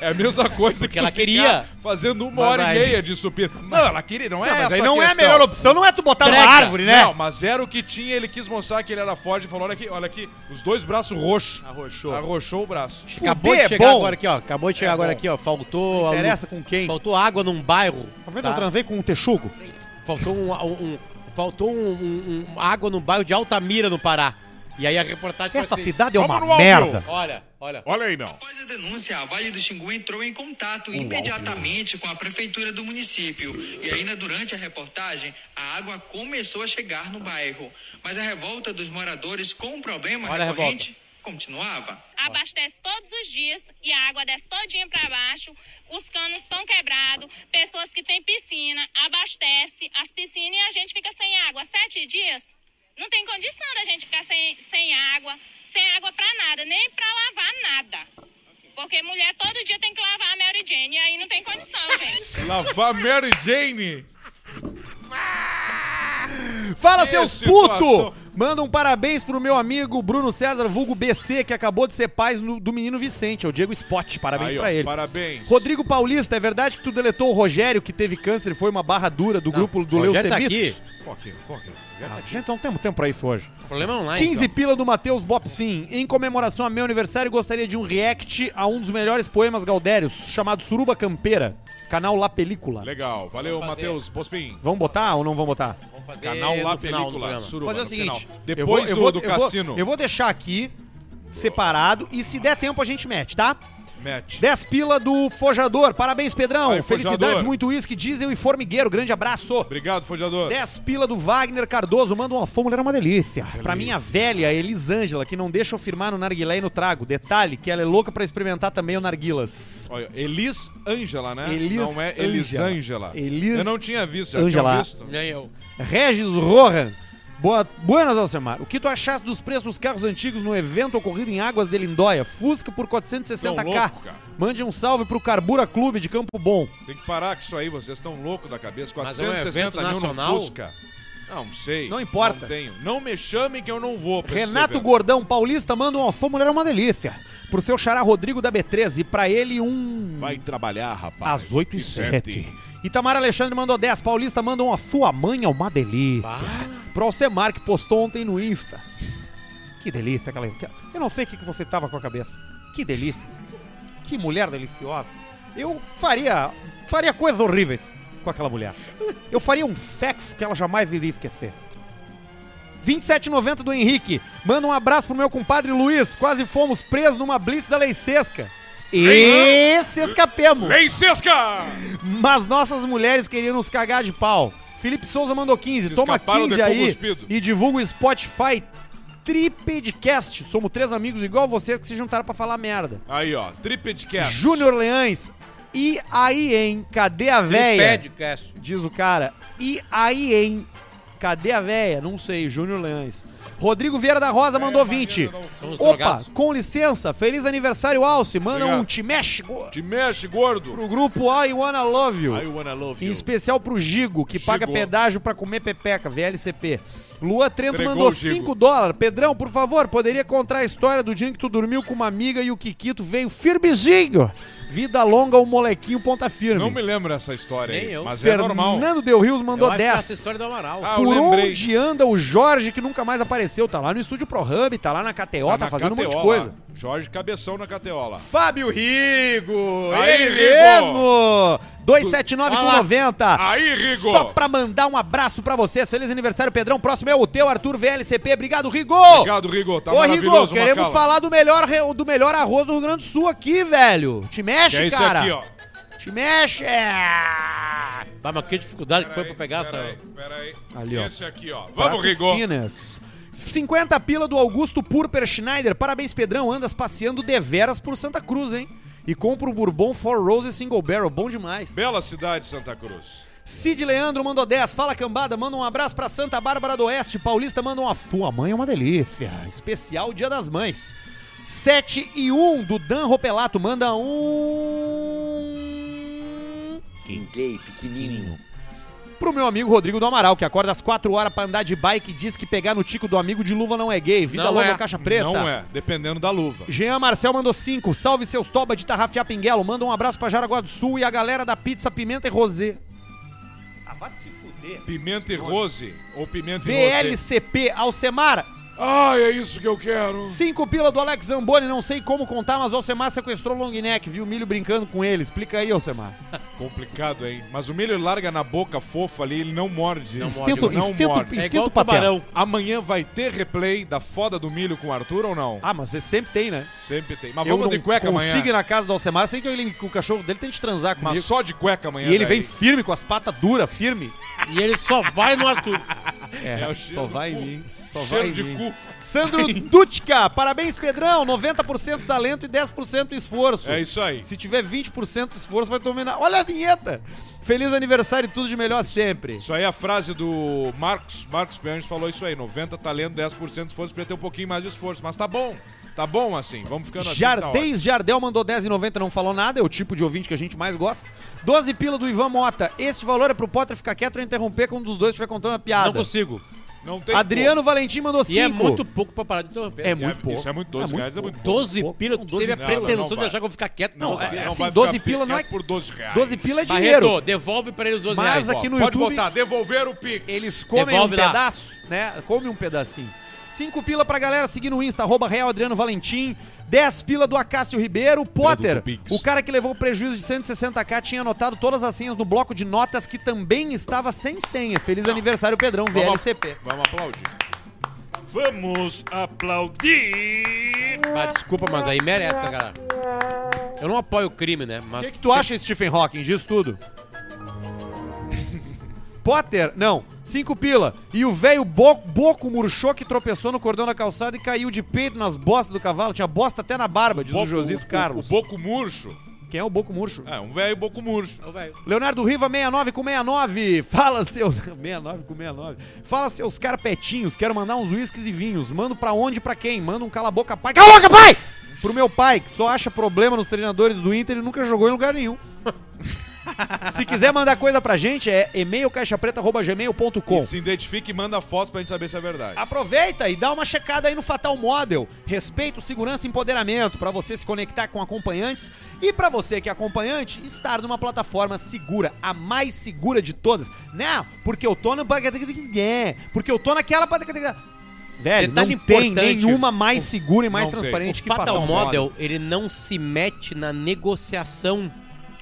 Speaker 2: É a mesma coisa que
Speaker 3: Porque ela
Speaker 2: tu
Speaker 3: queria.
Speaker 2: ficar fazendo uma
Speaker 4: Mas
Speaker 2: hora
Speaker 4: aí-
Speaker 2: e meia de supino. Não, ela queria, não é,
Speaker 4: É,
Speaker 2: essa
Speaker 4: mas aí não é a
Speaker 2: questão.
Speaker 4: melhor opção, não é tu botar numa
Speaker 3: Treca.
Speaker 4: árvore, né?
Speaker 2: Não, mas era o que tinha, ele quis mostrar que ele era forte e falou: olha aqui, olha aqui, os dois braços roxos.
Speaker 4: Arrochou.
Speaker 2: Arrochou o braço.
Speaker 3: Acabou
Speaker 4: Fuder,
Speaker 3: de chegar
Speaker 4: é bom. É
Speaker 3: agora aqui, ó. Acabou de chegar agora
Speaker 2: bom.
Speaker 3: aqui, ó. Faltou.
Speaker 4: Não
Speaker 3: a lu-
Speaker 4: interessa com quem.
Speaker 3: Faltou água num bairro.
Speaker 4: Uma vez
Speaker 3: tá?
Speaker 4: eu transei com um texugo.
Speaker 3: Faltou um. um- um- faltou um, um- um- água no bairro de Altamira, no Pará. E aí a reportagem foi
Speaker 1: Essa
Speaker 3: assim,
Speaker 1: cidade é
Speaker 2: Vamos
Speaker 1: uma
Speaker 2: no áudio.
Speaker 1: merda.
Speaker 3: Olha, olha.
Speaker 2: Olha aí, meu.
Speaker 7: Após a denúncia, a Vale do Xingu entrou em contato
Speaker 3: Um
Speaker 7: imediatamente com a prefeitura do município. E ainda durante a reportagem, a água começou a chegar no bairro. Mas a revolta dos moradores com o problema
Speaker 3: Olha a
Speaker 7: recorrente continuava.
Speaker 10: abastece todos os dias e a água desce todinha para baixo, os canos estão quebrados, pessoas que têm piscina, abastece as piscinas e a gente fica sem água sete dias. Não tem condição da gente ficar sem, sem água, sem água para nada, nem para lavar nada. Porque mulher todo dia tem que lavar a Mary Jane, e aí não tem condição, gente.
Speaker 2: Lavar Mary Jane.
Speaker 1: Fala,
Speaker 2: Que
Speaker 1: seus
Speaker 2: situação.
Speaker 1: puto! Manda um parabéns pro meu amigo Bruno César, vulgo BC, que acabou de ser pai no- do menino Vicente, é o Diego Spot. Parabéns
Speaker 2: Aí, ó,
Speaker 1: pra ele.
Speaker 2: Parabéns.
Speaker 1: Rodrigo Paulista, é verdade que tu deletou o Rogério, que teve câncer e foi uma barra dura do grupo do
Speaker 3: Rogério tá
Speaker 1: Leucemitos?
Speaker 2: Foque, foque. tá
Speaker 1: Ah, gente, não temos tempo pra isso hoje.
Speaker 3: Problema online.
Speaker 1: 15 pila do Matheus Bopsin. Em comemoração a meu aniversário, gostaria de um react a um dos melhores poemas gaudérios, chamado Suruba Campeira, canal La Película.
Speaker 2: Legal. Valeu,
Speaker 3: Vamos fazer.
Speaker 2: Matheus Pospim.
Speaker 1: Vamos botar ou não vamos botar?
Speaker 3: então. Vamos fazer
Speaker 2: Canal
Speaker 3: no
Speaker 2: La
Speaker 3: final do
Speaker 2: Película.
Speaker 3: programa.
Speaker 2: Suruba,
Speaker 1: fazer o
Speaker 2: no
Speaker 1: seguinte.
Speaker 2: final.
Speaker 1: eu
Speaker 2: Depois
Speaker 1: eu
Speaker 2: do, do
Speaker 1: eu
Speaker 2: cassino.
Speaker 1: Eu vou deixar aqui separado e se der tempo a gente mete, tá?
Speaker 2: Match.
Speaker 1: 10 pila do Fojador. Parabéns, Pedrão.
Speaker 2: Aí,
Speaker 1: Felicidades,
Speaker 2: Fojador.
Speaker 1: muito uísque, diesel e formigueiro. Grande abraço.
Speaker 2: Obrigado, Fojador.
Speaker 1: 10 pila do Wagner Cardoso. Manda uma fórmula, era uma delícia. Pra minha velha Elisângela, que não deixa eu firmar no narguilé e no trago. Detalhe que ela é louca pra experimentar também o narguilas.
Speaker 2: Olha, Elis Ângela, né?
Speaker 1: Elis
Speaker 2: não é Elisângela.
Speaker 1: Ângela. Elis
Speaker 2: Eu não tinha visto, já
Speaker 1: Ângela.
Speaker 2: tinha visto.
Speaker 3: Nem eu.
Speaker 1: Regis Rohan. Boa, buenas, Alcemar. O que tu achaste dos preços dos carros antigos no evento ocorrido em Águas de Lindóia? Fusca por 460k.
Speaker 2: Tão louco, cara.
Speaker 1: Mande um salve pro Carbura Clube de Campo Bom.
Speaker 2: Tem que parar com isso aí, vocês estão loucos da cabeça.
Speaker 3: Mas é um
Speaker 2: 460
Speaker 3: evento
Speaker 2: mil
Speaker 3: nacional?
Speaker 2: no Fusca. Não sei.
Speaker 1: Não importa.
Speaker 2: Não tenho. Não me chamem que eu não vou. pra esse
Speaker 1: Renato
Speaker 2: evento.
Speaker 1: Gordão Paulista manda uma fã, mulher é uma delícia. Pro seu xará Rodrigo da B13 e pra ele um...
Speaker 2: Vai trabalhar, rapaz.
Speaker 1: Às 8 e
Speaker 2: Que
Speaker 1: 7.
Speaker 2: sete.
Speaker 1: Itamar Alexandre mandou 10. Paulista mandou uma sua mãe é uma delícia. Pro Alcemar que postou ontem no Insta. Que delícia aquela. Eu não sei o que que você tava com a cabeça. Que delícia. Que mulher deliciosa. Eu faria. faria coisas horríveis com aquela mulher. Eu faria um sexo que ela jamais iria esquecer. 27,90 do Henrique. Manda um abraço pro meu compadre Luiz. Quase fomos presos numa blitz da Lei Sesca. E se escapemos.
Speaker 2: Lei Sesca!
Speaker 1: Mas nossas mulheres queriam nos cagar de pau. Felipe Souza mandou 15.
Speaker 2: Se
Speaker 1: Toma
Speaker 2: escaparam
Speaker 1: 15
Speaker 2: de cu
Speaker 1: aí
Speaker 2: cuspido.
Speaker 1: e divulga o Spotify Tripedcast. Somos três amigos igual vocês que se juntaram pra falar merda.
Speaker 2: Aí, ó. Tripedcast.
Speaker 1: Júnior Leães. E aí, hein? Cadê a véia?
Speaker 3: Pede, Cássio.
Speaker 1: Diz o cara. E aí, hein? Cadê a véia? Não sei, Júnior Leães. Rodrigo Vieira da Rosa mandou 20.
Speaker 3: São os
Speaker 1: Opa,
Speaker 3: drogados.
Speaker 1: com licença, feliz aniversário, Alce. Manda
Speaker 2: Obrigado.
Speaker 1: um te mexe go-
Speaker 2: Te mexe, gordo.
Speaker 1: pro grupo I Wanna Love You.
Speaker 2: I wanna love
Speaker 1: Em
Speaker 2: you.
Speaker 1: especial pro Gigo, que
Speaker 2: Gigo.
Speaker 1: paga pedágio pra comer pepeca, VLCP. Lua Trento
Speaker 2: Entregou
Speaker 1: mandou
Speaker 2: o Gigo.
Speaker 1: 5 dólares. Pedrão, por favor, poderia contar a história do dia em que tu dormiu com uma amiga e o Kikito veio firmezinho. Vida longa, o molequinho ponta firme.
Speaker 2: Não me lembro essa história
Speaker 3: Nem
Speaker 2: aí,
Speaker 3: eu.
Speaker 2: mas é normal.
Speaker 1: Fernando Del Rios mandou
Speaker 3: Eu acho que essa
Speaker 1: 10.
Speaker 3: história do Amaral.
Speaker 2: Ah, eu
Speaker 1: Por
Speaker 2: lembrei.
Speaker 1: onde anda o Jorge que nunca mais apareceu? Tá lá no estúdio ProHub, tá lá na KTO, tá,
Speaker 2: na
Speaker 1: fazendo um monte
Speaker 2: KTO
Speaker 1: de coisa.
Speaker 2: lá. Jorge Cabeção na Cateola.
Speaker 1: Fábio Rigo!
Speaker 2: Aí,
Speaker 1: ele
Speaker 2: Rigo!
Speaker 1: mesmo! 279 com
Speaker 3: Vai lá.
Speaker 1: 90.
Speaker 2: Aí, Rigo!
Speaker 1: Só pra mandar um abraço pra vocês. Feliz aniversário, Pedrão. Próximo é o teu, Arthur VLCP. Obrigado, Rigo!
Speaker 2: Obrigado, Rigo. Tá
Speaker 1: Ô, Rigo,
Speaker 2: maravilhoso,
Speaker 1: queremos
Speaker 2: Macala.
Speaker 1: falar do melhor, re- do melhor arroz do Rio Grande do Sul aqui, velho. Te mexe,
Speaker 2: Que é isso
Speaker 1: cara.
Speaker 2: aqui, ó.
Speaker 1: Te mexe! É.
Speaker 3: Bah, Tá, mas que dificuldade que foi pra pegar essa.
Speaker 2: Peraí, peraí.
Speaker 1: Ali, ó.
Speaker 2: Esse aqui, ó.
Speaker 1: Prato
Speaker 2: Vamos, Rigo.
Speaker 1: Finas. 50 pila do Augusto Purper Schneider. Parabéns, Pedrão. Andas passeando deveras por Santa Cruz, hein? E compra o Bourbon Four Roses Single Barrel. Bom demais.
Speaker 2: Bela cidade, Santa Cruz.
Speaker 1: Cid Leandro mandou 10. Fala cambada, manda um abraço pra Santa Bárbara do Oeste. Paulista manda uma sua mãe é uma delícia. Especial Dia das Mães. 7 e 1 do Dan Ropelato manda um
Speaker 11: Gay, pequenininho.
Speaker 1: pro meu amigo Rodrigo do Amaral, que acorda às 4 horas pra andar de bike e diz que pegar no tico do amigo de luva não é gay. Vida
Speaker 3: Não
Speaker 1: longa,
Speaker 3: é.
Speaker 1: caixa preta.
Speaker 2: Não é, dependendo da luva.
Speaker 1: Jean Marcel mandou 5. Salve seus toba de Tarrafiar Pinguelo. Manda um abraço pra Jaraguá do Sul e a galera da Pizza Pimenta e Rosé. Ah, vai se fuder.
Speaker 2: Pimenta e Rose ou Pimenta e Rosé.
Speaker 1: VLCP Alcemar.
Speaker 2: Ai, é isso que eu quero.
Speaker 1: Cinco pila do Alex Zamboni, não sei como contar, mas o Alcemar sequestrou long neck, viu o milho brincando com ele. Explica aí, Alcemar.
Speaker 2: Complicado, hein? Mas o milho larga na boca fofa ali, ele não morde. Não
Speaker 1: Instinto,
Speaker 2: Não
Speaker 1: instinto,
Speaker 2: morde.
Speaker 3: É igual
Speaker 1: instinto
Speaker 3: o tubarão.
Speaker 1: papel.
Speaker 2: Amanhã vai ter replay da foda do milho com o Arthur ou não?
Speaker 1: Ah, mas você sempre tem, né?
Speaker 2: Sempre tem. Mas
Speaker 1: eu
Speaker 2: vamos
Speaker 1: não
Speaker 2: de cueca
Speaker 1: consigo ir
Speaker 2: amanhã.
Speaker 1: na casa do Alcemar sem que ele- que o cachorro dele tente transar comigo.
Speaker 2: Mas só de cueca amanhã.
Speaker 1: e ele
Speaker 2: daí.
Speaker 1: vem firme, com as patas duras, firme.
Speaker 3: E ele só vai no Arthur.
Speaker 1: É,
Speaker 2: o cheiro
Speaker 1: só
Speaker 2: do
Speaker 1: vai
Speaker 2: cu.
Speaker 1: em mim. Só vai
Speaker 2: Cheiro
Speaker 1: em
Speaker 2: de
Speaker 1: mim.
Speaker 2: cu.
Speaker 1: Sandro Dutka, parabéns, Pedrão. 90% talento e 10% esforço.
Speaker 2: É isso aí.
Speaker 1: Se tiver 20% esforço, vai dominar. Olha a vinheta! Feliz aniversário e tudo de melhor sempre.
Speaker 2: Isso aí é a frase do Marcos. Marcos Pianges falou isso aí. tá 90 talento, 10% esforço. Podia ter um pouquinho mais de esforço. Mas tá bom. Tá bom assim. Vamos ficando assim. tá ótimo.
Speaker 1: Jardez Jardel mandou 10,90 não falou nada, é o tipo de ouvinte que a gente mais gosta. 12 pila do Ivan Mota. Esse valor é pro Potter ficar quieto ou interromper quando um dos dois estiver contando uma piada.
Speaker 3: Não consigo.
Speaker 2: Não tem
Speaker 1: Adriano Valentim mandou 5.
Speaker 3: E é muito pouco pra parar de interromper.
Speaker 1: É
Speaker 2: como.
Speaker 1: muito
Speaker 2: É,
Speaker 1: pouco.
Speaker 2: Isso é muito 12 reais, é muito pouco.
Speaker 3: 12 pila, tu teve a
Speaker 2: não, não, não
Speaker 3: pretensão de
Speaker 2: vai.
Speaker 3: achar que eu vou ficar quieto.
Speaker 2: Não,
Speaker 3: Não,
Speaker 2: vai,
Speaker 3: filho.
Speaker 2: não
Speaker 1: assim,
Speaker 2: vai
Speaker 1: 12
Speaker 2: ficar
Speaker 1: pila não é-
Speaker 2: quieto por 12 reais.
Speaker 1: 12 pila é dinheiro.
Speaker 3: Barreto, devolve pra eles os 12
Speaker 1: Mas
Speaker 3: reais.
Speaker 1: aqui no
Speaker 2: Pode
Speaker 1: YouTube-
Speaker 2: botar, devolver o Pix.
Speaker 1: Eles comem
Speaker 3: Devolve
Speaker 1: um
Speaker 3: lá.
Speaker 1: pedaço, né? Come um pedacinho. 5 pila pra galera seguir no Insta, arroba Real Adriano Valentim. 10 pila do Acácio Ribeiro. Potter,
Speaker 2: do Pix.
Speaker 1: o cara que levou o prejuízo de 160k, tinha anotado todas as senhas no bloco de notas que também estava sem senha. Feliz aniversário, Pedrão,
Speaker 2: Vamos-
Speaker 1: VLCP.
Speaker 2: Vamos aplaudir. Vamos aplaudir.
Speaker 3: Ah, desculpa, mas aí merece, né, cara? Eu não apoio o crime, né?
Speaker 1: O
Speaker 3: Mas
Speaker 1: que, que tu acha, Stephen Hawking? Diz tudo. Potter, não. 5 pila. E o velho bo boco murchou que tropeçou no cordão da calçada e caiu de peito nas bostas do cavalo. Tinha bosta até na barba, diz o Josito Carlos.
Speaker 2: O Boco Murcho.
Speaker 1: Quem é o boco murcho?
Speaker 2: É, um velho Boco Murcho.
Speaker 3: Ô, velho,
Speaker 1: Leonardo Riva, 69 com 69. Fala seus. 69 com 69. Fala seus carpetinhos. Quero mandar uns uísques e vinhos. Mando pra onde e pra quem? Manda um cala a boca, pai. Cala a boca, pai! Pro meu pai, que só acha problema nos treinadores do Inter e nunca jogou em lugar nenhum. Se quiser mandar coisa pra gente, é e-mail
Speaker 2: E
Speaker 1: caixapreta.gmail.com.
Speaker 2: se identifique e manda fotos pra gente saber se é verdade.
Speaker 1: Aproveita e dá uma checada aí no Fatal Model. Respeito, segurança e empoderamento para você se conectar com acompanhantes e para você que é acompanhante estar numa plataforma segura, a mais segura de todas. Não, porque eu tô na porque eu tô naquela Velho,
Speaker 3: Detalhe
Speaker 1: não tem
Speaker 3: importante.
Speaker 1: nenhuma mais segura e mais
Speaker 2: Não tem.
Speaker 1: transparente
Speaker 3: é o
Speaker 1: que
Speaker 3: Fatal Model, ele não se mete na negociação.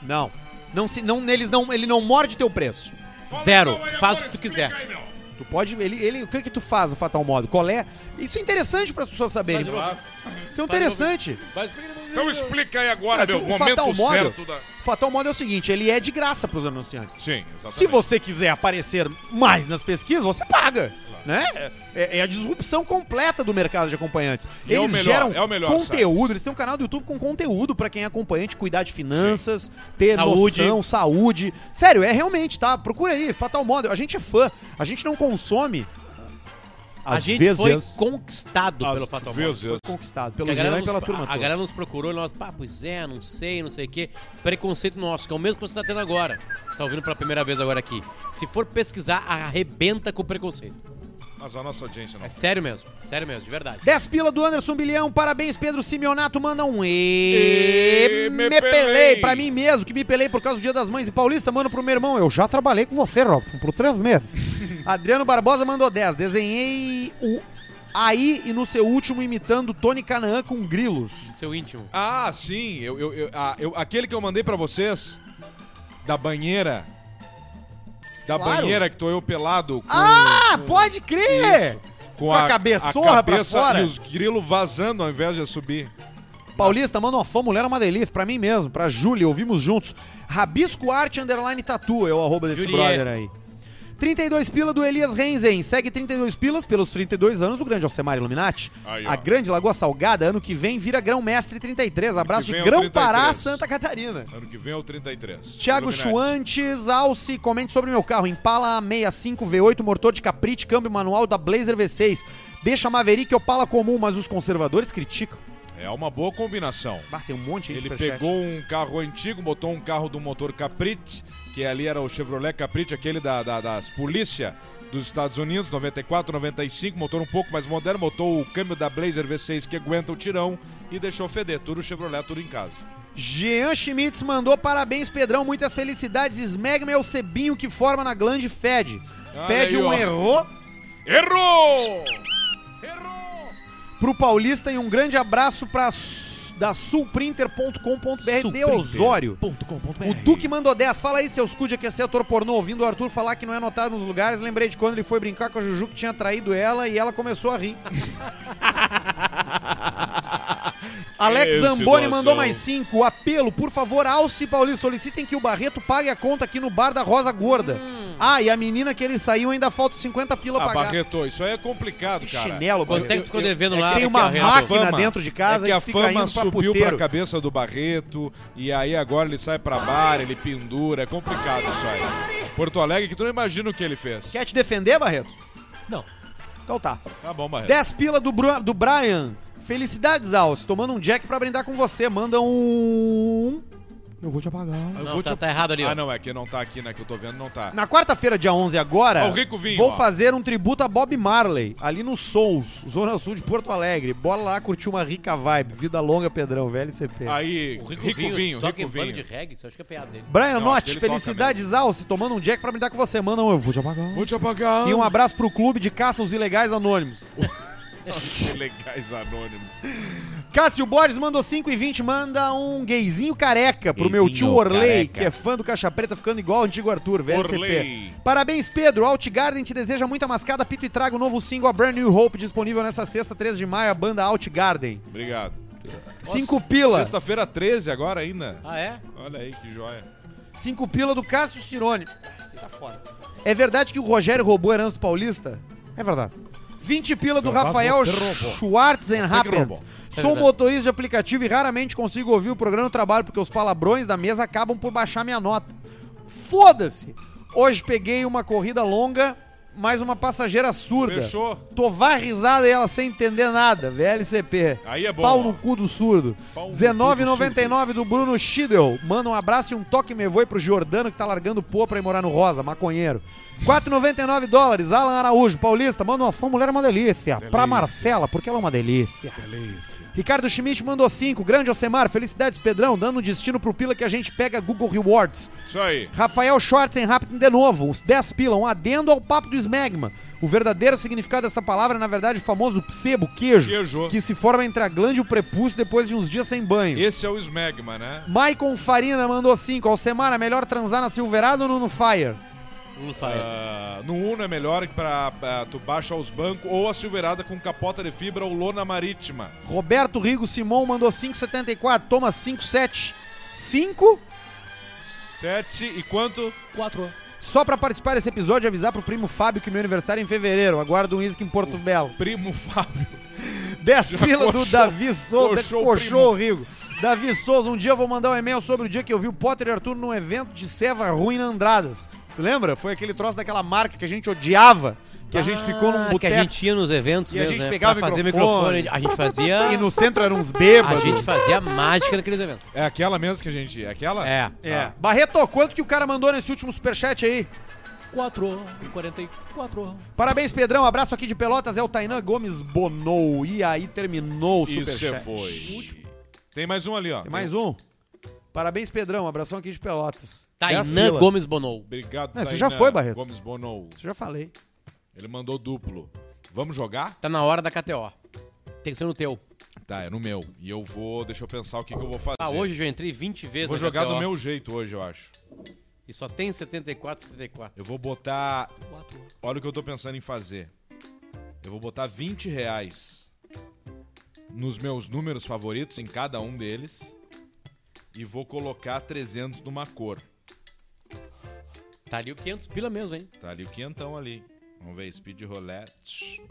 Speaker 1: Não. Não se não eles não ele não morde teu preço.
Speaker 3: Zero.
Speaker 2: então
Speaker 3: Faz o que tu quiser.
Speaker 1: Tu pode ele ele o que que tu faz no Fatal Model? Qual é? Isso é interessante para as pessoas saberem. Isso é interessante.
Speaker 3: Mas por que ele não-
Speaker 1: Hum.
Speaker 2: Então explica aí agora,
Speaker 1: Cara,
Speaker 2: meu,
Speaker 1: tu-
Speaker 2: o
Speaker 1: o
Speaker 2: momento
Speaker 1: Fatal Model-
Speaker 2: certo da...
Speaker 1: O Fatal Model é o seguinte, ele é de graça pros anunciantes.
Speaker 2: Sim, exatamente.
Speaker 1: Se você quiser aparecer mais nas pesquisas, você paga, né? É, é a disrupção completa do mercado de acompanhantes.
Speaker 2: E é o
Speaker 1: eles
Speaker 2: melhor,
Speaker 1: geram
Speaker 2: é o melhor
Speaker 1: conteúdo,
Speaker 2: site.
Speaker 1: eles têm um canal do YouTube com conteúdo pra quem é acompanhante cuidar de finanças, ter
Speaker 3: Saúde.
Speaker 1: noção, saúde. Sério, é realmente, tá? Procura aí, Fatal Model. A gente é fã, a gente não consome.
Speaker 3: A
Speaker 1: Às
Speaker 3: gente
Speaker 1: vezes, é
Speaker 3: foi conquistado
Speaker 2: Às
Speaker 3: pelo Fatal Model.
Speaker 2: vezes.
Speaker 1: conquistado
Speaker 3: Porque
Speaker 1: pelo
Speaker 3: a galera,
Speaker 1: Jean e
Speaker 3: nos,
Speaker 1: é pela turma
Speaker 3: a
Speaker 1: toda.
Speaker 3: galera nos procurou e nós, pá, pois é, não sei, não sei o quê. Preconceito nosso, que é o mesmo que você tá tendo agora. Você tá ouvindo pela primeira vez agora aqui. Se for pesquisar, arrebenta com o preconceito.
Speaker 2: Mas a nossa audiência não.
Speaker 3: É sério mesmo, sério mesmo, de verdade.
Speaker 1: 10 pila do Anderson Bilhão, parabéns Pedro Simeonato, manda um
Speaker 2: E
Speaker 1: e
Speaker 2: me
Speaker 1: me
Speaker 2: pelei.
Speaker 1: pelei pra mim mesmo, que me pelei por causa do Dia das Mães e Paulista, mano, pro meu irmão, eu já trabalhei com você, Robson, por três meses. Adriano Barbosa mandou 10, desenhei o aí e no seu último imitando Tony Canaã com grilos.
Speaker 3: Seu íntimo.
Speaker 2: Ah, sim, eu, eu, eu- ah, eu- aquele que eu mandei pra vocês, da banheira, da
Speaker 1: Claro.
Speaker 2: banheira que tô eu pelado com...
Speaker 1: Ah, pode crer!
Speaker 2: Com,
Speaker 1: a cabeçorra pra fora.
Speaker 2: e os grilos vazando ao invés de subir.
Speaker 1: Paulista, manda uma fã, mulher é uma delícia, pra mim mesmo, pra Júlia, ouvimos juntos. Rabisco Arte Underline Tatu, é o arroba desse
Speaker 3: Juliet.
Speaker 1: brother aí. 32 pila do Elias Renzen. Segue 32 pilas pelos 32 anos do grande Alcemar Illuminati.
Speaker 2: Aí, ó.
Speaker 1: a grande Lagoa Salgada, ano que vem, vira grão-mestre 33. Abraço
Speaker 2: que
Speaker 1: de
Speaker 2: vem é o
Speaker 1: Grão-Pará,
Speaker 2: 33.
Speaker 1: Santa Catarina.
Speaker 2: Ano que vem é o 33.
Speaker 1: Thiago
Speaker 2: Iluminati.
Speaker 1: Chuantes, Alce, comente sobre meu carro. Impala 65 V8, motor de caprite, câmbio manual da Blazer V6. Deixa Maverick e Opala comum, mas os conservadores criticam.
Speaker 2: É uma boa combinação.
Speaker 1: Bah, tem um monte aí de
Speaker 2: Ele
Speaker 1: superchat.
Speaker 2: pegou um carro antigo, botou um carro do motor Caprite, que ali era o Chevrolet Caprite, aquele da, da- das polícia dos Estados Unidos, 94, 95, motor um pouco mais moderno, botou o câmbio da Blazer V6 que aguenta o tirão e deixou feder. Tudo Chevrolet, tudo em casa.
Speaker 1: Jean Schmitz mandou parabéns, Pedrão. Muitas felicidades. Esmega meu cebinho que forma na glande e fede.
Speaker 2: Olha
Speaker 1: Pede
Speaker 2: aí,
Speaker 1: um
Speaker 2: ó.
Speaker 1: erro.
Speaker 2: Errou! Errou!
Speaker 1: pro Paulista e um grande abraço pra, su- da sulprinter.com.br é de Osório. O Duque mandou 10. Fala aí, seus cu de aquecer ator é pornô. Ouvindo o Arthur falar que não é notado nos lugares, lembrei de quando ele foi brincar com a Juju que tinha traído ela e ela começou a rir. Alex
Speaker 2: Que
Speaker 1: Zamboni
Speaker 2: situação.
Speaker 1: mandou mais 5. Apelo, por favor, Alce e Paulista, solicitem que o Barreto pague a conta aqui no bar da Rosa Gorda. Ah, e a menina que ele saiu ainda falta 50 pila
Speaker 2: Ah,
Speaker 1: pagar.
Speaker 2: Barreto, isso aí é complicado, cara.
Speaker 1: Chinelo,
Speaker 3: Quanto é que
Speaker 1: Barreto.
Speaker 3: tu ficou devendo lá?
Speaker 1: Tem uma
Speaker 3: Ricardo?
Speaker 1: máquina
Speaker 2: Fama.
Speaker 1: dentro de casa
Speaker 2: é que
Speaker 1: e
Speaker 2: a
Speaker 1: fica
Speaker 2: fama
Speaker 1: indo pra
Speaker 2: subiu
Speaker 1: puteiro.
Speaker 2: pra cabeça do Barreto e aí agora ele sai pra bar, ele pendura, é complicado isso aí. Porto Alegre, que tu não imagina o que ele fez.
Speaker 1: Quer te defender, Barreto?
Speaker 5: Não.
Speaker 1: Então tá.
Speaker 2: Tá bom, Barreto.
Speaker 1: 10 pila do, Bru- do Brian. Felicidades, Alce. Tomando um Jack pra brindar com você. Manda um.
Speaker 4: Eu vou te apagar.
Speaker 2: Eu
Speaker 3: Não,
Speaker 2: vou
Speaker 3: tá,
Speaker 2: te-
Speaker 3: tá errado ali, ó.
Speaker 2: Ah, não, é que não tá aqui, né? Que eu tô vendo, não tá.
Speaker 1: Na quarta-feira, dia 11, agora.
Speaker 2: Ó, o Rico Vinho,
Speaker 1: Vou
Speaker 2: ó.
Speaker 1: fazer um tributo a Bob Marley, ali no Souls, Zona Sul de Porto Alegre. Bora lá curtir uma rica vibe. Vida longa, Pedrão, velho CP.
Speaker 2: Aí,
Speaker 3: O
Speaker 2: Rico, Vinho,
Speaker 3: toca
Speaker 2: Rico
Speaker 3: em banda
Speaker 2: Vinho.
Speaker 3: de reggae, isso eu acho que é piada dele.
Speaker 1: Brian
Speaker 2: Não, acho que
Speaker 1: Notti,
Speaker 2: ele toca
Speaker 1: felicidades, Alce. Tomando um Jack pra brindar com você. Manda um. Eu vou te apagar.
Speaker 2: Vou te apagar.
Speaker 1: E um abraço pro clube de caça aos ilegais anônimos.
Speaker 2: Legais anônimos.
Speaker 1: Cássio Borges mandou 5 e 20, manda um gayzinho careca pro meu tio
Speaker 11: Gayzinho
Speaker 1: Orley,
Speaker 11: careca.
Speaker 1: que é fã do Caixa Preta, ficando igual o antigo Arthur, velho
Speaker 2: Orley.
Speaker 1: CP. Parabéns, Pedro. Outgarden te deseja muita mascada, pito e trago o novo single A Brand New Hope, disponível nessa sexta, 13 de maio, a banda Outgarden.
Speaker 2: Obrigado.
Speaker 1: 5 pila.
Speaker 2: Sexta-feira 13 agora ainda.
Speaker 3: Ah, é?
Speaker 2: Olha aí que joia.
Speaker 1: 5 pila do Cássio Cirone. Tá fora. É verdade que o Rogério roubou a herança do Paulista? É verdade. 20 pila do Rafael Schwarzenhappen.
Speaker 2: roubou. É
Speaker 1: Sou motorista de aplicativo e raramente consigo ouvir o programa do trabalho porque os palavrões da mesa acabam por baixar minha nota. Foda-se! Hoje peguei uma corrida longa, mais uma passageira surda.
Speaker 2: Fechou.
Speaker 1: Tô varrizada e ela sem entender nada. VLCP.
Speaker 2: Aí é bom,
Speaker 1: Pau
Speaker 2: ó.
Speaker 1: no cu do surdo.
Speaker 2: Pau no
Speaker 1: R$19,99 do Bruno Schiedel. Manda um abraço e um toque me voe pro Jordano que tá largando pô pra ir morar no Rosa, maconheiro. 4,99 dólares, Alan Araújo, paulista. Manda uma sua mulher é uma delícia. Pra Marcela, porque ela é uma delícia. Ricardo Schmidt mandou 5. Grande Osemar, felicidades, Pedrão. Dando um destino pro Pila que a gente pega Google Rewards.
Speaker 2: Isso aí.
Speaker 1: Rafael Schwarzenhappen de novo, os 10 pila, um adendo ao papo do smegma. O verdadeiro significado dessa palavra é, na verdade, o famoso sebo, queijo,
Speaker 2: Queijo.
Speaker 1: que se forma entre a glande e o prepúcio depois de uns dias sem banho.
Speaker 2: Esse é o Smegma, né?
Speaker 1: Maicon Farina mandou 5. Alcemara, melhor transar na Silverado ou no, no Fire?
Speaker 3: Não fala.
Speaker 2: Ah, no Uno é melhor que pra, pra tu baixa os bancos ou a Silverada com capota de fibra ou lona marítima.
Speaker 1: Roberto Rigo Simon mandou 5,74. Toma 5,7. 5?
Speaker 2: Sete e quanto?
Speaker 5: Quatro.
Speaker 1: Só pra participar desse episódio e avisar pro primo Fábio que meu aniversário é em fevereiro. Aguardo um uísque em Porto Belo.
Speaker 2: Primo Fábio.
Speaker 1: 10 pila do
Speaker 2: coxou-
Speaker 1: Davi Souza.
Speaker 2: coxou o
Speaker 1: Coxou o Rigo. Davi Souza, um dia eu vou mandar um e-mail sobre o dia que eu vi o Potter e Arthur num evento de ceva ruim na Andradas. Você lembra? Foi aquele troço daquela marca que a gente odiava, que a gente ficou num
Speaker 3: Ah, Que a
Speaker 1: boteco
Speaker 3: gente ia nos eventos
Speaker 1: E a
Speaker 3: mesmo,
Speaker 1: gente
Speaker 3: né?
Speaker 1: pegava
Speaker 3: pra
Speaker 1: o
Speaker 3: fazer
Speaker 1: microfone.
Speaker 3: microfone. A gente fazia...
Speaker 1: e no centro eram uns
Speaker 3: A
Speaker 1: bêbados.
Speaker 3: gente fazia mágica naqueles eventos.
Speaker 2: É aquela mesmo que a gente. É aquela?
Speaker 3: É.
Speaker 1: É. Barreto, quanto que o cara mandou nesse último superchat aí?
Speaker 5: Quatro. Quarenta e quatro.
Speaker 1: Parabéns, Pedrão. Abraço aqui de Pelotas. É o Tainan Gomes Bonou. E aí terminou o
Speaker 2: Isso é
Speaker 1: superchat.
Speaker 2: foi. Tem mais um ali, ó.
Speaker 1: Tem mais um. Parabéns, Pedrão. Abração aqui de Pelotas. 10
Speaker 3: Tainan
Speaker 1: pila.
Speaker 3: Gomes Bonou.
Speaker 2: Obrigado,
Speaker 1: Não, você
Speaker 2: Tainá
Speaker 1: já foi, Barreto.
Speaker 2: Gomes Bonou.
Speaker 1: Isso eu já falei.
Speaker 2: Ele mandou duplo. Vamos jogar?
Speaker 3: Tá na hora da KTO. Tem que ser no teu.
Speaker 2: Tá, é no meu. E eu vou. Deixa eu pensar o que, que eu vou fazer.
Speaker 3: Ah, hoje né, eu já entrei 20 vezes
Speaker 2: Vou
Speaker 3: na
Speaker 2: jogar
Speaker 3: KTO,
Speaker 2: do meu jeito hoje, eu acho.
Speaker 3: E só tem 74, 74.
Speaker 2: Eu vou botar.
Speaker 5: Quatro.
Speaker 2: Olha o que eu tô pensando em fazer. Eu vou botar 20 reais nos meus números favoritos, em cada um deles. E vou colocar 300 numa cor.
Speaker 3: Tá ali o 500 pila mesmo, hein?
Speaker 2: Tá ali o quentão ali. Vamos ver, speed roulette.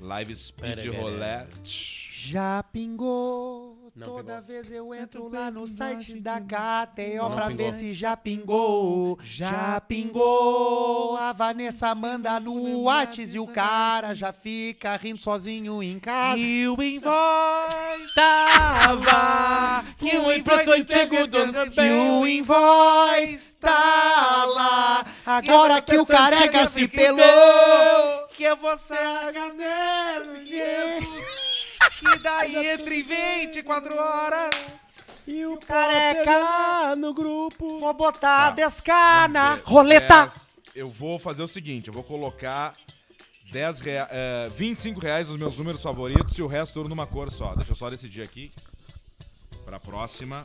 Speaker 2: Live
Speaker 3: Pera,
Speaker 2: speed
Speaker 3: pera.
Speaker 2: roulette.
Speaker 1: Já pingou.
Speaker 3: Não
Speaker 1: Toda
Speaker 3: pegou.
Speaker 1: vez eu entro lá no site da KTO pra
Speaker 3: pingou.
Speaker 1: ver se já pingou. Já pingou. A Vanessa manda no Whats e o cara já fica rindo sozinho em casa. E o invoice
Speaker 3: Tava
Speaker 1: que o invoice antigo E o invoice tá lá. Agora que o careca se pelou. Que eu vou ser a ganesa. Que daí entre 24 horas.
Speaker 3: E o careca no grupo.
Speaker 1: Vou
Speaker 4: Tá.
Speaker 1: botar a descana.
Speaker 2: Dez. Eu vou fazer o seguinte, eu vou colocar 10 rea, eh, 25 reais os meus números favoritos e o resto tudo numa cor só. Deixa eu só decidir aqui. Pra próxima.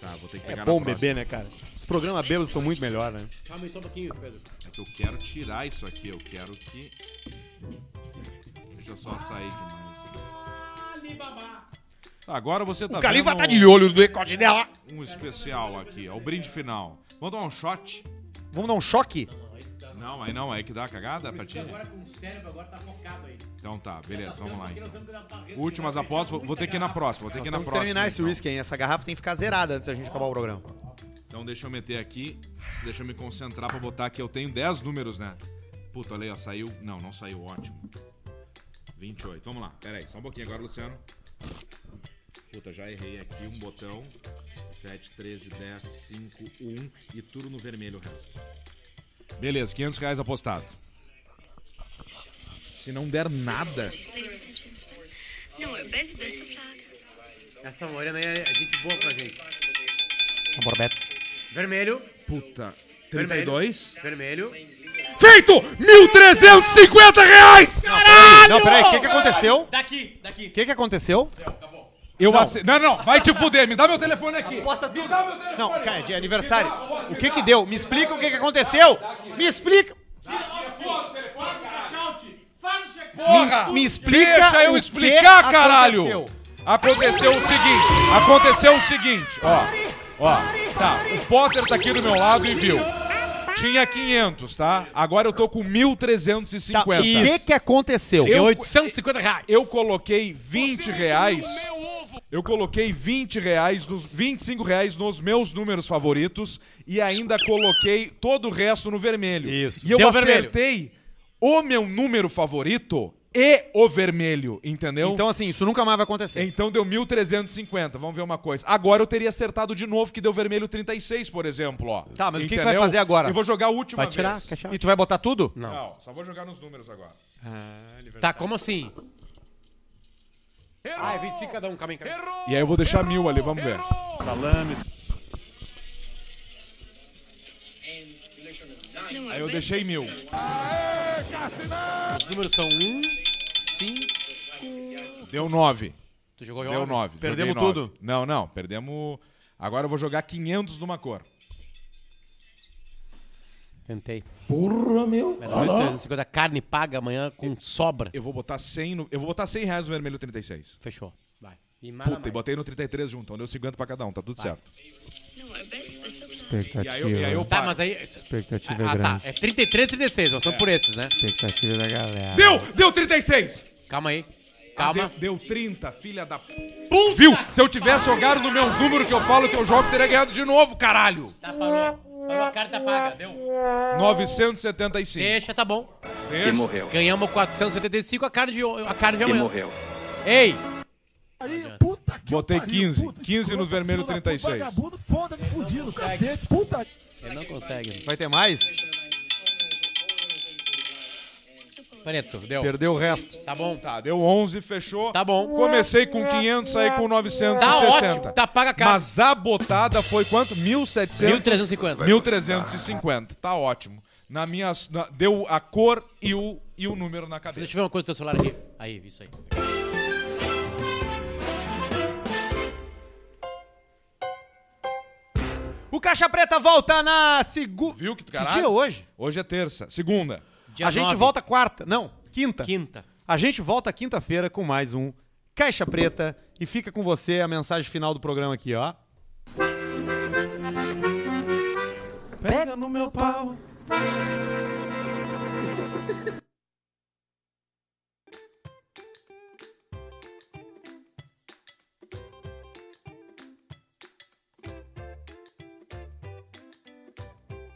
Speaker 2: Tá, vou ter que pegar
Speaker 1: É
Speaker 2: na
Speaker 1: bom
Speaker 2: próxima.
Speaker 1: beber, né, cara? Os programas belos são muito melhores, né?
Speaker 3: Calma aí só um pouquinho, Pedro.
Speaker 2: É que eu quero tirar isso aqui, eu quero que. Deixa eu só sair demais. Tá, agora você tá
Speaker 1: O Califa
Speaker 2: vendo
Speaker 1: tá de olho no decote dela.
Speaker 2: um, um especial aqui, é o brinde final. Vamos dar um shot?
Speaker 1: Vamos dar um choque?
Speaker 2: Não, aí não, aí que dá a cagada pra ti.
Speaker 3: com o cérebro agora tá focado aí.
Speaker 2: Então tá, beleza, vamos lá então.
Speaker 3: um né?
Speaker 2: Últimas
Speaker 3: Tá
Speaker 2: apostas, vou- vou ter que ir na próxima, vou ter que ir na
Speaker 1: Vamos
Speaker 2: próxima.
Speaker 1: terminar esse
Speaker 2: então.
Speaker 1: whisky, hein? Essa garrafa tem que ficar zerada antes da gente acabar o programa.
Speaker 2: Então deixa eu meter aqui, deixa eu me concentrar pra botar aqui. Eu tenho 10 números, né? Puta, olha aí, ó, saiu. Não, não saiu, ótimo. 28, vamos lá, pera aí, só um pouquinho agora, Luciano. Puta, já errei aqui um botão. 7, 13, 10, 5, 1 e tudo no vermelho o resto. Beleza, 500 reais apostado. Se não der nada,
Speaker 3: Essa morena aí é gente boa com a gente. Vermelho,
Speaker 2: puta, 32.
Speaker 3: vermelho.
Speaker 2: Feito! 1.350 reais! Caralho!
Speaker 1: Não, peraí, o que, que aconteceu?
Speaker 3: Daqui, daqui.
Speaker 1: O que, que aconteceu?
Speaker 2: Eu não. não, não, vai te fuder, me dá meu telefone aqui. Aposta tudo. Me dá meu telefone.
Speaker 1: Não, cara, é de aniversário. O que que deu? Me explica o que que aconteceu. Me explica.
Speaker 2: Porra!
Speaker 1: Me- me explica
Speaker 2: Deixa
Speaker 1: o
Speaker 2: eu
Speaker 1: que
Speaker 2: explicar, caralho!
Speaker 1: aconteceu.
Speaker 2: Aconteceu o seguinte, aconteceu o seguinte, ó, ó, tá, o Potter tá aqui do meu lado e viu. Tinha 500, tá? Agora eu tô com 1.350.
Speaker 1: Tá, O que que aconteceu?
Speaker 2: Eu-
Speaker 3: 850 reais.
Speaker 2: Eu coloquei 20 reais. Eu coloquei 20 reais, dos 25 reais nos meus números favoritos e ainda coloquei todo o resto no vermelho.
Speaker 3: Isso.
Speaker 2: E eu
Speaker 3: Deu vermelho.
Speaker 2: acertei o meu número favorito e o vermelho, entendeu? Então,
Speaker 1: Então, assim, isso nunca mais vai acontecer.
Speaker 2: deu 1.350, vamos ver uma coisa. Agora eu teria acertado de novo que deu vermelho 36, por exemplo, ó.
Speaker 1: Tá, mas o que que vai fazer agora?
Speaker 2: Eu vou jogar a última
Speaker 3: Vai tirar,
Speaker 2: vez.
Speaker 3: quer tirar?
Speaker 1: E tu vai botar tudo?
Speaker 2: Não, só vou jogar nos números agora.
Speaker 3: Tá, como assim? Ah, é 25 cada um, caminho, caminho.
Speaker 2: E aí eu vou deixar mil ali, vamos ver. Aí eu deixei mil.
Speaker 3: Os números são 1, 5.
Speaker 2: Deu 9.
Speaker 3: Tu jogou
Speaker 2: Deu 9.
Speaker 1: Perdemos tudo?
Speaker 2: Não, não. Perdemos. Agora eu vou jogar 500 numa cor.
Speaker 3: Tentei. Porra, meu. 850 carne paga amanhã com sobra.
Speaker 2: Eu vou botar 100, no... eu vou botar 100 reais no vermelho 36.
Speaker 3: Fechou. Vai. E nada
Speaker 2: Puta, e
Speaker 3: mais.
Speaker 2: botei no 33 junto. Então deu 50 pra cada um. Tá tudo certo. E aí eu, e aí eu
Speaker 4: É, Expectativa.
Speaker 3: Tá,
Speaker 2: paro.
Speaker 3: mas aí.
Speaker 4: Expectativa
Speaker 3: Ah, tá.
Speaker 4: grande.
Speaker 3: É 33, 36. Nós estamos por esses, né?
Speaker 4: Expectativa da galera.
Speaker 2: Deu! Deu 36!
Speaker 3: Calma aí. Calma.
Speaker 2: Ah, Deu, deu 30, filha da... Pum, viu? Se eu tivesse jogado no meu número que eu falo que eu jogo, teria ganhado de novo, caralho!
Speaker 3: Tá, parou. Parou, a carta paga. Deu.
Speaker 2: 975.
Speaker 3: Deixa, tá bom.
Speaker 2: Deixa.
Speaker 11: morreu.
Speaker 3: Ganhamos 475 a carne de, o- a carne de amanhã. Ei!
Speaker 12: Puta que
Speaker 2: Botei
Speaker 12: pariu,
Speaker 2: 15.
Speaker 12: puta que
Speaker 2: 15 no
Speaker 12: escroto,
Speaker 2: vermelho,
Speaker 12: filho da puta,
Speaker 2: 36.
Speaker 12: Vagabundo, foda-se, fudido, cacete, puta.
Speaker 3: Ele não consegue.
Speaker 1: Vai ter mais?
Speaker 3: Preto, deu.
Speaker 1: Perdeu o resto.
Speaker 3: Tá bom.
Speaker 2: Tá, deu 11, fechou.
Speaker 3: Tá bom.
Speaker 2: Comecei com 500, saí com
Speaker 3: Tá
Speaker 2: 960.
Speaker 3: ótimo. Tá paga a carne.
Speaker 2: Mas a botada foi quanto? 1.700?
Speaker 3: 1350.
Speaker 2: 1.350. Tá ótimo. Na minha, na- deu a cor e o, e o número na
Speaker 3: Deixa
Speaker 2: cabeça.
Speaker 3: eu ver uma coisa do teu celular aqui. Aí, isso aí.
Speaker 1: O Caixa Preta volta na segunda.
Speaker 2: Viu que do
Speaker 1: Que
Speaker 2: caralho?
Speaker 1: dia é hoje?
Speaker 2: Hoje é terça. Segunda.
Speaker 3: Dia
Speaker 1: a gente
Speaker 3: nove,
Speaker 1: volta quarta. Não, quinta.
Speaker 3: Quinta.
Speaker 1: A gente volta quinta-feira com mais um Caixa Preta. E fica com você a mensagem final do programa aqui, ó.
Speaker 4: Pega no meu pau.